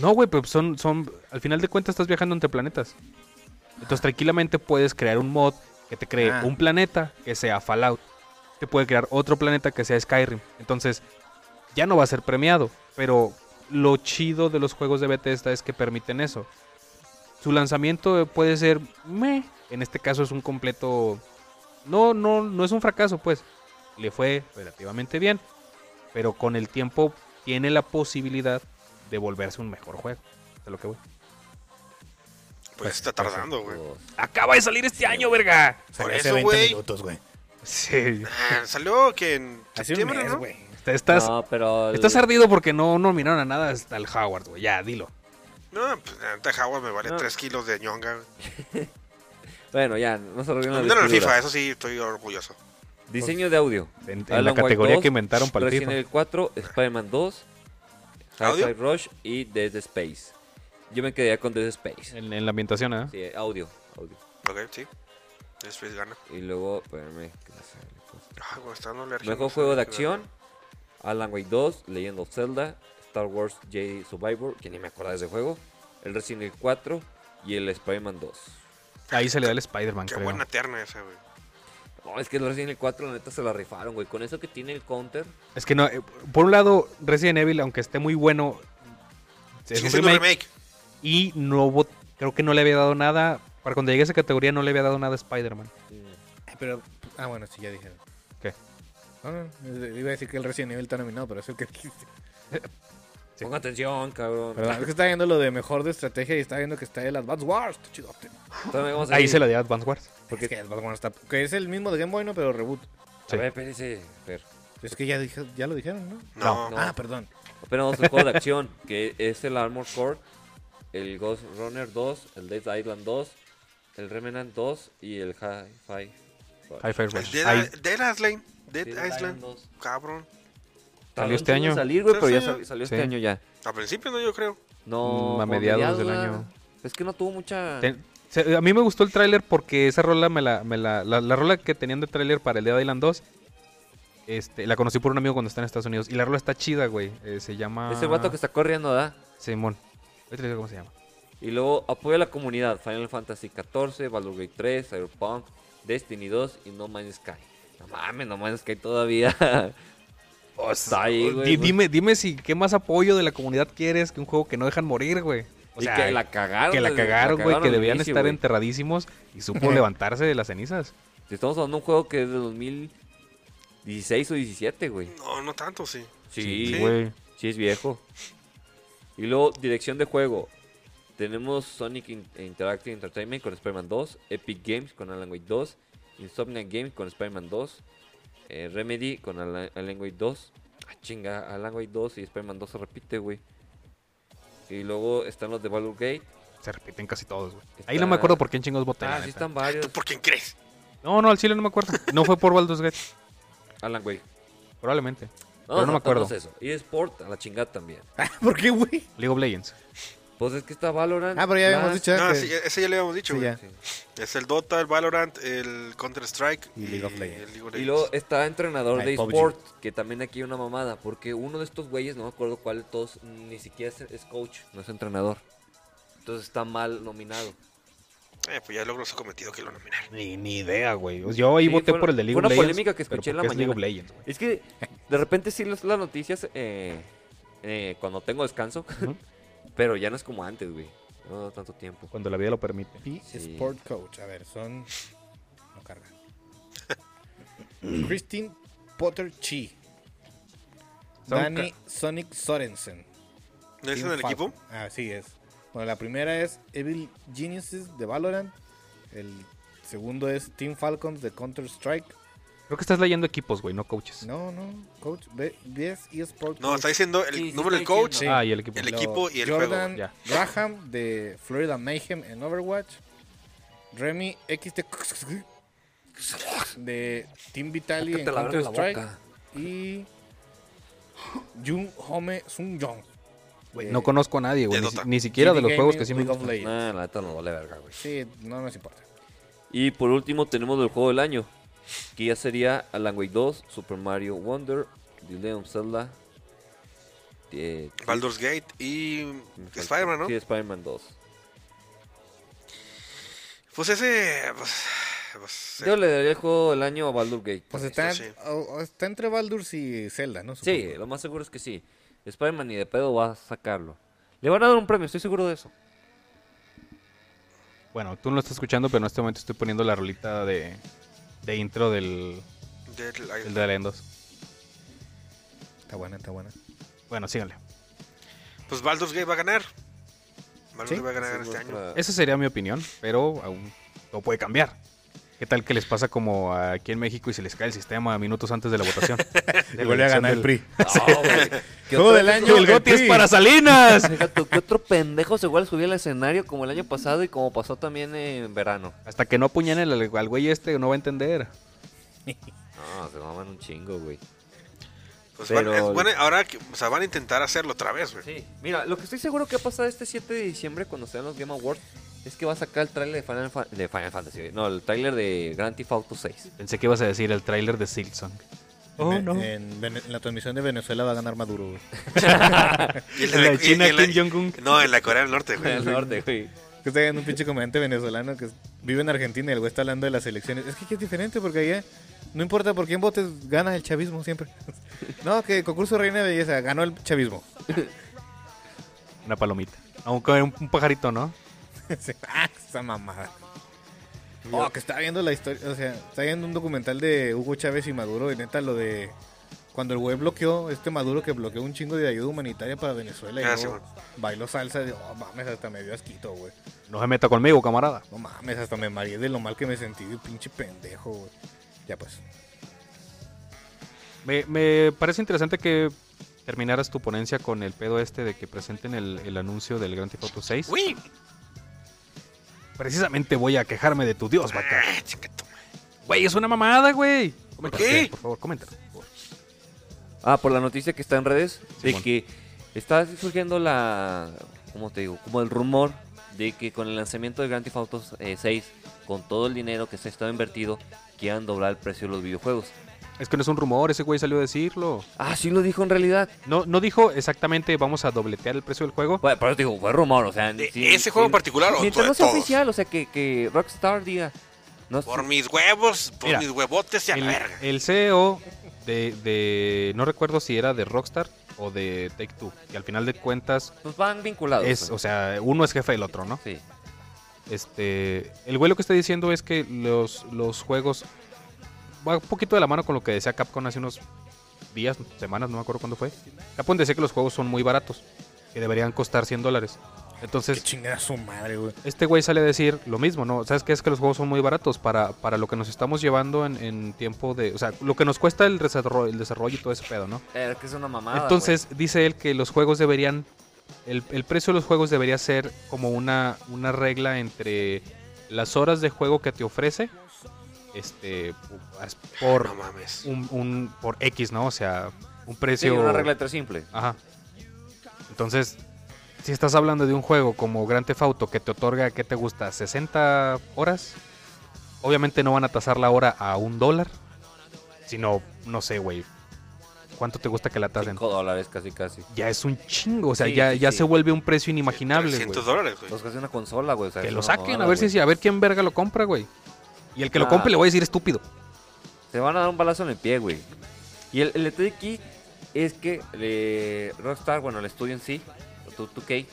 Speaker 4: No, güey, pero son, son. Al final de cuentas estás viajando entre planetas. Entonces tranquilamente puedes crear un mod que te cree
Speaker 5: Ah.
Speaker 4: un planeta que sea Fallout. Te puede crear otro planeta que sea Skyrim. Entonces, ya no va a ser premiado. Pero lo chido de los juegos de Bethesda es que permiten eso. Su lanzamiento puede ser meh. En este caso es un completo. No, no, no es un fracaso, pues. Le fue relativamente bien. Pero con el tiempo tiene la posibilidad de volverse un mejor juego. Es a lo que voy.
Speaker 1: Pues está tardando, güey.
Speaker 3: "Mm,
Speaker 4: Acaba de salir este año, verga.
Speaker 5: Salió
Speaker 1: Por
Speaker 5: hace
Speaker 1: eso,
Speaker 5: 20
Speaker 1: güey.
Speaker 5: minutos, güey.
Speaker 4: Sí.
Speaker 1: Ah, salió que en
Speaker 5: Hace un
Speaker 1: septiembre,
Speaker 5: mes,
Speaker 1: ¿no?
Speaker 5: güey.
Speaker 4: Estás,
Speaker 3: No, pero. el-
Speaker 4: estás ardido porque no nominaron a nada hasta el Howard, güey. Ya, dilo.
Speaker 1: No, pues la neta Jaguar me vale
Speaker 3: No.
Speaker 1: 3 kilos de ñonga. güey.
Speaker 3: Bueno, ya, no se arruinen las
Speaker 1: Nominaron al
Speaker 3: vestiduras.
Speaker 1: FIFA, eso sí, estoy orgulloso.
Speaker 3: Diseño de audio.
Speaker 4: En, en
Speaker 3: Alan
Speaker 4: la
Speaker 3: Wake
Speaker 4: categoría
Speaker 3: 2,
Speaker 4: que inventaron para el
Speaker 3: Resident
Speaker 4: FIFA.
Speaker 3: Evil 4, Spider-Man 2, Half-Life
Speaker 1: ¿Audio?
Speaker 3: Rush y Dead Space. Yo me quedé con Dead Space.
Speaker 4: En, en la ambientación, ¿eh?
Speaker 3: Sí, audio, audio.
Speaker 1: Ok, sí. Después gana.
Speaker 3: Y luego, espérame, ¿qué más sale? Pues,
Speaker 1: Ah, güey, está dando alergia, no
Speaker 3: Mejor
Speaker 1: sé
Speaker 3: juego de
Speaker 1: qué
Speaker 3: acción,
Speaker 1: verga.
Speaker 3: Alan Wake 2, Legend of Zelda, Star Wars Jedi Survivor, que ni me acordaba de ese juego, el Resident Evil 4 y el Spider-Man 2.
Speaker 4: Ahí se le da el Spider-Man,
Speaker 1: Qué
Speaker 4: creo.
Speaker 1: buena terna esa, güey.
Speaker 3: No, es que el Resident Evil 4 la neta se la rifaron, güey. Con eso que tiene el counter,
Speaker 4: Es que no, eh, por un lado, Resident Evil, aunque esté muy bueno, es
Speaker 1: Sigue
Speaker 4: un
Speaker 1: siendo un
Speaker 4: remake,
Speaker 1: remake.
Speaker 4: y no hubo- creo que no le había dado nada. Para cuando llegue a esa categoría no le había dado nada a Spider-Man.
Speaker 5: Ay, Pero, ah, bueno, sí, ya dije.
Speaker 4: ¿Qué?
Speaker 5: No, no, eh, iba a decir que el Resident Evil está nominado, pero es el que dijiste.
Speaker 4: Sí.
Speaker 3: ponga atención, cabrón.
Speaker 5: Perdón, es que está viendo lo de mejor de estrategia y está viendo que está el Advance Wars. Está chidote.
Speaker 3: Todavía vamos a
Speaker 4: Ahí
Speaker 3: ir.
Speaker 4: se la dio a Advance Wars.
Speaker 5: Porque es que Advance Wars está. Que es el mismo de Game Boy, ¿no? Pero reboot.
Speaker 3: A
Speaker 4: Sí.
Speaker 3: ver, espérese, Fer.
Speaker 5: Es que ya, dije- ya lo dijeron, ¿no?
Speaker 1: No.
Speaker 3: No.
Speaker 5: Ah, perdón.
Speaker 3: Apenas vamos al juego de acción, que es el Armor Core, el Ghost Runner 2, el Dead Island 2, el Remnant 2 y el Hi-Fi.
Speaker 4: High Fire
Speaker 1: El
Speaker 4: Rush.
Speaker 1: Dead,
Speaker 4: Ahí-
Speaker 1: Dead Island. Dead
Speaker 3: Dead Island
Speaker 1: Island.
Speaker 3: 2.
Speaker 1: Cabrón.
Speaker 4: Salió este año.
Speaker 3: salir, güey, pero ya
Speaker 1: Sí,
Speaker 3: sal- salió este
Speaker 4: sí.
Speaker 3: año ya.
Speaker 1: A principio no, yo creo.
Speaker 3: No,
Speaker 4: Mm, a
Speaker 3: como
Speaker 4: mediados del
Speaker 3: ¿verdad?
Speaker 4: año.
Speaker 3: Es que no tuvo mucha.
Speaker 4: Te- se- a mí me gustó el tráiler porque esa rola me la, me la, la, la rola que tenían de tráiler para el Dead Island 2 este, la conocí por un amigo cuando estaba en Estados Unidos y la rola está chida, güey. Eh, se llama
Speaker 3: Ese vato que está corriendo, ¿da?
Speaker 4: Simón. Ahorita te digo cómo se llama.
Speaker 3: Y luego apoya a la comunidad. Final Fantasy XIV, Baldur's Gate 3, Cyberpunk, Destiny 2 y No Man's Sky. No mames, No Man's Sky todavía. Oh, está ahí, güey.
Speaker 4: Di-
Speaker 3: pues.
Speaker 4: dime, dime si qué más apoyo de la comunidad quieres que un juego que no dejan morir, güey. O
Speaker 3: Y
Speaker 4: sea,
Speaker 3: que la cagaron.
Speaker 4: que la
Speaker 3: desde-
Speaker 4: cagaron, güey, que
Speaker 3: al
Speaker 4: debían
Speaker 3: inicio,
Speaker 4: estar
Speaker 3: güey.
Speaker 4: enterradísimos y supo levantarse de las cenizas.
Speaker 3: Te estamos hablando de un juego que es de 2016 o 17, güey.
Speaker 1: No, no tanto, sí.
Speaker 3: Sí,
Speaker 1: Sí.
Speaker 3: güey. Sí, es viejo. Y luego, dirección de juego. Tenemos Sonic In- Interactive Entertainment con Spider-Man 2, Epic Games con Alan Wake 2, Insomniac Games con Spider-Man 2, eh, Remedy con Ala- Alan Wake 2. Ah, chinga, Alan Wake 2 y Spider-Man 2 se repite, güey. Y luego están los de Baldur's Gate.
Speaker 4: Se repiten casi todos, güey. Ahí
Speaker 3: Está-
Speaker 4: no me acuerdo por quién chingos voté.
Speaker 3: Ah,
Speaker 4: la
Speaker 3: sí
Speaker 4: neta.
Speaker 3: están varios.
Speaker 1: ¿Tú por quién crees?
Speaker 4: No, no, al chile no me acuerdo. No fue por Baldur's Gate,
Speaker 3: Alan Wake.
Speaker 4: probablemente. Pero no me acuerdo.
Speaker 3: saltamos Eso. Y Sport a la chingada también.
Speaker 5: Ah, ¿Por qué, güey?
Speaker 4: League of Legends.
Speaker 3: Pues es que está Valorant.
Speaker 5: Ah, pero ya habíamos
Speaker 3: Blast,
Speaker 5: dicho.
Speaker 1: No,
Speaker 5: que-
Speaker 1: sí, e-, ese ya le habíamos dicho,
Speaker 5: sí,
Speaker 1: güey.
Speaker 5: ya.
Speaker 3: sí.
Speaker 1: Es el Dota, el Valorant, el Counter-Strike
Speaker 5: Y League of Legends.
Speaker 1: el League of
Speaker 3: Y
Speaker 1: Legends.
Speaker 3: luego está entrenador
Speaker 5: Ay,
Speaker 3: de
Speaker 5: PUBG.
Speaker 3: eSport, que también aquí hay una mamada, porque uno de estos güeyes, no me acuerdo cuál de todos, ni siquiera es, es coach, no es entrenador. Entonces está mal nominado.
Speaker 1: Eh, pues ya logró su cometido que lo nominaron.
Speaker 4: Ni, ni idea, güey. O sea, Pues Yo ahí
Speaker 3: Sí,
Speaker 4: voté
Speaker 3: fue-
Speaker 4: por el de League
Speaker 3: fue
Speaker 4: of
Speaker 3: una
Speaker 4: Legends.
Speaker 3: polémica que
Speaker 4: pero
Speaker 3: escuché en
Speaker 4: porque
Speaker 3: la
Speaker 4: es League of
Speaker 3: mañana.
Speaker 4: Legends, güey.
Speaker 3: Es que de repente sí las, las noticias, eh, eh, cuando tengo descanso,
Speaker 4: Ujú.
Speaker 3: pero ya no es como antes, güey. No da tanto tiempo.
Speaker 4: Cuando la vida lo permite.
Speaker 3: Sí.
Speaker 5: Sport Coach. A ver, son. No carga. Christine Potter Chi.
Speaker 4: Son
Speaker 5: Danny Sonic Sorensen.
Speaker 1: ¿No es en
Speaker 5: Team
Speaker 1: el
Speaker 5: Falcon.
Speaker 1: equipo?
Speaker 5: Ah, sí es. Bueno, la primera es Evil Geniuses de Valorant. El segundo es Team Falcons de Counter-Strike.
Speaker 4: Creo que estás leyendo equipos, güey, no coaches.
Speaker 5: No, no, coach. Ve- Yes, eSport.
Speaker 1: No, está diciendo el
Speaker 3: Sí, sí
Speaker 1: número del
Speaker 3: está
Speaker 1: coach.
Speaker 3: diciendo.
Speaker 4: Ah, y el equipo.
Speaker 1: El
Speaker 5: Luego,
Speaker 1: equipo y el
Speaker 5: Jordan
Speaker 4: juego,
Speaker 5: Graham de Florida Mayhem en Overwatch. Remy XT de Team Vitali en
Speaker 3: Sácate la verga de la
Speaker 5: Counter-Strike.
Speaker 3: boca.
Speaker 5: Y Jung Home Sung Jong.
Speaker 4: Güey, No conozco a nadie, güey.
Speaker 1: de
Speaker 4: Ni, si-
Speaker 1: Dota.
Speaker 4: ni siquiera de los juegos que sí me
Speaker 5: League of
Speaker 4: gustan.
Speaker 5: Legends.
Speaker 3: Nah, Ah, la neta no vale verga,
Speaker 1: Ah.
Speaker 3: güey.
Speaker 5: Sí, no nos importa.
Speaker 3: Y por último tenemos el juego del año, que ya sería Alan Wake 2, Super Mario Wonder, The Legend of Zelda, eh,
Speaker 1: Baldur's Gate y
Speaker 3: me falta-
Speaker 1: Spider-Man, ¿no?
Speaker 3: Sí, Spider-Man 2.
Speaker 1: Pues ese. Pues, pues, sí.
Speaker 3: Yo le daría el juego del año a Baldur's Gate.
Speaker 5: Pues está,
Speaker 1: sí.
Speaker 5: o- o está entre Baldur's y Zelda, ¿no?
Speaker 3: Sí, lo más seguro es que sí. Spider-Man ni de pedo va a sacarlo. Le van a dar un premio, estoy seguro de eso.
Speaker 4: Bueno, tú no lo estás escuchando, pero en este momento estoy poniendo la rolita de, de intro del,
Speaker 1: Dead Island.
Speaker 4: del de Alendos.
Speaker 5: Está buena, está buena.
Speaker 4: Bueno, síganle.
Speaker 1: Pues Baldur's Gate va a ganar. Baldur's
Speaker 5: Sí,
Speaker 1: Gate va a ganar
Speaker 3: Seguro
Speaker 1: este año.
Speaker 3: para-
Speaker 4: Esa sería mi opinión, pero aún todo puede cambiar. ¿Qué tal que les pasa como aquí en México y se les cae el sistema minutos antes de la votación?
Speaker 5: Y vuelve a ganar el PRI.
Speaker 3: No, güey. ¿Qué
Speaker 5: Juego
Speaker 3: otro-
Speaker 5: del año,
Speaker 4: ¡El Goti es
Speaker 5: PRI.
Speaker 4: para Salinas!
Speaker 3: Deja tú, ¿Qué otro pendejo se vuelve a subir al escenario como el año pasado y como pasó también en verano?
Speaker 4: Hasta que no apuñalen al, al güey este, no va a entender.
Speaker 3: No, se maman un chingo, güey.
Speaker 1: Pues
Speaker 3: Pero-
Speaker 1: van- es- bueno, ahora que- o sea, van a intentar hacerlo otra vez, güey.
Speaker 3: Sí, mira, lo que estoy seguro que va a pasar este 7 de diciembre cuando sean los Game Awards es que va a sacar el tráiler de Final, Fa- de Final Fantasy, güey. no, el tráiler de Grand Theft Auto 6.
Speaker 4: Pensé que ibas a decir el tráiler de Silksong.
Speaker 5: en, en Vene- en la transmisión de Venezuela va a ganar Maduro, güey.
Speaker 1: Y
Speaker 4: La
Speaker 1: y-
Speaker 4: China,
Speaker 1: y la-
Speaker 4: Kim Jong-un.
Speaker 1: No, en la Corea del Norte, güey.
Speaker 3: El norte, güey.
Speaker 5: Que está viendo un pinche comediante venezolano que vive en Argentina y el güey está hablando de las elecciones. Es que aquí es diferente porque allá no importa por quién votes, gana el chavismo siempre. No, que concurso Reina de Belleza, ganó el chavismo.
Speaker 4: Una palomita. Aunque un, un pajarito, ¿no?
Speaker 5: Sí, ah, esa mamada. Oh, que está viendo la historia, o sea, está viendo un documental de Hugo Chávez y Maduro y neta lo de cuando el güey bloqueó, este Maduro que bloqueó un chingo de ayuda humanitaria para Venezuela y
Speaker 1: Ah,
Speaker 5: luego
Speaker 1: sí,
Speaker 5: bailó salsa, y, oh, mames, hasta me dio asquito, güey.
Speaker 4: No se meta conmigo, camarada.
Speaker 5: No mames, hasta me mareé de lo mal que me sentí, de pinche pendejo, güey. Ya pues.
Speaker 4: Me, me parece interesante que terminaras tu ponencia con el pedo este de que presenten el, el anuncio del Grand Theft Auto 6.
Speaker 1: Uy,
Speaker 4: Precisamente voy a quejarme de tu dios, vaca.
Speaker 1: ah, chinga tu madre.
Speaker 4: Güey, es una mamada, güey. Comenta,
Speaker 1: qué?
Speaker 4: Por favor, comenta. por favor.
Speaker 3: Ah, por la noticia que está en redes de
Speaker 4: Simón.
Speaker 3: que está surgiendo la, ¿cómo te digo? Como el rumor de que con el lanzamiento de Grand Theft Auto eh, 6, con todo el dinero que se ha estado invertido, quieran doblar el precio de los videojuegos.
Speaker 4: Es que no es un rumor, ese güey salió a decirlo.
Speaker 3: Ah, sí lo dijo en realidad.
Speaker 4: No, no dijo exactamente vamos a dobletear el precio del juego.
Speaker 3: Bueno, pero te digo, fue rumor, o sea...
Speaker 1: ¿De
Speaker 3: sí-
Speaker 1: ese juego
Speaker 3: sí-
Speaker 1: en particular o
Speaker 3: Mientras
Speaker 1: de
Speaker 3: no sea
Speaker 1: todos?
Speaker 3: oficial, o sea, que, que Rockstar diga... No,
Speaker 1: Por
Speaker 3: sé,
Speaker 1: mis huevos, por
Speaker 4: Mira,
Speaker 1: mis huevotes y a la
Speaker 4: El,
Speaker 1: verga.
Speaker 4: el CEO de, de- No recuerdo si era de Rockstar o de Take Two. Y al final de cuentas,
Speaker 3: pues van vinculados.
Speaker 4: es, o sea, uno es jefe del otro, ¿no?
Speaker 3: sí.
Speaker 4: Este, el güey lo que está diciendo es que los, los juegos va un poquito de la mano con lo que decía Capcom hace unos días, semanas, no me acuerdo cuándo fue. Capcom decía que los juegos son muy baratos, que deberían costar 100 dólares.
Speaker 5: Qué
Speaker 4: Entonces,
Speaker 5: chingada su madre, güey.
Speaker 4: este güey sale a decir lo mismo, ¿no? ¿Sabes qué? Es que los juegos son muy baratos para, para lo que nos estamos llevando en, en tiempo de... O sea, lo que nos cuesta el desarrollo, el desarrollo y todo ese pedo, ¿no?
Speaker 3: Pero es Eh, que es una mamada, güey.
Speaker 4: Entonces dice él que los juegos deberían, el, el precio de los juegos debería ser como una, una regla entre las horas de juego que te ofrece, este, as- por
Speaker 1: No mames.
Speaker 4: un, un- por X, ¿no? O sea, un
Speaker 3: Sí,
Speaker 4: precio.
Speaker 3: una regla de tres simple.
Speaker 4: Ajá. Entonces, si estás hablando de un juego como Grand Theft Auto que te otorga, ¿qué te gusta? 60 horas. Obviamente no van a tasar la hora a un dólar, sino, no sé, güey. ¿Cuánto te gusta que la tasen?
Speaker 3: 5 dólares casi, casi.
Speaker 4: ya es un chingo. O sea,
Speaker 3: Sí,
Speaker 4: ya,
Speaker 3: sí,
Speaker 4: ya
Speaker 3: sí.
Speaker 4: se vuelve un precio inimaginable,
Speaker 1: 300
Speaker 4: güey.
Speaker 1: dólares, güey.
Speaker 3: Pues casi una consola, güey. o sea,
Speaker 4: Que
Speaker 3: es
Speaker 4: lo
Speaker 3: una
Speaker 4: saquen, a
Speaker 3: mamada,
Speaker 4: ver si
Speaker 3: güey.
Speaker 4: si a ver quién verga lo compra, güey. Y el que lo
Speaker 3: Ah.
Speaker 4: compre le voy a decir estúpido.
Speaker 3: Te van a dar un balazo en el pie, güey. Y el, el detalle aquí es que eh, Rockstar, bueno, el estudio en sí, tu- 2K,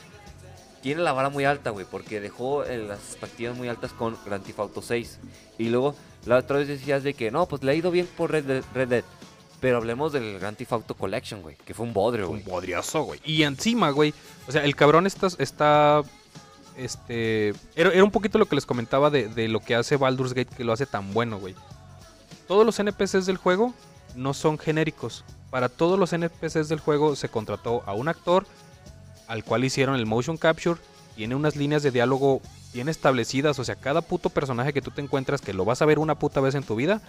Speaker 3: tiene la vara muy alta, güey, porque dejó eh, las expectativas muy altas con Grand Theft Auto 6. Y luego, la otra vez decías de que, no, pues le ha ido bien por Red Dead. Red Dead. Pero hablemos del Grand Theft Auto Collection, güey, que fue un bodrio, güey.
Speaker 4: Un bodrioso, güey. Y encima, güey. O sea, el cabrón está. está este. Era, era un poquito lo que les comentaba de, de lo que hace Baldur's Gate, que lo hace tan bueno, güey. Todos los NPCs del juego no son genéricos. Para todos los NPCs del juego se contrató a un actor al cual hicieron el motion capture. Tiene unas líneas de diálogo bien establecidas. O sea, cada puto personaje que tú te encuentras, que lo vas a ver una puta vez en tu vida,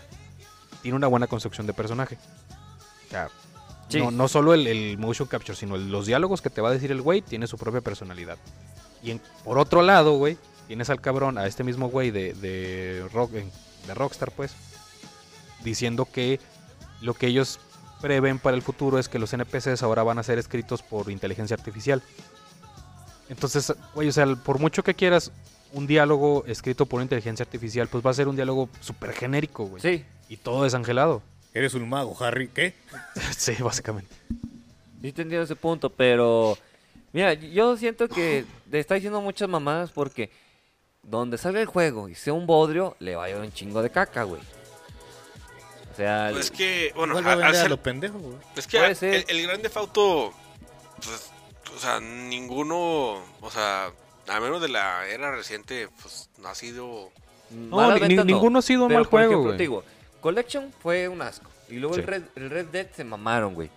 Speaker 4: tiene una buena construcción de personaje. O sea,
Speaker 3: Sí.
Speaker 4: no, no solo el, el motion capture, sino el- los diálogos que te va a decir el güey, tiene su propia personalidad. Y en- por otro lado, güey, tienes al cabrón, a este mismo güey de, de, rock, en- de Rockstar, pues, diciendo que lo que ellos prevén para el futuro es que los NPCs ahora van a ser escritos por inteligencia artificial. Entonces, güey, o sea, por mucho que quieras un diálogo escrito por una inteligencia artificial, pues va a ser un diálogo súper genérico, güey.
Speaker 3: Sí.
Speaker 4: Y todo desangelado.
Speaker 5: Eres un mago, Harry. ¿Qué?
Speaker 4: sí, básicamente.
Speaker 3: Sí te entiendo ese punto, pero mira, yo siento que le está diciendo muchas mamadas porque donde salga el juego y sea un bodrio, le va a llevar un chingo de caca, güey. O sea,
Speaker 1: Pues es que, bueno,
Speaker 5: Vuelve a
Speaker 1: al- al
Speaker 5: vender a
Speaker 1: ser-
Speaker 5: lo pendejo, güey.
Speaker 1: es que
Speaker 3: Puede ser.
Speaker 1: el, el grande fauto, pues, o sea, ninguno, o sea, a menos de la era reciente, pues, no ha sido...
Speaker 3: malas
Speaker 4: ni-
Speaker 3: ventas no,
Speaker 4: ninguno ha sido un
Speaker 3: pero,
Speaker 4: mal
Speaker 3: por
Speaker 4: juego,
Speaker 3: ejemplo,
Speaker 4: güey.
Speaker 3: te digo, Collection fue un asco. Y luego el,
Speaker 4: Sí.
Speaker 3: Red, el Red Dead se mamaron, güey.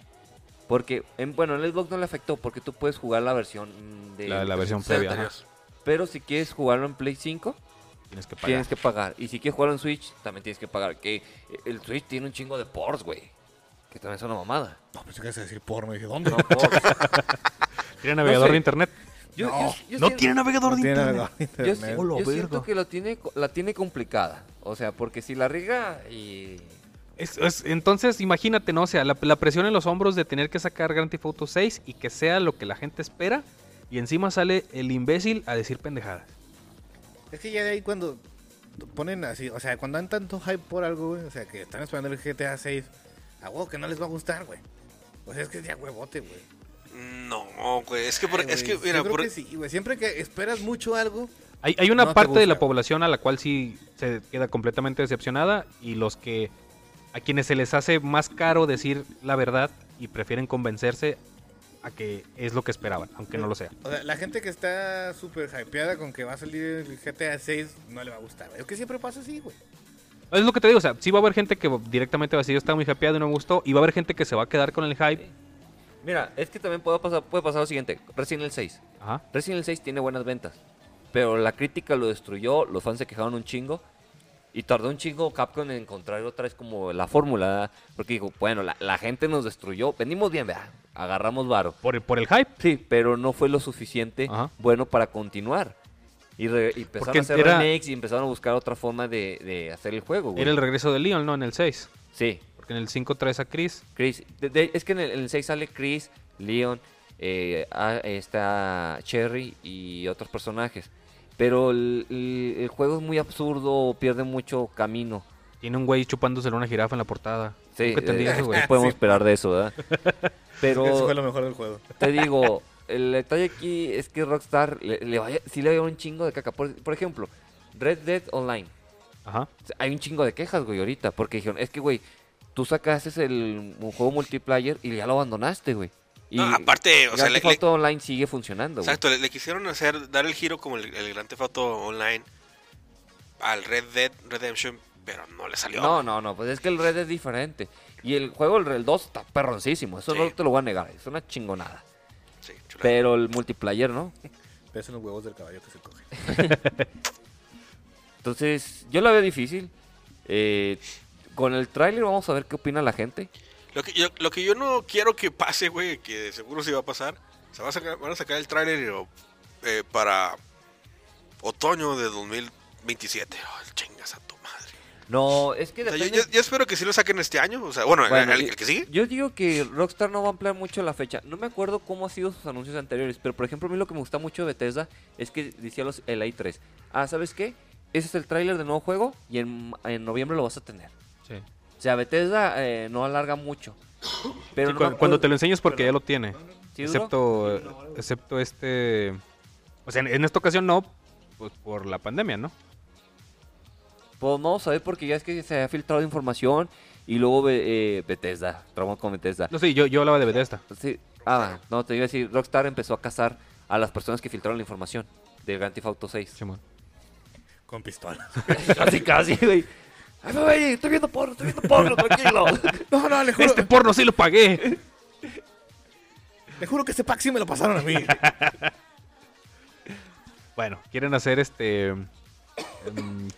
Speaker 3: Porque, en, bueno, el Xbox no le afectó porque tú puedes jugar la versión mm, de...
Speaker 4: La- la versión
Speaker 3: 360,
Speaker 4: previa, ajá.
Speaker 1: anteriores.
Speaker 3: Pero si quieres jugarlo en Play 5,
Speaker 4: Tienes que pagar.
Speaker 3: tienes que pagar. Y si quieres jugarlo en Switch, también tienes que pagar. Que el Switch tiene un chingo de ports, güey. Que también son una mamada.
Speaker 5: No, pensé que ibas a decir porno. Dije, ¿dónde?
Speaker 3: No, ports.
Speaker 4: ¿Tiene navegador
Speaker 3: sé.
Speaker 4: de internet?
Speaker 3: Yo,
Speaker 5: No,
Speaker 4: no
Speaker 3: siento-
Speaker 4: tiene navegador
Speaker 5: No
Speaker 4: de
Speaker 5: tiene
Speaker 4: internet.
Speaker 5: nada.
Speaker 3: yo
Speaker 5: internet.
Speaker 3: si-
Speaker 4: Hola,
Speaker 3: yo siento
Speaker 4: verga.
Speaker 3: que lo tiene, co- la tiene complicada. O sea, porque si la riega y...
Speaker 4: Es- es- entonces, imagínate, ¿no? O sea, la, la presión en los hombros de tener que sacar Grand Theft Auto 6 y que sea lo que la gente espera. Y encima sale el imbécil a decir pendejadas.
Speaker 5: Es que ya de ahí cuando ponen así, o sea, cuando hay tanto hype por algo, güey, o sea, que están esperando el GTA 6, a huevo que no les va a gustar, güey. O sea, es que es ya huevote, güey.
Speaker 1: No, güey, es que, por-
Speaker 5: Ay,
Speaker 1: es que,
Speaker 5: güey,
Speaker 1: mira,
Speaker 5: yo creo
Speaker 1: por- e-
Speaker 5: que sí, güey. Siempre que esperas mucho algo,
Speaker 4: Hay, hay una
Speaker 5: No te
Speaker 4: parte de la
Speaker 5: gusta.
Speaker 4: población a la cual sí se queda completamente decepcionada y los que a quienes se les hace más caro decir la verdad y prefieren convencerse a que es lo que esperaban, aunque no lo sea.
Speaker 5: o sea, la gente que está súper hypeada con que va a salir el GTA 6, no le va a gustar, güey. Es que siempre pasa así, güey.
Speaker 4: Es lo que te digo, o sea, sí va a haber gente que directamente va a decir, yo estaba muy hypeado y no me gustó, y va a haber gente que se va a quedar con el hype.
Speaker 3: Mira, es que también puede pasar, puede pasar lo siguiente. Resident Evil 6.
Speaker 4: Ajá.
Speaker 3: Resident Evil 6 tiene buenas ventas. Pero la crítica lo destruyó, los fans se quejaron un chingo. Y tardó un chingo Capcom en encontrar otra vez como la fórmula. ¿verdad? Porque dijo, bueno, la, la gente nos destruyó. Venimos bien, vea. Agarramos varo.
Speaker 4: Por, el- por el hype.
Speaker 3: Sí, pero no fue lo suficiente
Speaker 4: Ajá.
Speaker 3: bueno para continuar. Y, re- y empezaron
Speaker 4: Porque
Speaker 3: a hacer
Speaker 4: era-
Speaker 3: remakes y empezaron a buscar otra forma de, de hacer el juego, güey.
Speaker 4: Era el regreso de Leon, ¿no? En el 6.
Speaker 3: Sí,
Speaker 4: Porque en el 5 traes a Chris.
Speaker 3: Chris. De- de- es que en el, en el 6 sale Chris, Leon, eh, a- está Cherry y otros personajes. Pero el, el- el juego es muy absurdo, pierde mucho camino.
Speaker 4: Tiene un güey chupándose una jirafa en la portada.
Speaker 3: Sí,
Speaker 4: Nunca entendí
Speaker 3: eh,
Speaker 4: eso, güey.
Speaker 3: ¿qué podemos esperar de eso, ¿verdad?
Speaker 5: Eso
Speaker 3: Pero
Speaker 5: fue lo mejor del juego.
Speaker 3: te digo, el detalle aquí es que Rockstar le, le vaya, sí le va a llevar un chingo de caca. Por, por ejemplo, Red Dead Online.
Speaker 4: Ajá.
Speaker 3: O sea, Hay un chingo de quejas, güey, ahorita. Porque dijeron, es que, güey, tú sacaste el un juego multiplayer y ya lo abandonaste, güey. Y
Speaker 1: No, aparte, o sea,
Speaker 3: Grand
Speaker 1: le-
Speaker 3: Theft
Speaker 1: le-
Speaker 3: Auto Online sigue funcionando, güey.
Speaker 1: Exacto, le, le quisieron hacer, dar el giro como el, el Grand Theft Auto Online al Red Dead Redemption, pero no le salió.
Speaker 3: No, no, no, pues es que el Red es diferente. Y el juego, el Red 2, está perroncísimo. Eso
Speaker 1: Sí.
Speaker 3: no te lo voy a negar, es una chingonada.
Speaker 1: Sí, chulada.
Speaker 3: Pero el multiplayer, ¿no?
Speaker 5: Pesan los huevos del caballo que se coge.
Speaker 3: Entonces, yo la veo difícil. Eh, con el tráiler vamos a ver qué opina la gente.
Speaker 1: Lo, que yo, lo que yo no quiero que pase, güey, que de seguro sí va a pasar, se va a sacar, van a sacar el tráiler y lo- eh, para otoño de 2027. Ay, chingas a tu madre.
Speaker 3: No, es que
Speaker 1: O sea, yo,
Speaker 3: depende...
Speaker 1: yo- yo espero que sí lo saquen este año, o sea, bueno,
Speaker 3: Bueno,
Speaker 1: el, el-
Speaker 3: y-
Speaker 1: el que sigue.
Speaker 3: Yo digo que Rockstar no va a ampliar mucho la fecha. No me acuerdo cómo ha sido sus anuncios anteriores, pero por ejemplo, a mí lo que me gusta mucho de Bethesda es que decía los, el i3. Ah, ¿sabes qué? Ese es el tráiler del nuevo juego y en, en noviembre lo vas a tener.
Speaker 4: Sí.
Speaker 3: O sea, Bethesda eh, no alarga mucho. Pero no
Speaker 4: Sí, cu-
Speaker 3: me acuerdo-
Speaker 4: cuando te lo enseño es porque ya lo tiene.
Speaker 3: ¿Sí duró?
Speaker 4: excepto, excepto este... O sea, en, en esta ocasión no, pues por la pandemia, ¿no?
Speaker 3: Pues no, ¿sabes? Porque ya es que se ha filtrado información y luego Be- eh, Bethesda, tramo con Bethesda.
Speaker 4: No sé, yo, yo hablaba de Bethesda.
Speaker 3: Sí. Ah, no, te iba a decir, Rockstar empezó a cazar a las personas que filtraron la información del Grand Theft Auto 6.
Speaker 4: Simón.
Speaker 5: Con pistola.
Speaker 3: Casi, casi, güey. Ay, me voy, estoy viendo porno, estoy viendo porno, tranquilo.
Speaker 5: No, no, le juro,
Speaker 4: Este porno sí lo pagué.
Speaker 5: le juro que ese pack sí me lo pasaron a mí.
Speaker 4: Bueno, quieren hacer este... em,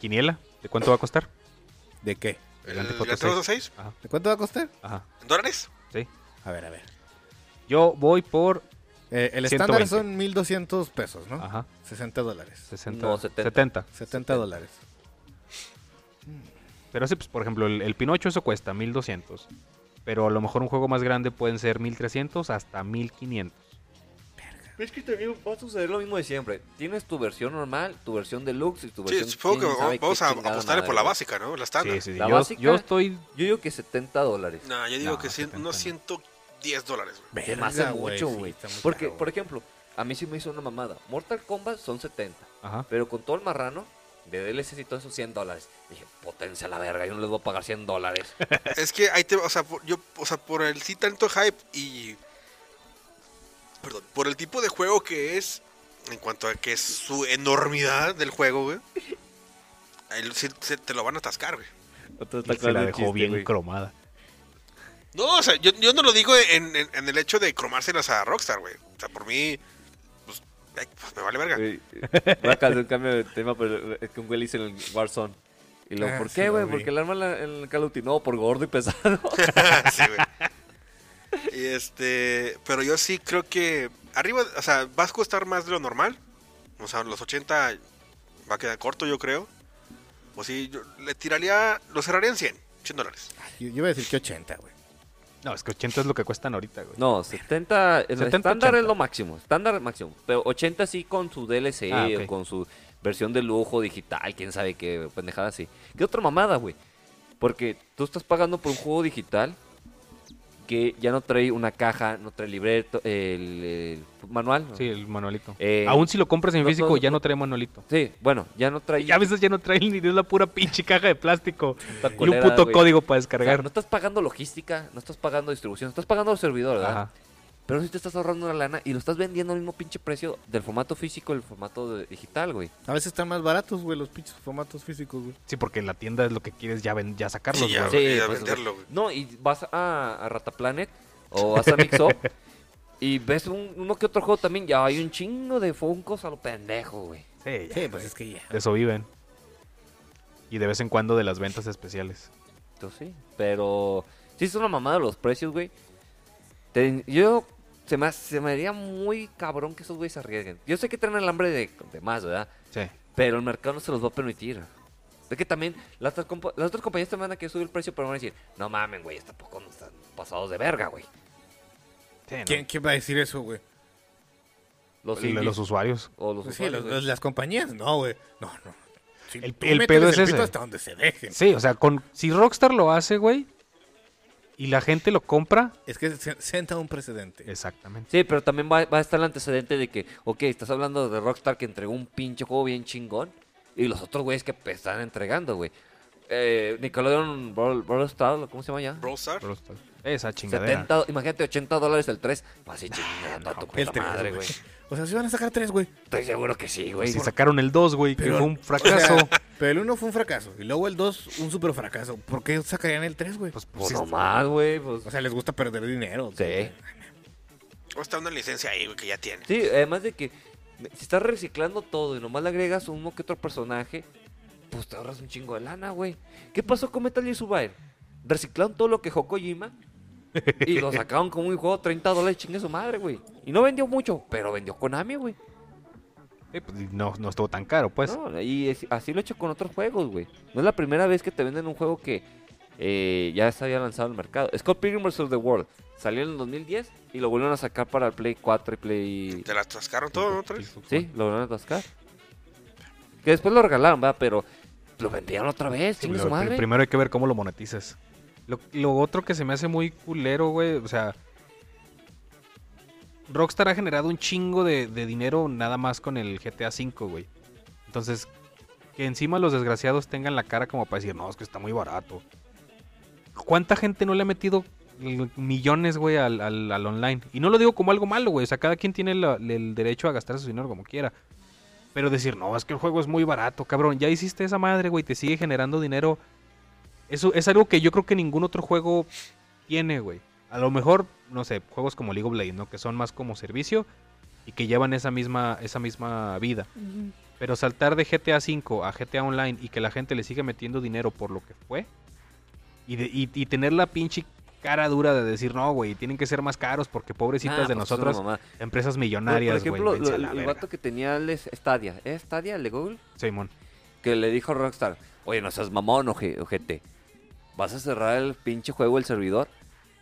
Speaker 4: quiniela. ¿De cuánto va a costar?
Speaker 5: ¿De qué?
Speaker 1: El
Speaker 4: Grand
Speaker 1: Grand
Speaker 4: Theft Auto
Speaker 1: Theft Auto 6,
Speaker 4: Ajá,
Speaker 5: ¿De cuánto va a costar?
Speaker 4: ajá.
Speaker 1: ¿en dólares?
Speaker 4: Sí.
Speaker 5: A ver, a ver.
Speaker 4: Yo voy por...
Speaker 5: Eh, el
Speaker 4: 120.
Speaker 5: estándar son 1200 pesos, ¿no?
Speaker 4: Ajá.
Speaker 5: 60 dólares.
Speaker 4: 60,
Speaker 3: No, 70.
Speaker 4: 70.
Speaker 5: 70 dólares.
Speaker 4: Pero sí, pues, por ejemplo, el, el Pinocho eso cuesta 1200. Pero a lo mejor un juego más grande pueden ser 1300 hasta 1500.
Speaker 3: Es que también va a suceder lo mismo de siempre. Tienes tu versión normal, tu versión deluxe y tu
Speaker 1: Sí,
Speaker 3: versión.
Speaker 1: supongo que
Speaker 3: pues, quién sabe
Speaker 1: vamos
Speaker 3: qué
Speaker 1: a
Speaker 3: chingada
Speaker 1: apostarle por la
Speaker 3: madre.
Speaker 1: básica, ¿no? La estándar.
Speaker 4: Sí, sí, sí.
Speaker 3: La
Speaker 4: yo,
Speaker 3: básica-
Speaker 4: yo estoy.
Speaker 3: Yo digo que 70 dólares.
Speaker 1: No, yo digo
Speaker 4: No,
Speaker 1: que cien-
Speaker 4: 70
Speaker 1: unos
Speaker 4: no.
Speaker 1: 110 dólares, güey.
Speaker 3: Se me hace
Speaker 5: Verga, güey,
Speaker 3: mucho,
Speaker 5: sí,
Speaker 3: güey.
Speaker 5: está muy
Speaker 3: Porque,
Speaker 5: caro,
Speaker 3: por ejemplo, a mí sí me hizo una mamada. Mortal Kombat son 70.
Speaker 4: Ajá.
Speaker 3: Pero con todo el marrano, de DLC y todo eso, 100 dólares. Dije, potencia la verga, yo no les voy a pagar 100 dólares.
Speaker 1: Es que ahí te, o sea, por, yo, o sea, por el sí tanto hype y perdón, por el tipo de juego que es en cuanto a que es su enormidad del juego, güey. ahí lo- sí se- te lo van a atascar, güey.
Speaker 4: Se la dejó bien cromada.
Speaker 1: No, o sea, yo, yo no lo digo en, en- en el hecho de cromárselas a Rockstar, güey. O sea, por mí pues, ay, pues, me vale verga.
Speaker 3: Güey, eh, Voy a hacer un cambio de tema, pero es que un güey le hice en el Warzone. Y luego,
Speaker 5: Ah,
Speaker 3: ¿por
Speaker 5: sí
Speaker 3: qué,
Speaker 5: lo
Speaker 3: güey?
Speaker 5: vi.
Speaker 3: Porque el arma la- en el Call of Duty. No, por gordo y pesado.
Speaker 1: Sí, güey. Y este, pero yo sí creo que arriba, o sea, vas a costar más de lo normal. O sea, los 80 va a quedar corto, yo creo. O sí, yo le tiraría, lo cerraría en 100, 100 dólares.
Speaker 5: Yo, yo iba a decir que 80, güey.
Speaker 4: No, es que 80 es lo que cuestan ahorita, güey.
Speaker 3: No, 70, el
Speaker 4: 70,
Speaker 3: estándar
Speaker 4: 80.
Speaker 3: es lo máximo, estándar máximo. Pero 80 sí con su DLC
Speaker 4: Ah,
Speaker 3: o
Speaker 4: ok.
Speaker 3: con su versión de lujo digital, quién sabe qué pendejada así. ¿Qué otra mamada, güey? Porque tú estás pagando por un juego digital que ya no trae una caja, no trae libreto, el, el manual. ¿no?
Speaker 4: Sí, el manualito.
Speaker 3: Eh,
Speaker 4: Aún si lo compras en
Speaker 3: no,
Speaker 4: físico,
Speaker 3: no,
Speaker 4: ya
Speaker 3: no.
Speaker 4: no trae manualito.
Speaker 3: Sí, bueno, ya no trae
Speaker 4: Ya a veces ya no trae ni de la pura pinche caja de plástico.
Speaker 3: esta
Speaker 4: Y un
Speaker 3: culera,
Speaker 4: puto
Speaker 3: güey.
Speaker 4: código para
Speaker 3: O sea,
Speaker 4: descargar.
Speaker 3: no estás pagando logística, no estás pagando distribución, estás pagando el servidor, ¿verdad?
Speaker 4: Ajá.
Speaker 3: Pero si te estás ahorrando una lana y lo estás vendiendo al mismo pinche precio del formato físico y el formato de- digital, güey.
Speaker 5: A veces están más baratos, güey, los pinches formatos físicos, güey.
Speaker 4: Sí, porque en la tienda es lo que quieres ya, ven- ya sacarlos,
Speaker 1: Sí, ya,
Speaker 4: güey.
Speaker 1: güey. y a
Speaker 3: pues,
Speaker 1: venderlo, güey.
Speaker 3: No, y vas a, a Rataplanet o vas a Mixup y ves un- uno que otro juego también. Ya hay un chingo de Funkos a lo pendejo, güey.
Speaker 4: Sí, ya.
Speaker 5: Sí, pues es que ya.
Speaker 4: De eso viven. Y de vez en cuando de las ventas especiales.
Speaker 3: Entonces sí. Pero sí es una mamada los precios, güey. Te- yo se me, hace- se me haría muy cabrón que esos güeyes se arriesguen. Yo sé que traen el hambre de, de más, ¿verdad?
Speaker 4: Sí.
Speaker 3: Pero el mercado no se los va a permitir. Es que también las otras, compa- las otras compañías también van a querer subir el precio, pero van a decir, no mamen, güey, tampoco no están pasados de verga, güey.
Speaker 4: Sí, ¿no?
Speaker 5: ¿Quién, quién va a decir eso, güey? Pues
Speaker 3: Los,
Speaker 4: Los,
Speaker 3: indies
Speaker 4: los usuarios.
Speaker 3: o los
Speaker 5: Sí,
Speaker 3: usuarios,
Speaker 5: los-
Speaker 3: güey.
Speaker 5: los- las compañías, no, güey. No, no. Si
Speaker 4: El-
Speaker 5: tú
Speaker 4: el
Speaker 5: metes
Speaker 4: pedo es
Speaker 5: pito
Speaker 4: ese.
Speaker 5: hasta donde se dejen.
Speaker 4: Sí, o sea, con si Rockstar lo hace, güey, y la gente lo compra.
Speaker 5: Es que se- senta un precedente.
Speaker 4: Exactamente.
Speaker 3: Sí, pero también va, va a estar el antecedente de que, ok, estás hablando de Rockstar que entregó un pinche juego bien chingón y los otros güeyes que pe- están entregando, güey. Eh, Nickelodeon Brawl, Brawl Stars, ¿cómo se llama ya?
Speaker 1: Brawl Stars.
Speaker 4: Rockstar. Esa chingadera.
Speaker 3: 70, imagínate, 80 dólares el 3. Así chingada, tu
Speaker 5: el
Speaker 3: puta
Speaker 5: tres,
Speaker 3: madre,
Speaker 5: este güey.
Speaker 3: güey.
Speaker 5: O sea, si van a sacar tres, güey.
Speaker 3: Estoy seguro que sí, güey.
Speaker 4: Si sacaron el 2, güey, que
Speaker 5: Pero-
Speaker 4: fue un
Speaker 5: O sea,
Speaker 4: fracaso.
Speaker 5: pero el uno fue un fracaso. Y luego el dos, un super fracaso. ¿Por qué sacarían el tres, güey?
Speaker 4: pues, pues,
Speaker 3: Pues
Speaker 4: sí,
Speaker 3: nomás, güey. Pues,
Speaker 5: O sea, les gusta perder dinero.
Speaker 3: sí.
Speaker 1: O está una licencia ahí, güey, que ya tiene.
Speaker 3: Sí, además de que se está reciclando todo y nomás le agregas uno que otro personaje, pues te ahorras un chingo de lana, güey. ¿Qué pasó con Metal Gear Survive? Reciclaron todo lo que Hokojima y lo sacaron como un juego de 30 dólares, chingue su madre, güey. Y no vendió mucho, pero vendió Konami, güey.
Speaker 4: eh, pues, no, no estuvo tan caro, pues.
Speaker 3: No, y es- así lo he hecho con otros juegos, güey. No es la primera vez que te venden un juego que eh, ya se había lanzado al mercado. Scott Pilgrim vs. The World salió en el 2010 y lo volvieron a sacar para el Play 4 y Play
Speaker 1: Te la atascaron todo, ¿no? Otra vez.
Speaker 3: Sí, lo volvieron a atascar. Que después lo regalaron, va, pero lo vendieron otra vez,
Speaker 4: Sí,
Speaker 3: chingue
Speaker 4: Pues, lo-
Speaker 3: su
Speaker 4: pri-
Speaker 3: madre.
Speaker 4: Primero hay que ver cómo lo monetizas. Lo, lo otro que se me hace muy culero, güey, o sea... Rockstar ha generado un chingo de, de dinero nada más con el GTA V, güey. Entonces, que encima los desgraciados tengan la cara como para decir, no, es que está muy barato. ¿Cuánta gente no le ha metido l- millones, güey, al, al- al online? Y no lo digo como algo malo, güey. O sea, cada quien tiene la- el derecho a gastar su dinero como quiera. Pero decir, no, es que el juego es muy barato, cabrón. Ya hiciste esa madre, güey, te sigue generando dinero. Eso es algo que yo creo que ningún otro juego tiene, güey. A lo mejor, no sé, juegos como League of Legends, ¿no? Que son más como servicio y que llevan esa misma, esa misma vida. Pero saltar de GTA V a GTA Online y que la gente le sigue metiendo dinero por lo que fue. Y, de- y- y tener la pinche cara dura de decir, no, güey, tienen que ser más caros porque pobrecitas
Speaker 3: Ah,
Speaker 4: de
Speaker 3: pues, es una
Speaker 4: nosotros,
Speaker 3: mamada.
Speaker 4: empresas
Speaker 3: Por- Por
Speaker 4: millonarias, güey.
Speaker 3: ejemplo,
Speaker 4: vense
Speaker 3: lo-
Speaker 4: a la
Speaker 3: el
Speaker 4: verga.
Speaker 3: vato que tenía el es- Stadia, ¿eh? Stadia, el de Google,
Speaker 4: Simón.
Speaker 3: que le dijo a Rockstar, oye, no seas mamón, oje- ojete. Vas a cerrar el pinche juego, el servidor,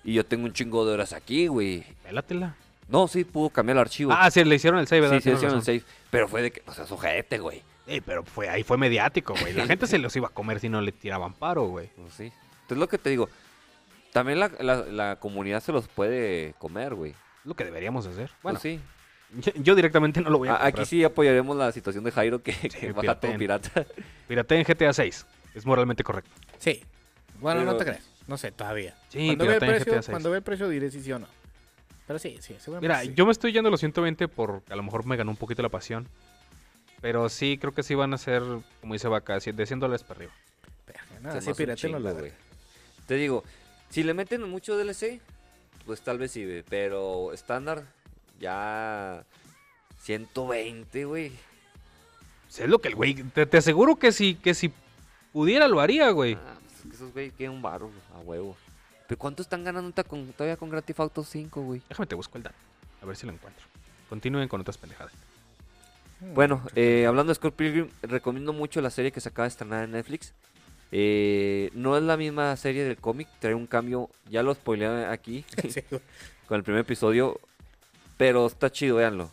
Speaker 3: y yo tengo un chingo de horas aquí, güey.
Speaker 4: Pélatela.
Speaker 3: No, sí pudo cambiar el archivo.
Speaker 4: Ah, sí, le hicieron el save, ¿verdad?
Speaker 3: sí, sí,
Speaker 4: Tienes
Speaker 3: hicieron el
Speaker 4: razón.
Speaker 3: save. Pero fue de que, o sea, sujete, güey.
Speaker 4: Ey, pero fue, ahí fue mediático, güey. La gente se los iba a comer si no le tiraban paro, güey.
Speaker 3: Pues sí. Entonces lo que te digo, también la, la- la comunidad se los puede comer, güey.
Speaker 4: Lo que deberíamos hacer.
Speaker 3: Bueno,
Speaker 4: Bueno,
Speaker 3: Pues sí.
Speaker 4: yo, yo directamente no lo Pues voy a
Speaker 3: A-
Speaker 4: comprar.
Speaker 3: aquí sí apoyaremos la situación de Jairo que, que
Speaker 4: Sí, Ah,
Speaker 3: baja todo pirata.
Speaker 4: Piratea en GTA 6. Es moralmente correcto.
Speaker 5: Sí. Bueno, no
Speaker 3: Pero-
Speaker 5: te creas. No sé, todavía.
Speaker 4: Sí,
Speaker 5: cuando, ve el
Speaker 4: piratea en GTA
Speaker 5: precio,
Speaker 4: VI.
Speaker 5: cuando ve el precio diré si sí o no. Pero sí, sí, seguramente
Speaker 4: Mira,
Speaker 5: sí.
Speaker 4: yo me estoy yendo a los 120 por a lo mejor me ganó un poquito la pasión. Pero sí, creo que sí van a ser, como dice Vaca, sí, de 100 dólares para arriba.
Speaker 5: Verga,
Speaker 3: Se
Speaker 5: Nada,
Speaker 3: me
Speaker 5: sí,
Speaker 3: hace un
Speaker 5: piratenlo,
Speaker 3: chingo,
Speaker 5: la
Speaker 3: güey.
Speaker 5: verdad.
Speaker 3: Te digo, si le meten mucho DLC, pues tal vez sí, güey, pero estándar ya 120, güey.
Speaker 4: Pues es lo que el güey. Te, te aseguro que si, que si pudiera lo haría, güey.
Speaker 3: Ah, pues, es que esos güey quieren un barro a huevo. Pero ¿cuánto están ganando ahorita con- todavía con Grand Theft Auto 5, güey?
Speaker 4: Déjame te busco el dato. A ver si lo encuentro. Continúen con otras pendejadas.
Speaker 3: Bueno, eh, hablando de Scott Pilgrim, recomiendo mucho la serie que se acaba de estrenar en Netflix. Eh, no es la misma serie del cómic, trae un cambio, ya lo spoileé aquí
Speaker 5: Sí, güey.
Speaker 3: con el primer episodio, pero está chido, véanlo.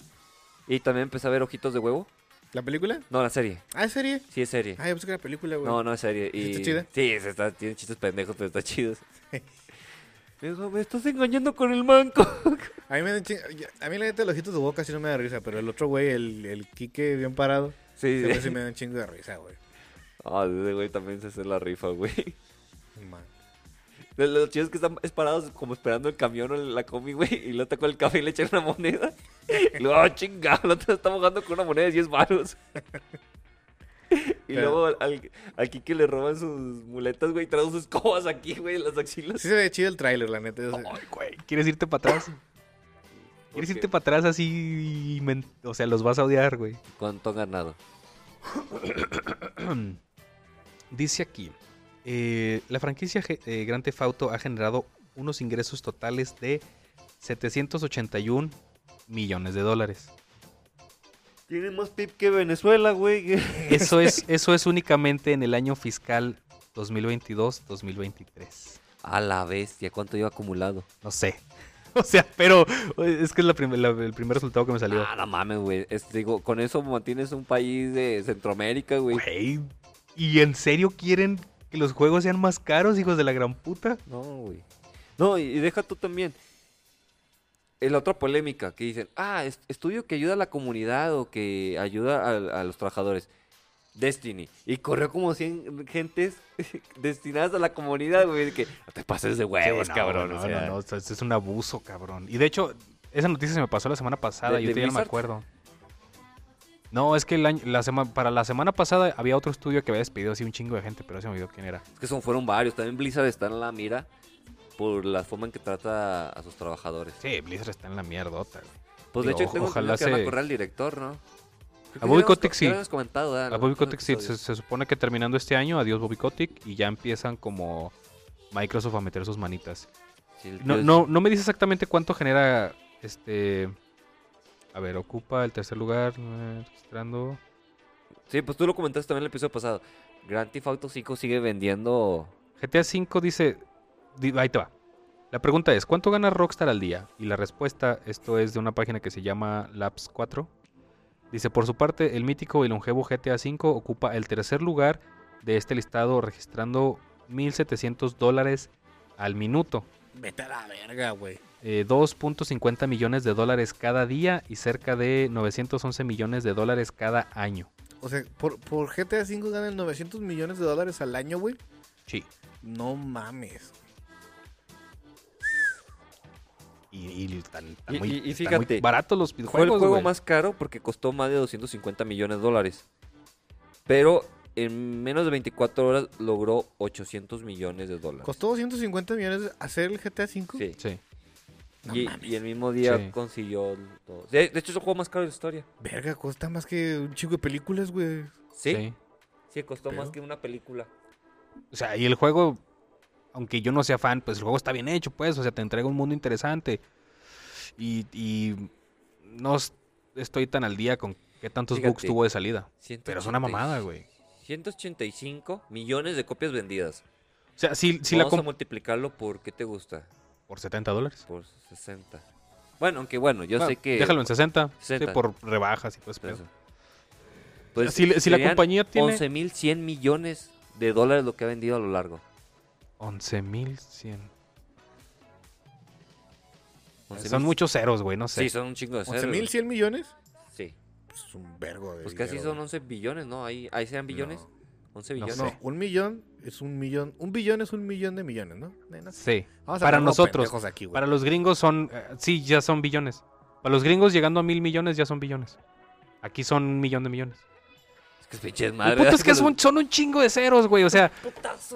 Speaker 3: Y también empecé a ver Ojitos de Huevo.
Speaker 5: ¿La película?
Speaker 3: No, la serie,
Speaker 5: Ah, ¿es serie?
Speaker 3: sí es serie.
Speaker 5: Ah, yo pensé que era película, güey.
Speaker 3: No, no es serie.
Speaker 5: ¿Sí
Speaker 3: Y...
Speaker 5: está chida?
Speaker 3: Sí, se está- tiene chistes pendejos, pero está chido. Me dijo, me estás engañando con el manco.
Speaker 5: A mí, me, da ching- ya- a mí la neta, los ojitos de boca sí no me da risa, pero el otro güey, el, el Quique bien parado,
Speaker 3: Sí,
Speaker 5: ese güey sí
Speaker 3: sí.
Speaker 5: me da un chingo de risa, güey.
Speaker 3: Ah, ese güey también se hace la rifa, güey.
Speaker 5: Man.
Speaker 3: Lo, lo chido es que están es parados como esperando el camión o la combi, güey, y lo tacó el café y le echan una moneda. Y luego, ah, chingado, el otro está mojando con una moneda de 10 baros. Y
Speaker 5: Pero-
Speaker 3: luego al, al, al Kike le roban sus muletas, güey, trae sus escobas aquí, güey, en las axilas.
Speaker 5: Sí se ve chido el tráiler, la neta. yo sé.
Speaker 4: Ay, güey. ¿Quieres irte para atrás? ¿Quieres
Speaker 3: Ok.
Speaker 4: irte para atrás así? y men- O sea, los vas a odiar, güey.
Speaker 3: ¿Cuánto han ganado?
Speaker 4: Dice aquí, eh, la franquicia ge- eh, Grand Theft Auto ha generado unos ingresos totales de 781 millones de dólares.
Speaker 3: Tiene más PIB que Venezuela, güey.
Speaker 4: Eso es, eso es únicamente en el año fiscal 2022-2023.
Speaker 3: A la bestia, ¿cuánto lleva acumulado?
Speaker 4: No sé. O sea, pero eh, es que es la prim- la- el primer resultado que me salió.
Speaker 3: Ah, no mames, güey. Es- digo, con eso mantienes un país de Centroamérica, güey.
Speaker 4: Güey, ¿y en serio quieren que los juegos sean más caros, hijos de la gran puta?
Speaker 3: No, güey. No, y, y deja tú también. eh, La otra polémica que dicen, ah, es- estudio que ayuda a la comunidad o que ayuda a, a los trabajadores. Destiny. Y corrió como 100 gentes destinadas a la comunidad, güey. de Que no te pases de huevos,
Speaker 4: Sí, no,
Speaker 3: cabrón.
Speaker 4: No,
Speaker 3: o sea.
Speaker 4: no, no, esto- esto es un abuso, cabrón. Y de hecho, esa noticia se me pasó la semana pasada,
Speaker 3: ¿De-
Speaker 4: yo
Speaker 3: de
Speaker 4: ya no me
Speaker 3: Blizzard?
Speaker 4: acuerdo. No, es que el año- la sema- para la semana pasada había otro estudio que había despedido así un chingo de gente, pero se me olvidó quién era.
Speaker 3: Es que son, fueron varios. También Blizzard está en la mira por la forma en que trata a sus trabajadores.
Speaker 4: Sí, Blizzard está en la mierdota, güey.
Speaker 3: Pues de
Speaker 4: Digo,
Speaker 3: hecho, tengo
Speaker 4: ojalá
Speaker 3: entendido que van a
Speaker 4: se-
Speaker 3: correr al director, ¿no? Creo que
Speaker 4: A Bobby
Speaker 3: ya habíamos co-
Speaker 4: Kotick
Speaker 3: ya
Speaker 4: sí.
Speaker 3: habíamos comentado, ¿verdad?
Speaker 4: A
Speaker 3: En
Speaker 4: Bobby
Speaker 3: Ah, los
Speaker 4: Kotick sí, se,
Speaker 3: episodios.
Speaker 4: se supone que terminando este año, adiós Bobby Kotick, y ya empiezan como Microsoft a meter sus manitas.
Speaker 3: Sí, el
Speaker 4: No,
Speaker 3: tío-
Speaker 4: no, no me dice exactamente cuánto genera este... A ver, ocupa el tercer lugar, eh, registrando...
Speaker 3: Sí, pues tú lo comentaste también en el episodio pasado. Grand Theft Auto 5 sigue vendiendo.
Speaker 4: GTA V dice, di- ahí te va. La pregunta es, ¿cuánto gana Rockstar al día? Y la respuesta, esto es de una página que se llama Labs 4. Dice, por su parte, el mítico y longevo GTA V ocupa el tercer lugar de este listado registrando 1.700 dólares al minuto,
Speaker 5: Vete a la verga, güey.
Speaker 4: eh, 2.50 millones de dólares cada día y cerca de 911 millones de dólares cada año.
Speaker 5: O sea, por, por GTA V ganan 900 millones de dólares al año, güey.
Speaker 4: Sí.
Speaker 5: No mames.
Speaker 4: Y, y están, están
Speaker 3: Y-
Speaker 4: muy,
Speaker 3: y- y
Speaker 4: están muy
Speaker 3: fíjate,
Speaker 4: baratos los
Speaker 3: Fue el
Speaker 4: videojuegos.
Speaker 3: juego
Speaker 4: güey.
Speaker 3: más caro porque costó más de 250 millones de dólares. Pero en menos de 24 horas logró 800 millones de dólares.
Speaker 5: ¿Costó 250 millones hacer el GTA V?
Speaker 3: Sí.
Speaker 4: Sí.
Speaker 5: No
Speaker 3: y,
Speaker 5: mames.
Speaker 3: y el mismo día
Speaker 4: Sí.
Speaker 3: consiguió todo. De, de hecho, es el juego más caro de la historia.
Speaker 5: Verga, cuesta más que un chico de películas, güey.
Speaker 3: Sí. Sí,
Speaker 4: sí.
Speaker 3: costó
Speaker 5: Pero-
Speaker 3: más que una película.
Speaker 4: O sea, y el juego, aunque yo no sea fan, pues el juego está bien hecho, pues. O sea, te entrega un mundo interesante. Y, y no es- estoy tan al día con qué tantos bugs
Speaker 3: Fíjate.
Speaker 4: tuvo de salida.
Speaker 3: 180
Speaker 4: Pero es una mamada, güey.
Speaker 3: 185 millones de copias vendidas.
Speaker 4: O sea, si, si la
Speaker 3: Vamos a
Speaker 4: comp-
Speaker 3: multiplicarlo por, ¿qué te gusta?
Speaker 4: Por 70 dólares.
Speaker 3: Por 60. Bueno, aunque bueno, yo
Speaker 4: Bueno,
Speaker 3: sé que.
Speaker 4: Déjalo en 60. sí,
Speaker 3: 60.
Speaker 4: por rebajas y todo ese pedo.
Speaker 3: Entonces, pues,
Speaker 4: Si- si la
Speaker 3: serían
Speaker 4: compañía tiene-
Speaker 3: 11.100 millones de dólares lo que ha vendido a lo largo.
Speaker 4: 11.100.
Speaker 3: 11,000.
Speaker 4: Son muchos ceros, güey, no sé.
Speaker 3: Sí, son un chingo de ceros. güey.
Speaker 5: 11.100 millones.
Speaker 3: Sí.
Speaker 5: Pues es un vergo de
Speaker 3: Pues casi
Speaker 5: dinero,
Speaker 3: son 11 billones, ¿no? Ahí, ahí serán billones. 11
Speaker 4: No
Speaker 3: billones.
Speaker 5: No, un millón es un millón. Un billón es un millón de millones, ¿no? Nena,
Speaker 4: Sí.
Speaker 5: Vamos a
Speaker 4: Para
Speaker 5: ponernos
Speaker 4: nosotros,
Speaker 5: pendejos aquí, güey.
Speaker 4: para los gringos son. eh, sí, ya son billones. Para los gringos llegando a mil millones ya son billones. Aquí son un millón de millones.
Speaker 3: Es que es pinche
Speaker 4: El
Speaker 3: madre.
Speaker 4: punto es que es un- son un chingo de ceros, güey. O sea,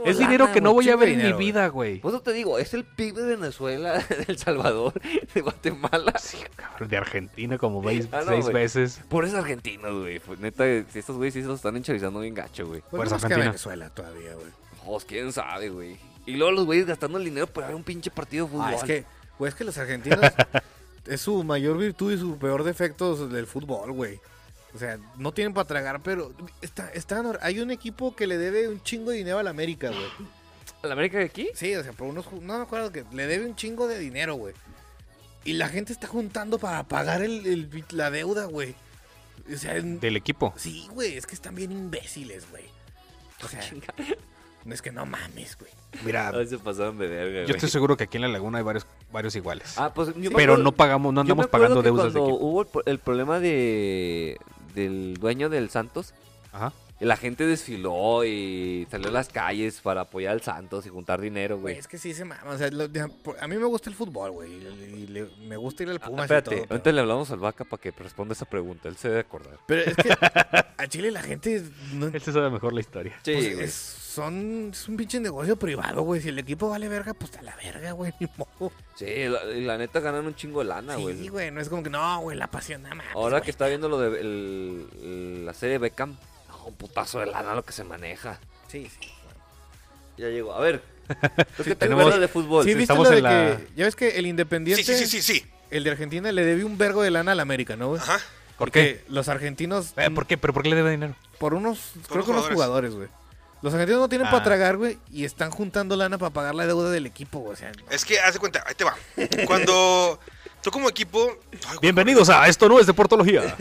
Speaker 4: es dinero que no voy a
Speaker 5: chingo de
Speaker 4: ver en mi
Speaker 5: dinero, güey.
Speaker 4: vida, güey. Pues,
Speaker 3: Por eso te digo, es el PIB de Venezuela, de El Salvador, de Guatemala.
Speaker 4: Sí, cabrón, de Argentina como veis
Speaker 3: Ah, no,
Speaker 4: seis
Speaker 3: güey.
Speaker 4: veces.
Speaker 3: Por eso argentinos, güey. Pues, Neta, estos güeyes sí se los están encharizando bien gacho, güey.
Speaker 5: Pues
Speaker 4: Fuerza
Speaker 5: más que
Speaker 4: Argentina.
Speaker 5: Venezuela todavía, güey.
Speaker 3: Pues quién sabe, güey. Y luego los güeyes gastando el dinero para ver un pinche partido de fútbol.
Speaker 5: Ah, es que, güey, es que los argentinos es su mayor virtud y su peor defecto es del fútbol, güey. O sea, no tienen para tragar, pero está, está nor- hay un equipo que le debe un chingo de dinero a la América, güey.
Speaker 3: ¿A la América de aquí?
Speaker 5: Sí, o sea, por unos ju- no me acuerdo que le debe un chingo de dinero, güey. Y la gente está juntando para pagar el, el- la deuda, güey. O sea, en-
Speaker 4: Del equipo.
Speaker 5: sí, güey, es que están bien imbéciles, güey. O sea, no es que no mames, güey.
Speaker 4: Mira,
Speaker 3: Ay, se pasaron de verga, güey.
Speaker 4: yo estoy seguro que aquí en la laguna hay varios, varios iguales.
Speaker 3: Ah, pues, yo me
Speaker 4: pero
Speaker 3: acuerdo-
Speaker 4: no pagamos, no
Speaker 3: yo me
Speaker 4: andamos
Speaker 3: acuerdo
Speaker 4: pagando
Speaker 3: que
Speaker 4: deudas de
Speaker 3: cuando
Speaker 4: equipo.
Speaker 3: hubo el, pro- el problema de del dueño del Santos,
Speaker 4: Ajá.
Speaker 3: la gente desfiló y salió a las calles para apoyar al Santos y juntar dinero,
Speaker 5: Güey,
Speaker 3: güey.
Speaker 5: es que sí se mama. O sea, lo- de- por- a mí me gusta el fútbol, güey. Y, y le- me gusta ir al
Speaker 3: Ah,
Speaker 5: Pumas y
Speaker 3: espérate,
Speaker 5: todo, pero-
Speaker 3: ahorita le hablamos al Vaca para que responda esa pregunta. Él se debe acordar.
Speaker 5: Pero es que a Chile la gente no,
Speaker 4: Él se sabe mejor la historia.
Speaker 3: Sí,
Speaker 5: pues, es, son, es un pinche negocio privado, güey. Si el equipo vale verga, pues a la verga, güey. Ni modo.
Speaker 3: Sí, la, y la neta ganan un chingo de lana, Ah, güey.
Speaker 5: sí, güey. No es como que no, güey, la pasión nada más.
Speaker 3: Ahora
Speaker 5: güey.
Speaker 3: que está viendo lo de el- el- la serie Beckham, no, un putazo de lana lo que se maneja.
Speaker 5: Sí, sí.
Speaker 3: Ya llegó. A ver, ¿tú qué te
Speaker 4: tenemos-
Speaker 3: acuerdas de fútbol?
Speaker 5: Sí,
Speaker 4: sí,
Speaker 5: viste
Speaker 4: estamos
Speaker 5: lo de
Speaker 4: en la-
Speaker 5: que. Ya ves que el
Speaker 1: Sí,
Speaker 5: Independiente,
Speaker 1: sí, sí, sí, sí.
Speaker 5: el de Argentina, le debió un vergo de lana al América, ¿no, güey?
Speaker 1: Ajá.
Speaker 4: ¿Por
Speaker 5: Porque los argentinos. mm,
Speaker 4: Eh, ¿Por qué? ¿Pero por qué le debe dinero?
Speaker 5: Por unos, creo
Speaker 1: unos
Speaker 5: que unos jugadores, güey. Los argentinos no tienen
Speaker 4: Ah.
Speaker 5: para tragar, güey, y están juntando lana para pagar la deuda del equipo, güey. O sea, no.
Speaker 1: Es que, haz de cuenta, ahí te va. Cuando tú como equipo... ay, güey,
Speaker 4: Bienvenidos a Esto no es Deportología.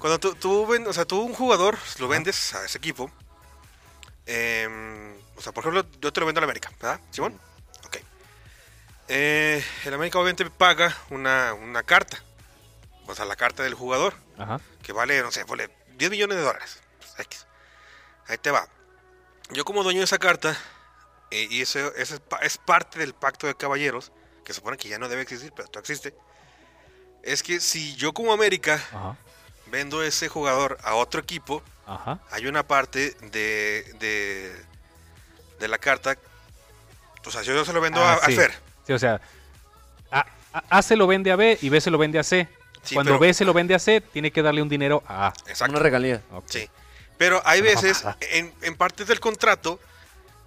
Speaker 1: Cuando tú, tú ven- o sea, tú un jugador pues, lo vendes a ese equipo. em, o sea, por ejemplo, yo te lo vendo al América, ¿verdad, Simón? Ok. Eh, el América obviamente paga una, una carta. O sea, la carta del jugador,
Speaker 4: Ajá.
Speaker 1: que vale, no sé, ponle 10 millones de dólares. pues, X. Ahí te va. Yo como dueño de esa carta, eh, y eso, eso es, pa- es parte del pacto de caballeros, que supone que ya no debe existir, pero todavía existe. Es que si yo como América
Speaker 4: Ajá.
Speaker 1: vendo ese jugador a otro equipo,
Speaker 4: Ajá.
Speaker 1: hay una parte de, de, de la carta. O sea, yo se lo vendo
Speaker 4: Ah,
Speaker 1: a, a
Speaker 4: sí.
Speaker 1: Fer.
Speaker 4: Sí, o sea, a, a- A se lo vende a B y B se lo vende a C.
Speaker 1: Sí,
Speaker 4: Cuando
Speaker 1: pero-
Speaker 4: B se lo vende a C, tiene que darle un dinero a A.
Speaker 1: Exacto.
Speaker 3: Una regalía.
Speaker 4: Ok.
Speaker 1: Sí. Pero hay
Speaker 4: Una
Speaker 1: veces,
Speaker 4: mamada.
Speaker 1: en, en partes del contrato,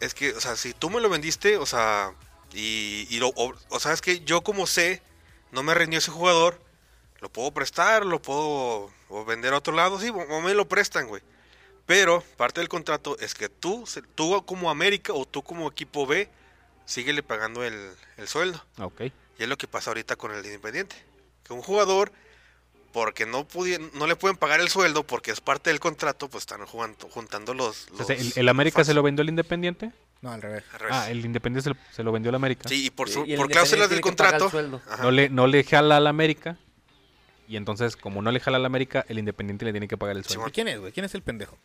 Speaker 1: es que, o sea, si tú me lo vendiste, o sea, y, y lo, o, o sea, es que yo como sé, no me rindió ese jugador, lo puedo prestar, lo puedo o vender a otro lado, sí, o, o me lo prestan, güey. Pero parte del contrato es que tú, se- tú como América o tú como equipo B, síguele pagando el, el sueldo.
Speaker 4: Ok.
Speaker 1: Y es lo que pasa ahorita con el Independiente. Que un jugador, porque no pudi- no le pueden pagar el sueldo porque es parte del contrato, pues están jugando, juntando los.
Speaker 4: O sea,
Speaker 1: los-
Speaker 4: el, el América
Speaker 1: los
Speaker 4: se lo
Speaker 1: fans.
Speaker 4: vendió al Independiente.
Speaker 5: No, al revés.
Speaker 1: Al revés.
Speaker 4: Ah, el Independiente se lo, se lo vendió al América.
Speaker 1: Sí, y por, su-
Speaker 3: Y el
Speaker 1: por cláusulas
Speaker 3: Independiente
Speaker 1: del
Speaker 3: tiene que pagar el
Speaker 1: contrato.
Speaker 3: sueldo.
Speaker 1: Ajá.
Speaker 4: No le, no le jala al América. Y entonces, como no le jala al América, el Independiente le tiene que pagar el sueldo.
Speaker 1: Simón.
Speaker 5: ¿Y ¿Quién es, güey? ¿Quién es el pendejo?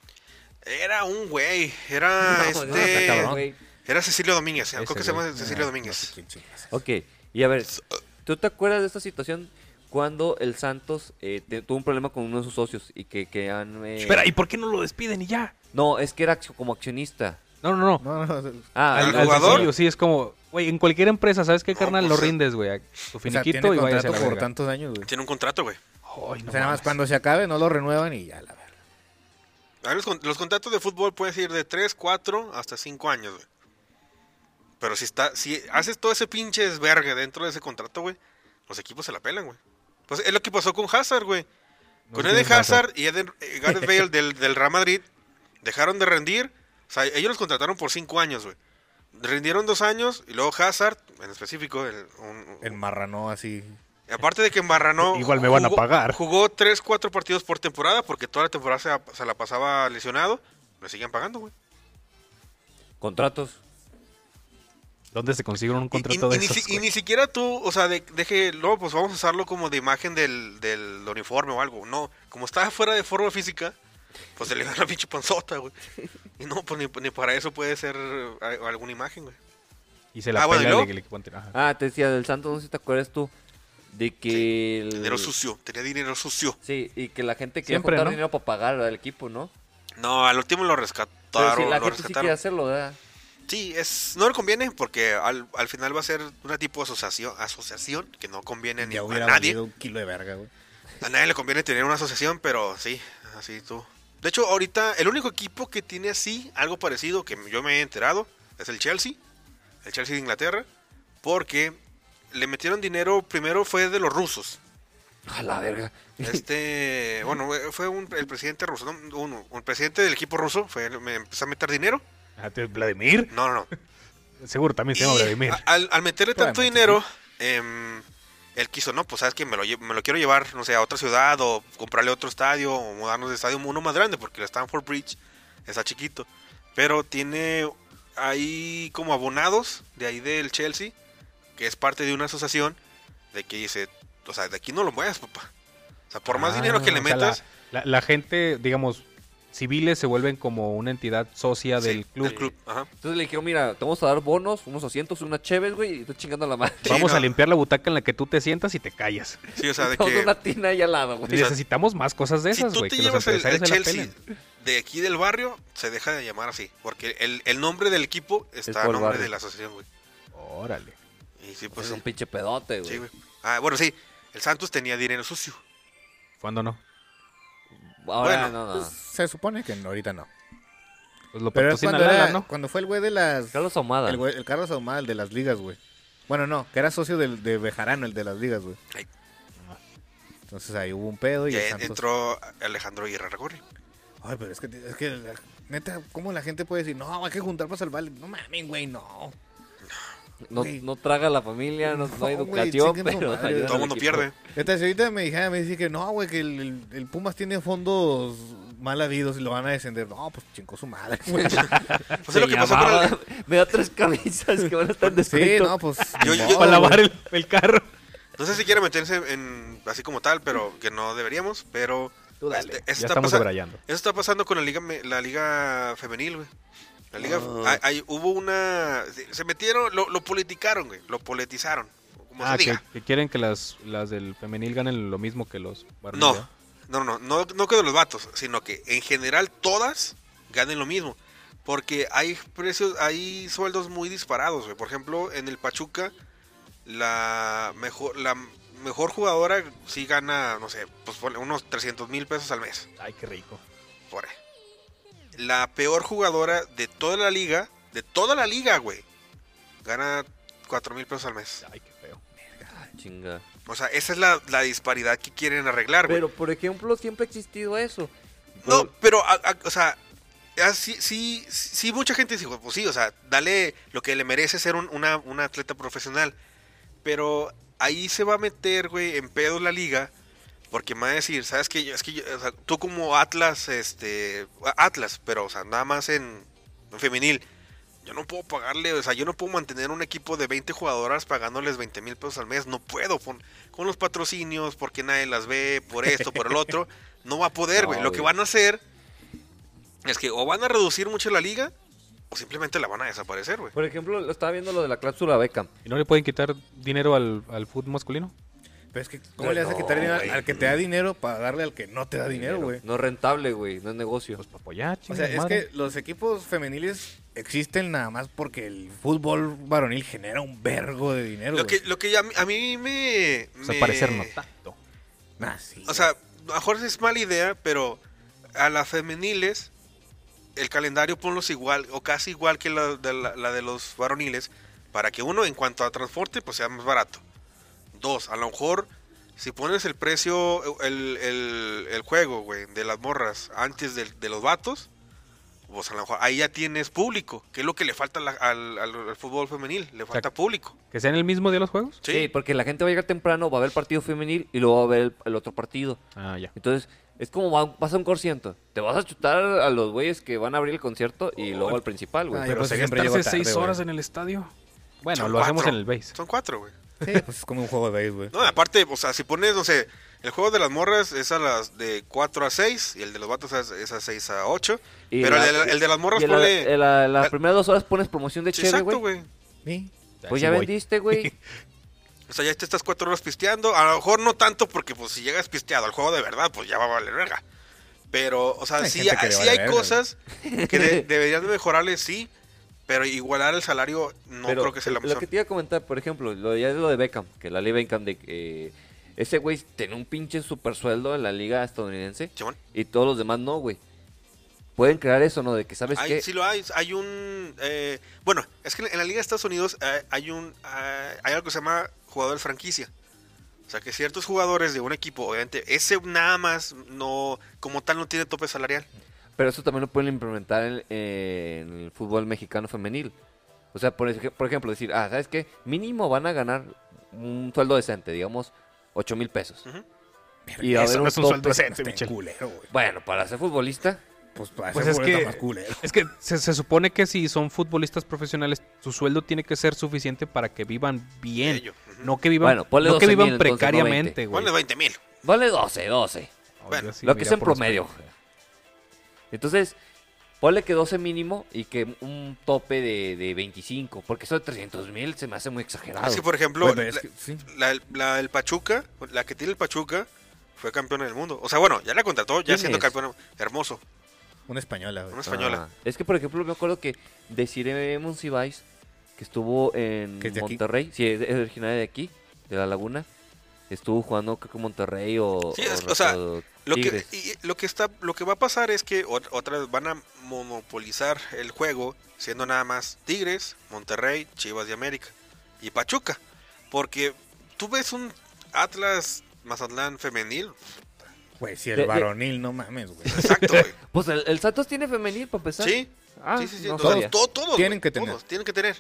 Speaker 1: Era un güey. Era
Speaker 3: No, no, está cabrón,
Speaker 1: Ah, este.
Speaker 3: güey.
Speaker 1: Era Cecilio Domínguez. Creo
Speaker 4: Ese
Speaker 1: que se llama
Speaker 4: güey. Ah,
Speaker 1: Cecilio
Speaker 5: Ah, No sé
Speaker 1: Domínguez.
Speaker 5: quién chingas es.
Speaker 3: Ok, y a ver,
Speaker 1: uh,
Speaker 3: ¿tú te acuerdas de esta situación cuando el Santos eh, te- tuvo un problema con uno de sus socios y que, que han... eh,
Speaker 4: Espera, ¿y por qué no lo despiden y ya?
Speaker 3: No, es que era accio- como accionista.
Speaker 4: No, no, no.
Speaker 5: No, no, no.
Speaker 3: Ah,
Speaker 1: ¿Al
Speaker 4: Al,
Speaker 3: el-
Speaker 4: al
Speaker 1: jugador?
Speaker 4: Cecilio, sí, es como, güey, en cualquier empresa, ¿sabes qué,
Speaker 1: No,
Speaker 4: carnal?
Speaker 1: pues,
Speaker 4: lo
Speaker 1: sí.
Speaker 4: rindes, güey. a Tu
Speaker 5: O sea, tiene
Speaker 4: finiquito y vayas a
Speaker 5: contrato
Speaker 4: la
Speaker 5: por
Speaker 4: verga.
Speaker 5: tantos años, güey.
Speaker 1: Tiene un contrato, güey.
Speaker 4: Ay, no
Speaker 5: O sea, nada más
Speaker 4: mames.
Speaker 5: cuando se acabe no lo renuevan y ya la verdad.
Speaker 1: A ver, Los, con- los contratos de fútbol pueden ir de 3, 4 hasta 5 años, güey. Pero si está, si haces todo ese pinche desvergue dentro de ese contrato, güey, los equipos se la pelan, güey. Pues es lo que pasó con Hazard, güey.
Speaker 4: No
Speaker 1: con
Speaker 4: tienes
Speaker 1: Eden Hazard y Eden, eh, Gareth Bale del, del Real Madrid dejaron de rendir. O sea, ellos los contrataron por 5 años, güey. Rindieron dos años y luego Hazard, en específico, el, un- un-
Speaker 5: El marranó así.
Speaker 1: Y Aparte de que Marrano.
Speaker 4: Igual me van a
Speaker 1: jugó-
Speaker 4: pagar.
Speaker 1: Jugó 3, 4 partidos por temporada porque toda la temporada se, la- se la pasaba lesionado. Le siguen pagando, güey.
Speaker 3: Contratos.
Speaker 4: ¿Dónde se consiguieron un
Speaker 1: Y- y-
Speaker 4: contrato de
Speaker 1: y, ni
Speaker 4: esos,
Speaker 1: si- y
Speaker 4: güey?
Speaker 1: ni siquiera tú, o sea, de, deje, no, pues vamos a usarlo como de imagen del, del uniforme o algo. No, como estaba fuera de forma física, pues se le da la pinche panzota, güey. Y no, pues ni, ni para eso puede ser eh, alguna imagen, güey.
Speaker 4: Y se la
Speaker 1: Ah, bueno, ¿y
Speaker 4: pela
Speaker 1: luego?
Speaker 4: el equipo anterior. Ajá.
Speaker 3: Ah, te decía del Santos, no sé si te acuerdas tú de que el-
Speaker 1: Dinero sucio, tenía dinero sucio.
Speaker 3: Sí, y que la gente quería
Speaker 4: Siempre,
Speaker 3: juntar
Speaker 4: ¿no?
Speaker 3: dinero para pagar al equipo, ¿no?
Speaker 1: No, al último lo
Speaker 3: Pero
Speaker 1: rescataron.
Speaker 3: sí, la
Speaker 1: lo
Speaker 3: gente sí
Speaker 1: rescataron.
Speaker 3: quiere hacerlo, ¿verdad?
Speaker 1: Sí, es, no le conviene porque al, al final va a ser una tipo de asociación, asociación que no conviene ni
Speaker 5: Ya
Speaker 1: a
Speaker 5: hubiera
Speaker 1: nadie.
Speaker 5: valido un kilo de verga, güey.
Speaker 1: A nadie le conviene tener una asociación, pero sí, así tú. De hecho, ahorita el único equipo que tiene así algo parecido que yo me he enterado es el Chelsea, el Chelsea de Inglaterra, porque le metieron dinero, primero fue de los rusos.
Speaker 3: A la verga.
Speaker 1: Este, bueno, fue un- el presidente ruso, no, uno, un presidente del equipo ruso, fue, me empezó a meter dinero.
Speaker 4: Ah, te- ¿Vladimir?
Speaker 1: No, no, no.
Speaker 4: Seguro también se
Speaker 1: Y ah,
Speaker 4: llama Vladimir.
Speaker 1: a- Al, al meterle
Speaker 5: Bueno,
Speaker 1: tanto
Speaker 5: sí.
Speaker 1: dinero, em, él quiso, no, pues sabes que me lo, lle- me lo quiero llevar, no sé, a otra ciudad o comprarle otro estadio o mudarnos de estadio a uno más grande porque el Stanford Bridge está chiquito. Pero tiene ahí como abonados de ahí del Chelsea, que es parte de una asociación, de que dice, o sea, de aquí no lo muevas, papá. O sea, por más
Speaker 4: Ah,
Speaker 1: dinero que le
Speaker 4: o sea, la-
Speaker 1: metas,
Speaker 4: la, la gente, digamos, civiles se vuelven como una entidad socia
Speaker 1: sí,
Speaker 4: del club.
Speaker 1: ajá.
Speaker 3: Entonces le dijeron, mira, te vamos a dar bonos, unos asientos, unas cheves, güey, y estoy chingando a la madre.
Speaker 1: Sí,
Speaker 4: Vamos
Speaker 1: no.
Speaker 4: a limpiar la butaca en la que tú te sientas y te callas.
Speaker 1: Sí, o sea, de
Speaker 3: Vamos a
Speaker 1: que...
Speaker 3: una tina ahí al lado, güey.
Speaker 4: Necesitamos más cosas de
Speaker 1: si
Speaker 4: esas,
Speaker 1: tú
Speaker 4: güey.
Speaker 1: te
Speaker 4: que los
Speaker 1: llevas el, el
Speaker 4: empresarios se la
Speaker 1: Chelsea
Speaker 4: pelen.
Speaker 1: de aquí del barrio, se deja de llamar así. Porque el, el nombre del equipo está a
Speaker 3: por
Speaker 1: nombre
Speaker 3: barrio.
Speaker 1: de la asociación, güey.
Speaker 4: Órale.
Speaker 1: Y sí, pues
Speaker 3: Es un
Speaker 1: sí.
Speaker 3: pinche pedote,
Speaker 1: Sí, güey.
Speaker 3: güey.
Speaker 1: Ah, bueno, sí. El Santos tenía dinero sucio.
Speaker 4: ¿Cuándo no?
Speaker 3: Ahora
Speaker 1: Bueno,
Speaker 3: no, no.
Speaker 5: Pues, se supone que no, ahorita no.
Speaker 4: Pues lo
Speaker 5: Pero
Speaker 4: petó
Speaker 5: es cuando,
Speaker 4: Sinaloa,
Speaker 5: era-
Speaker 4: ¿no?
Speaker 5: cuando fue el güey de las...
Speaker 3: Carlos Ahumada.
Speaker 5: El, güey- el Carlos Ahumada, el de las ligas, güey. Bueno, no, que era socio del, de Bejarano, el de las ligas, güey.
Speaker 1: Ay.
Speaker 5: Entonces ahí hubo un pedo y
Speaker 1: Ya
Speaker 5: el Santos-
Speaker 1: entró Alejandro Aguirre Ragorri.
Speaker 5: Ay, pero es que, es que la- neta, ¿cómo la gente puede decir, no, hay que juntar para salvar? No mames, güey, no.
Speaker 3: No,
Speaker 5: güey.
Speaker 3: no traga la familia, no, no
Speaker 5: No,
Speaker 3: hay
Speaker 5: güey,
Speaker 3: educación,
Speaker 5: chinguen su
Speaker 3: pero...
Speaker 5: madre.
Speaker 3: ayudan
Speaker 5: Era
Speaker 1: Todo el
Speaker 3: al
Speaker 1: mundo
Speaker 3: equipo.
Speaker 1: pierde.
Speaker 5: Esta señorita me dijeron, me dice que no, güey, que el, el- el Pumas tiene fondos mal habidos y lo van a descender. No, pues chingó su madre, güey.
Speaker 1: Pues es lo
Speaker 3: Se
Speaker 1: que pasó con
Speaker 3: llamaba,
Speaker 1: el-
Speaker 3: Ah, Me da tres camisas que van a estar en
Speaker 5: sí,
Speaker 3: descuento.
Speaker 5: no, pues.
Speaker 1: Yo-
Speaker 5: ni
Speaker 1: yo-
Speaker 5: modo, güey.
Speaker 4: Para lavar el, el carro.
Speaker 1: No sé si quiere meterse en así como tal, pero que no deberíamos. Pero
Speaker 3: Tú dale.
Speaker 1: este-
Speaker 4: Ya
Speaker 1: eso, está
Speaker 4: estamos
Speaker 1: pasa-
Speaker 4: debrayando.
Speaker 1: eso está pasando con la liga, me- la liga femenil, güey. La liga,
Speaker 3: Ah.
Speaker 1: hay- hay- hubo una, se- se metieron, lo, lo politicaron, güey, lo politizaron, como
Speaker 4: Ah,
Speaker 1: se
Speaker 4: que,
Speaker 1: diga.
Speaker 4: que quieren que las, las del femenil ganen lo mismo que los varones.
Speaker 1: No, no, no, no, no que de los vatos, sino que en general todas ganen lo mismo. Porque hay precios, hay sueldos muy disparados, güey. Por ejemplo, en el Pachuca, la mejor, la mejor jugadora sí gana, no sé, pues ponle unos 300 mil pesos al mes.
Speaker 4: Ay, qué rico.
Speaker 1: Por ahí. La peor jugadora de toda la liga, de toda la liga, güey, gana 4 mil pesos al mes.
Speaker 4: Ay, qué feo.
Speaker 3: Chinga.
Speaker 1: O sea, esa es la, la disparidad que quieren arreglar, güey.
Speaker 3: Pero, por ejemplo, siempre ha existido eso.
Speaker 1: No, pero, a- a- o sea, ah, sí, sí, sí, mucha gente dice, pues sí, o sea, dale lo que le merece ser un, una, un atleta profesional. Pero ahí se va a meter, güey, en pedo la liga. Porque me va a decir, ¿sabes qué? Yo- Es que yo- o sea, tú como Atlas, este, a- Atlas, pero, o sea, nada más en, en femenil. Yo no puedo pagarle, o sea, yo no puedo mantener un equipo de 20 jugadoras pagándoles 20 mil pesos al mes. No puedo, con, con los patrocinios, porque nadie las ve, por esto, por el otro. No va a poder,
Speaker 3: No,
Speaker 1: güey. Lo que
Speaker 3: güey.
Speaker 1: van a hacer es que o van a reducir mucho la liga, o simplemente la van a desaparecer, güey.
Speaker 3: Por ejemplo, lo estaba viendo lo de la cláusula Beckham.
Speaker 4: ¿Y no le pueden quitar dinero al, al fútbol masculino?
Speaker 5: Pero es que, ¿cómo le vas a quitar dinero al- al que te da dinero para darle al que no te da dinero, güey?
Speaker 3: No es rentable, güey, no es negocio.
Speaker 4: Pues para apoyar,
Speaker 5: O sea,
Speaker 4: chinga
Speaker 5: es
Speaker 4: madre.
Speaker 5: que los equipos femeniles existen nada más porque el fútbol varonil genera un vergo de dinero.
Speaker 1: Lo que,
Speaker 5: güey.
Speaker 1: lo que a mí, a mí me,
Speaker 4: O sea,
Speaker 1: me-
Speaker 4: parecer no tanto.
Speaker 5: Ah, sí,
Speaker 1: O sea, a lo mejor es mala idea, pero a las femeniles, el calendario ponlos igual o casi igual que la de, la- la de los varoniles, para que uno, en cuanto a transporte, pues sea más barato. Dos, a lo mejor, si pones el precio, el, el- el juego, güey, de las morras antes del- de, los vatos, pues a lo mejor ahí ya tienes público, que es lo que le falta a la- al, al- al fútbol femenil, le falta público.
Speaker 4: ¿Que sean el mismo día los juegos?
Speaker 1: Sí,
Speaker 3: Sí, pues. porque la gente va a llegar temprano, va a ver el partido femenil y luego va a ver el, el otro partido.
Speaker 4: Ah, ya.
Speaker 3: Entonces, es como va- vas a un concierto. Te vas a chutar a los güeyes que van a abrir el concierto y luego al principal, güey.
Speaker 5: Ay,
Speaker 4: Pero
Speaker 5: por eso
Speaker 4: sería
Speaker 5: siempre llego
Speaker 4: estarse
Speaker 5: tarde,
Speaker 4: seis
Speaker 5: güey.
Speaker 4: horas en el estadio. Bueno,
Speaker 1: Son
Speaker 4: lo hacemos
Speaker 1: cuatro.
Speaker 4: en el base.
Speaker 1: son cuatro, güey.
Speaker 5: Sí, pues es como un juego de béis, güey.
Speaker 1: No, aparte, o sea, si pones, no sé, el juego de las morras es a las de 4 a 6 y el de los vatos es es a 6 a 8.
Speaker 3: Y
Speaker 1: Pero
Speaker 3: la-
Speaker 1: el, de, el de las morras
Speaker 3: y en la-
Speaker 1: pone...
Speaker 3: en la- las
Speaker 1: la-
Speaker 3: primeras dos horas pones promoción de
Speaker 1: Sí,
Speaker 3: chévere,
Speaker 1: exacto,
Speaker 3: güey.
Speaker 1: güey.
Speaker 5: Sí.
Speaker 3: Pues
Speaker 4: Sí
Speaker 3: ya
Speaker 4: voy.
Speaker 3: vendiste, güey.
Speaker 1: O sea, ya te estás cuatro horas pisteando. A lo mejor no tanto porque, pues, si llegas pisteado al juego de verdad, pues ya va a valer verga. Pero, o sea,
Speaker 5: Hay
Speaker 1: sí,
Speaker 5: gente que
Speaker 1: hay-
Speaker 5: le
Speaker 1: sí
Speaker 5: vale
Speaker 1: hay
Speaker 5: verga.
Speaker 1: cosas que de- deberían de mejorarle, sí. Pero igualar el salario no
Speaker 3: Pero
Speaker 1: creo que sea la
Speaker 3: Lo
Speaker 1: mejor.
Speaker 3: que te iba a comentar, por ejemplo, lo, ya de lo de Beckham, que la ley Beckham de que eh, ese güey tiene un pinche super sueldo en la liga estadounidense
Speaker 1: Simón.
Speaker 3: y todos los demás no, güey. Pueden crear eso, ¿no? De Pues que, ¿sabes
Speaker 1: Hay-
Speaker 3: qué?
Speaker 1: sí lo hay. Hay un... eh, bueno, es que en la Liga de Estados Unidos eh, hay un eh, hay algo que se llama jugador de franquicia. O sea, que ciertos jugadores de un equipo, obviamente, ese nada más no... Como tal no tiene tope salarial.
Speaker 3: Pero eso también lo pueden implementar en, en el fútbol mexicano femenil. O sea, por, ej- por ejemplo, decir, ah, ¿sabes qué? Mínimo van a ganar un sueldo decente, digamos, 8 mil pesos.
Speaker 1: Ujú. Mm.
Speaker 3: Y va a
Speaker 4: Eso
Speaker 3: haber
Speaker 4: no
Speaker 3: un pues,
Speaker 4: es un sueldo
Speaker 3: tope.
Speaker 4: decente,
Speaker 5: Está en
Speaker 4: Michel.
Speaker 5: este culero, güey.
Speaker 3: Bueno, para ser futbolista,
Speaker 5: Pues, para
Speaker 4: Pues
Speaker 5: ese
Speaker 4: es
Speaker 5: güey está
Speaker 4: que,
Speaker 5: más culero.
Speaker 4: es que se, se supone que si son futbolistas profesionales, su sueldo tiene que ser suficiente para que vivan bien.
Speaker 1: Ello, ujú.
Speaker 4: No que vivan,
Speaker 3: Bueno, ponle
Speaker 4: no que
Speaker 3: 12,000,
Speaker 4: vivan
Speaker 3: entonces, no
Speaker 4: precariamente, güey.
Speaker 1: Ponle 20 mil.
Speaker 3: vale 12, 12.
Speaker 4: Oh,
Speaker 1: Bueno,
Speaker 4: yo sí
Speaker 3: lo que
Speaker 4: iría
Speaker 3: es en
Speaker 4: por los
Speaker 3: promedio. Entonces, ponle que 12 mínimo y que un tope de, de 25, porque eso de 300 mil se me hace muy exagerado.
Speaker 1: Es que, por ejemplo,
Speaker 5: Bueno, es
Speaker 1: la-
Speaker 5: que- sí.
Speaker 1: La, la del Pachuca, la que tiene el Pachuca, fue campeona del mundo. O sea, bueno, ya la contrató, ya
Speaker 3: ¿Quién
Speaker 1: siendo
Speaker 3: es?
Speaker 1: campeona. Hermoso,
Speaker 5: Una española, güey.
Speaker 1: una española.
Speaker 3: Ah, es que, por ejemplo, me acuerdo que Desiree Monsiváis, que estuvo en
Speaker 5: Que es de aquí.
Speaker 3: Monterrey, sí, es es originaria de aquí, de La Laguna, estuvo jugando creo que en Monterrey o,
Speaker 1: Sí, es- o sea, Lo que,
Speaker 3: Tigres.
Speaker 1: y- y lo, que está, lo que va a pasar es que ot- otra vez van a monopolizar el juego, siendo nada más Tigres, Monterrey, Chivas de América y Pachuca. Porque tú ves un Atlas Mazatlán femenil.
Speaker 5: Güey, si
Speaker 3: De-
Speaker 5: el
Speaker 3: de-
Speaker 5: varonil, no mames, güey.
Speaker 1: Exacto, güey.
Speaker 3: Pues el, el Santos tiene femenil para empezar.
Speaker 1: Sí,
Speaker 3: Ah,
Speaker 1: sí, sí, sí.
Speaker 3: no
Speaker 1: todos,
Speaker 3: sabía.
Speaker 1: todos, todos,
Speaker 5: Tienen
Speaker 1: güey,
Speaker 5: que tener.
Speaker 1: todos, tienen que tener.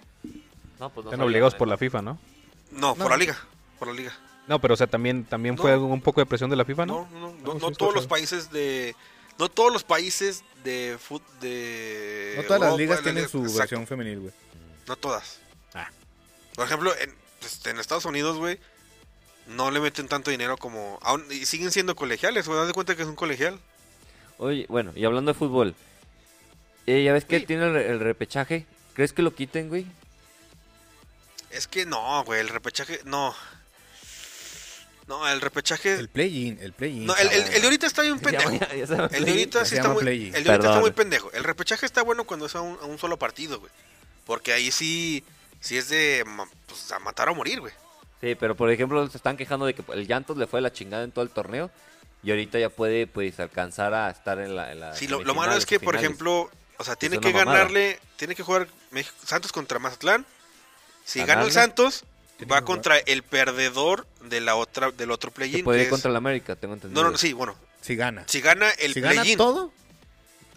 Speaker 3: No, pues no
Speaker 4: Están
Speaker 3: sabía,
Speaker 4: obligados
Speaker 3: la
Speaker 4: por
Speaker 3: neta.
Speaker 4: la FIFA, ¿no?
Speaker 1: No,
Speaker 5: No.
Speaker 1: por la liga. Por la liga.
Speaker 4: No, pero o sea, también, también
Speaker 1: No.
Speaker 4: fue un poco de presión de la FIFA, ¿no?
Speaker 1: No, no, no, no
Speaker 4: No,
Speaker 1: todos
Speaker 4: sí,
Speaker 1: los
Speaker 4: escuchado.
Speaker 1: países de no todos los países de fut, de
Speaker 5: No todas las
Speaker 1: Europa,
Speaker 5: ligas
Speaker 1: la
Speaker 5: tienen
Speaker 1: liga-
Speaker 5: su
Speaker 1: exacto,
Speaker 5: versión femenil, güey.
Speaker 1: No todas.
Speaker 4: Ah.
Speaker 1: Por ejemplo, en, este, en Estados Unidos, güey, no le meten tanto dinero como aún- y siguen siendo colegiales, güey, haz de cuenta que es un colegial.
Speaker 3: Oye, bueno, y hablando de fútbol, eh, ya ves que tiene el, el repechaje. ¿Crees que lo quiten, güey?
Speaker 1: Es que no, güey, el repechaje no. No, el repechaje
Speaker 5: El play-in, el play-in.
Speaker 1: no, el, el- el de
Speaker 5: cabrón.
Speaker 1: ahorita está bien pendejo.
Speaker 3: Ya- ya se me
Speaker 1: El de ahorita
Speaker 5: Se
Speaker 1: sí está
Speaker 5: llama
Speaker 1: muy,
Speaker 5: play-in.
Speaker 1: el de ahorita está
Speaker 3: Perdón.
Speaker 1: muy pendejo. El repechaje está bueno cuando es a un, a un solo partido, güey. Porque ahí sí, sí es de ma- pues, a matar o morir, güey.
Speaker 3: Sí, pero por ejemplo, se están quejando de que pues, el Llantos le fue la chingada en todo el torneo. Y ahorita ya puede, pues, alcanzar a estar en la. En la
Speaker 1: Sí, lo, lo malo es que, por ejemplo, o sea, tiene
Speaker 3: Es
Speaker 1: que
Speaker 3: una mamada.
Speaker 1: ganarle, tiene que jugar México- Santos contra Mazatlán. Si gana el
Speaker 3: Ganarle.
Speaker 1: Santos,
Speaker 5: Tiene
Speaker 1: va
Speaker 5: que jugar.
Speaker 1: contra el perdedor de la otra, del otro
Speaker 3: Que
Speaker 1: play-in.
Speaker 3: puede
Speaker 1: que
Speaker 3: ir
Speaker 1: es-
Speaker 3: contra el América, tengo
Speaker 1: No,
Speaker 3: entendido.
Speaker 1: no, no, sí, bueno.
Speaker 5: Si gana.
Speaker 1: Si gana el
Speaker 5: si gana
Speaker 1: play-in.
Speaker 5: todo,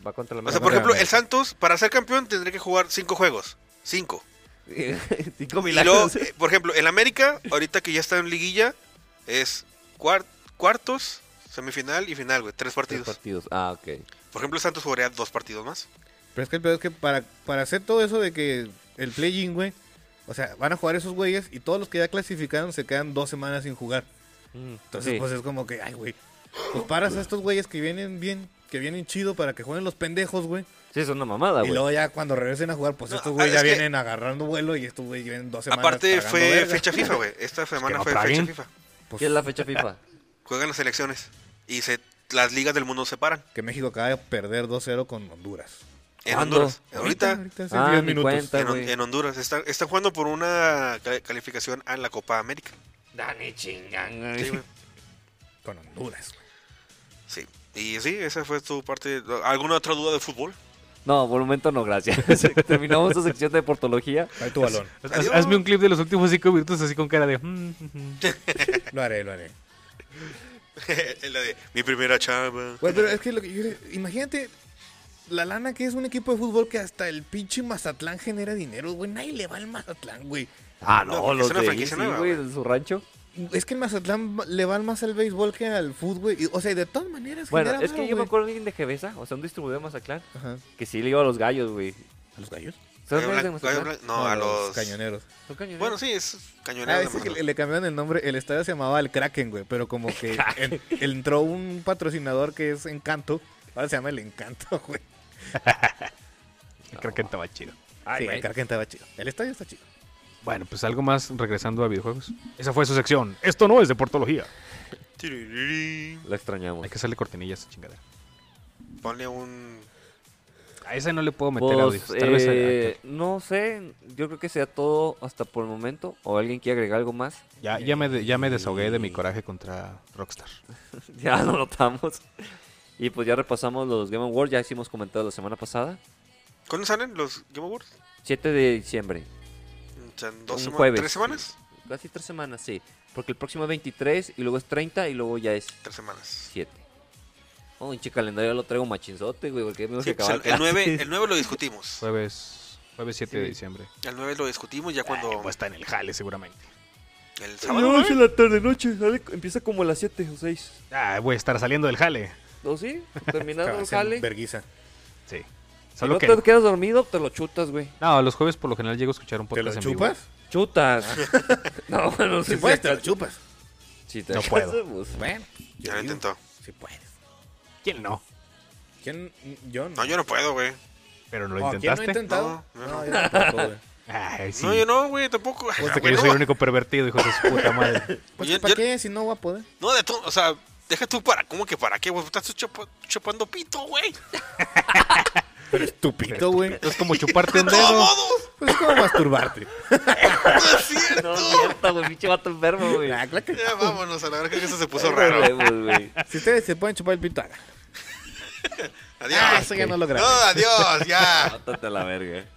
Speaker 3: Va contra el
Speaker 1: O sea,
Speaker 3: América.
Speaker 1: por
Speaker 5: Gana
Speaker 1: ejemplo,
Speaker 5: la
Speaker 1: el Santos, para ser campeón, tendría que jugar cinco juegos. Cinco.
Speaker 3: Cinco
Speaker 1: Y luego,
Speaker 3: milagros.
Speaker 1: eh, por ejemplo, el América, ahorita que ya está en liguilla, es cuar- cuartos, semifinal y final, güey. Tres
Speaker 3: Tres
Speaker 1: partidos.
Speaker 3: partidos. Ah, ok.
Speaker 1: Por ejemplo, Santos jugaría dos partidos más.
Speaker 5: Pero es que el peor es que para, para hacer todo eso de que el play-in, güey. O sea, van a jugar esos güeyes y todos los que ya clasificaron se quedan dos semanas sin jugar.
Speaker 3: Mm,
Speaker 5: Entonces,
Speaker 3: sí.
Speaker 5: pues es como que, ay, güey. Pues paras a estos güeyes que vienen bien, que vienen chido para que jueguen los pendejos, güey.
Speaker 3: Sí, es una
Speaker 5: y
Speaker 3: mamada, Ah, güey.
Speaker 5: luego ya cuando regresen a jugar, pues
Speaker 1: No, ah,
Speaker 5: estos güeyes
Speaker 1: es
Speaker 5: ya
Speaker 1: que-
Speaker 5: vienen agarrando vuelo y estos güeyes vienen dos semanas.
Speaker 1: Aparte,
Speaker 5: tragando
Speaker 1: fue
Speaker 5: verga.
Speaker 1: fecha FIFA, güey. Esta semana
Speaker 4: no
Speaker 1: fue
Speaker 4: traguen.
Speaker 1: fecha FIFA.
Speaker 5: Pues,
Speaker 3: ¿Qué es la fecha FIFA?
Speaker 1: Juegan las elecciones y se, las ligas del mundo se paran.
Speaker 5: Que México acaba de perder 2-0 con Honduras.
Speaker 1: En
Speaker 3: ¿Cuándo?
Speaker 1: Honduras. Ahorita,
Speaker 5: hace
Speaker 3: Ah,
Speaker 5: 10
Speaker 3: ni
Speaker 5: minutos.
Speaker 3: cuenta.
Speaker 1: en, Hon-
Speaker 3: güey.
Speaker 1: en Honduras. Están, están jugando por una ca- calificación a la Copa América.
Speaker 3: Dani chingan,
Speaker 1: Sí, güey.
Speaker 5: Con Honduras, güey.
Speaker 1: Sí. Y sí, esa fue tu parte. ¿Alguna otra duda de fútbol?
Speaker 3: No, por el momento no, gracias. Terminamos esta sección de portología.
Speaker 5: Trae tu balón.
Speaker 4: Haz-
Speaker 1: Adiós.
Speaker 4: hazme un clip de los últimos cinco minutos así con cara de... "Mm, mm, mm".
Speaker 5: Lo haré, lo haré.
Speaker 1: La de mi primera chamba.
Speaker 5: Güey, pero es que lo que yo- imagínate la lana que es un equipo de fútbol que hasta el pinche Mazatlán genera dinero, güey. Nadie le va al Mazatlán, güey.
Speaker 3: Ah,
Speaker 1: no, porque
Speaker 3: no,
Speaker 1: es
Speaker 3: los
Speaker 1: una
Speaker 3: de ahí,
Speaker 1: franquicia
Speaker 3: sí,
Speaker 1: nueva,
Speaker 3: güey,
Speaker 1: güey.
Speaker 3: de su rancho.
Speaker 5: Es que el Mazatlán le va más al béisbol que al fútbol, güey. Y, O sea, y de todas maneras
Speaker 3: Bueno,
Speaker 5: genera
Speaker 3: es que
Speaker 5: varo,
Speaker 3: yo me
Speaker 5: güey.
Speaker 3: acuerdo de alguien de Jevesa, o sea, un distribuidor de Mazatlán,
Speaker 5: Ajá.
Speaker 3: que sí le iba a los gallos, güey.
Speaker 5: ¿A los gallos?
Speaker 3: ¿Son los
Speaker 1: Gallo
Speaker 3: gallos de
Speaker 1: Blanco- Gallo
Speaker 3: Mazatlán?
Speaker 1: Blanco- no, a los.
Speaker 5: cañoneros.
Speaker 3: ¿Son cañoneros?
Speaker 1: Bueno, sí, es cañonero.
Speaker 5: Ah,
Speaker 1: de
Speaker 5: ese que
Speaker 1: Mazatlán.
Speaker 5: le, le cambiaron el nombre. El estadio se llamaba el Kraken, güey. Pero como que en- entró un patrocinador que es Encanto. Ahora se llama el Encanto, güey.
Speaker 4: Creo que estaba chido.
Speaker 3: Ay,
Speaker 5: sí,
Speaker 3: güey.
Speaker 5: el Kraken estaba chido. El estadio está chido.
Speaker 4: Bueno, pues algo más regresando a videojuegos. Esa fue su sección. Esto no es deportología.
Speaker 1: Tiririrín.
Speaker 3: Lo extrañamos.
Speaker 4: Hay que hacerle cortinilla a esa chingadera.
Speaker 1: Ponle un.
Speaker 4: A esa no le puedo meter
Speaker 3: Pues,
Speaker 4: audios. Tal vez a- a-
Speaker 3: eh, no sé, yo creo que sea todo hasta por el momento. ¿O alguien quiere agregar algo más?
Speaker 4: ya, ya, me, de- ya me desahogué de mi
Speaker 3: y-
Speaker 4: coraje contra Rockstar.
Speaker 3: ya lo notamos. Y pues ya repasamos los Game Awards, ya hicimos comentarios la semana pasada.
Speaker 1: ¿Cuándo salen los Game Awards?
Speaker 3: 7 de diciembre,
Speaker 1: O sea, ¿Dos
Speaker 3: Un
Speaker 1: semanas?
Speaker 3: jueves.
Speaker 1: ¿Tres semanas?
Speaker 3: casi tres semanas, sí. Porque el próximo es 23 y luego es 30 y luego ya es
Speaker 1: Tres semanas.
Speaker 3: 7. Oh, pinche calendario ya lo traigo machinzote, güey, porque me
Speaker 1: Sí,
Speaker 3: que
Speaker 1: pues,
Speaker 3: acabar
Speaker 1: el, el 9,
Speaker 3: clases.
Speaker 1: el 9 lo discutimos.
Speaker 4: Jueves, jueves 7 de diciembre.
Speaker 1: El 9 lo discutimos ya
Speaker 4: Cuando
Speaker 1: cuando.
Speaker 4: está en el jale seguramente.
Speaker 1: el sábado.
Speaker 3: No, es
Speaker 1: ¿no?
Speaker 3: en la tarde, noche, sale- empieza como a las 7 o 6.
Speaker 4: Ah, voy a estar saliendo del jale.
Speaker 3: ¿O sí? Terminado
Speaker 5: Estaba
Speaker 3: el
Speaker 5: en
Speaker 3: jale. Si
Speaker 5: Verguiza.
Speaker 4: Sí.
Speaker 3: no
Speaker 4: Solo que...
Speaker 3: te quedas dormido, te lo chutas, güey.
Speaker 4: No, los jueves por lo general llego a escuchar un
Speaker 5: ¿Te lo
Speaker 4: podcast en vivo.
Speaker 5: chupas?
Speaker 3: Chutas. no, bueno,
Speaker 5: Si puedes, te lo chupas.
Speaker 3: Si te
Speaker 4: No
Speaker 3: alcanza,
Speaker 4: puedo.
Speaker 3: pues.
Speaker 5: Bueno. yo
Speaker 1: Ya lo
Speaker 5: digo,
Speaker 1: intentó.
Speaker 5: Si puedes.
Speaker 4: ¿Quién no?
Speaker 5: ¿Quién? Yo no.
Speaker 1: No, yo no puedo, güey.
Speaker 4: Pero no lo
Speaker 5: Oh, ¿Quién no ha
Speaker 4: intentaste.
Speaker 5: intentado?
Speaker 1: No, yo no.
Speaker 5: yo tampoco, güey.
Speaker 4: Ay, sí.
Speaker 1: No, yo no, güey, tampoco. Ah,
Speaker 4: Conste que
Speaker 1: güey,
Speaker 4: yo soy el
Speaker 1: no.
Speaker 4: único pervertido, hijo de su puta madre.
Speaker 5: Pues,
Speaker 1: Yo-
Speaker 5: ¿Para
Speaker 1: yo-
Speaker 5: qué? Si no voy a poder.
Speaker 1: No, de todo. O sea, deja tú para. ¿Cómo que para qué, güey? Estás chupa- chupando pito, güey.
Speaker 5: Estúpido, güey.
Speaker 4: Es como chuparte
Speaker 1: De
Speaker 4: un
Speaker 1: todos
Speaker 4: dedo.
Speaker 1: modos.
Speaker 5: Pues es como masturbarte.
Speaker 1: No es cierto.
Speaker 3: No, cierto, güey, pinche vato enfermo, güey.
Speaker 5: Ah, claro que
Speaker 1: Ya
Speaker 5: no.
Speaker 1: vámonos a la verga que eso se puso
Speaker 3: Ay,
Speaker 1: raro.
Speaker 3: huevos, güey.
Speaker 5: Si ustedes se pueden chupar el pito, hagan.
Speaker 1: Adiós.
Speaker 5: Ah, eso ya no lo grabé.
Speaker 1: no, adiós, ya.
Speaker 3: Mátate a la verga.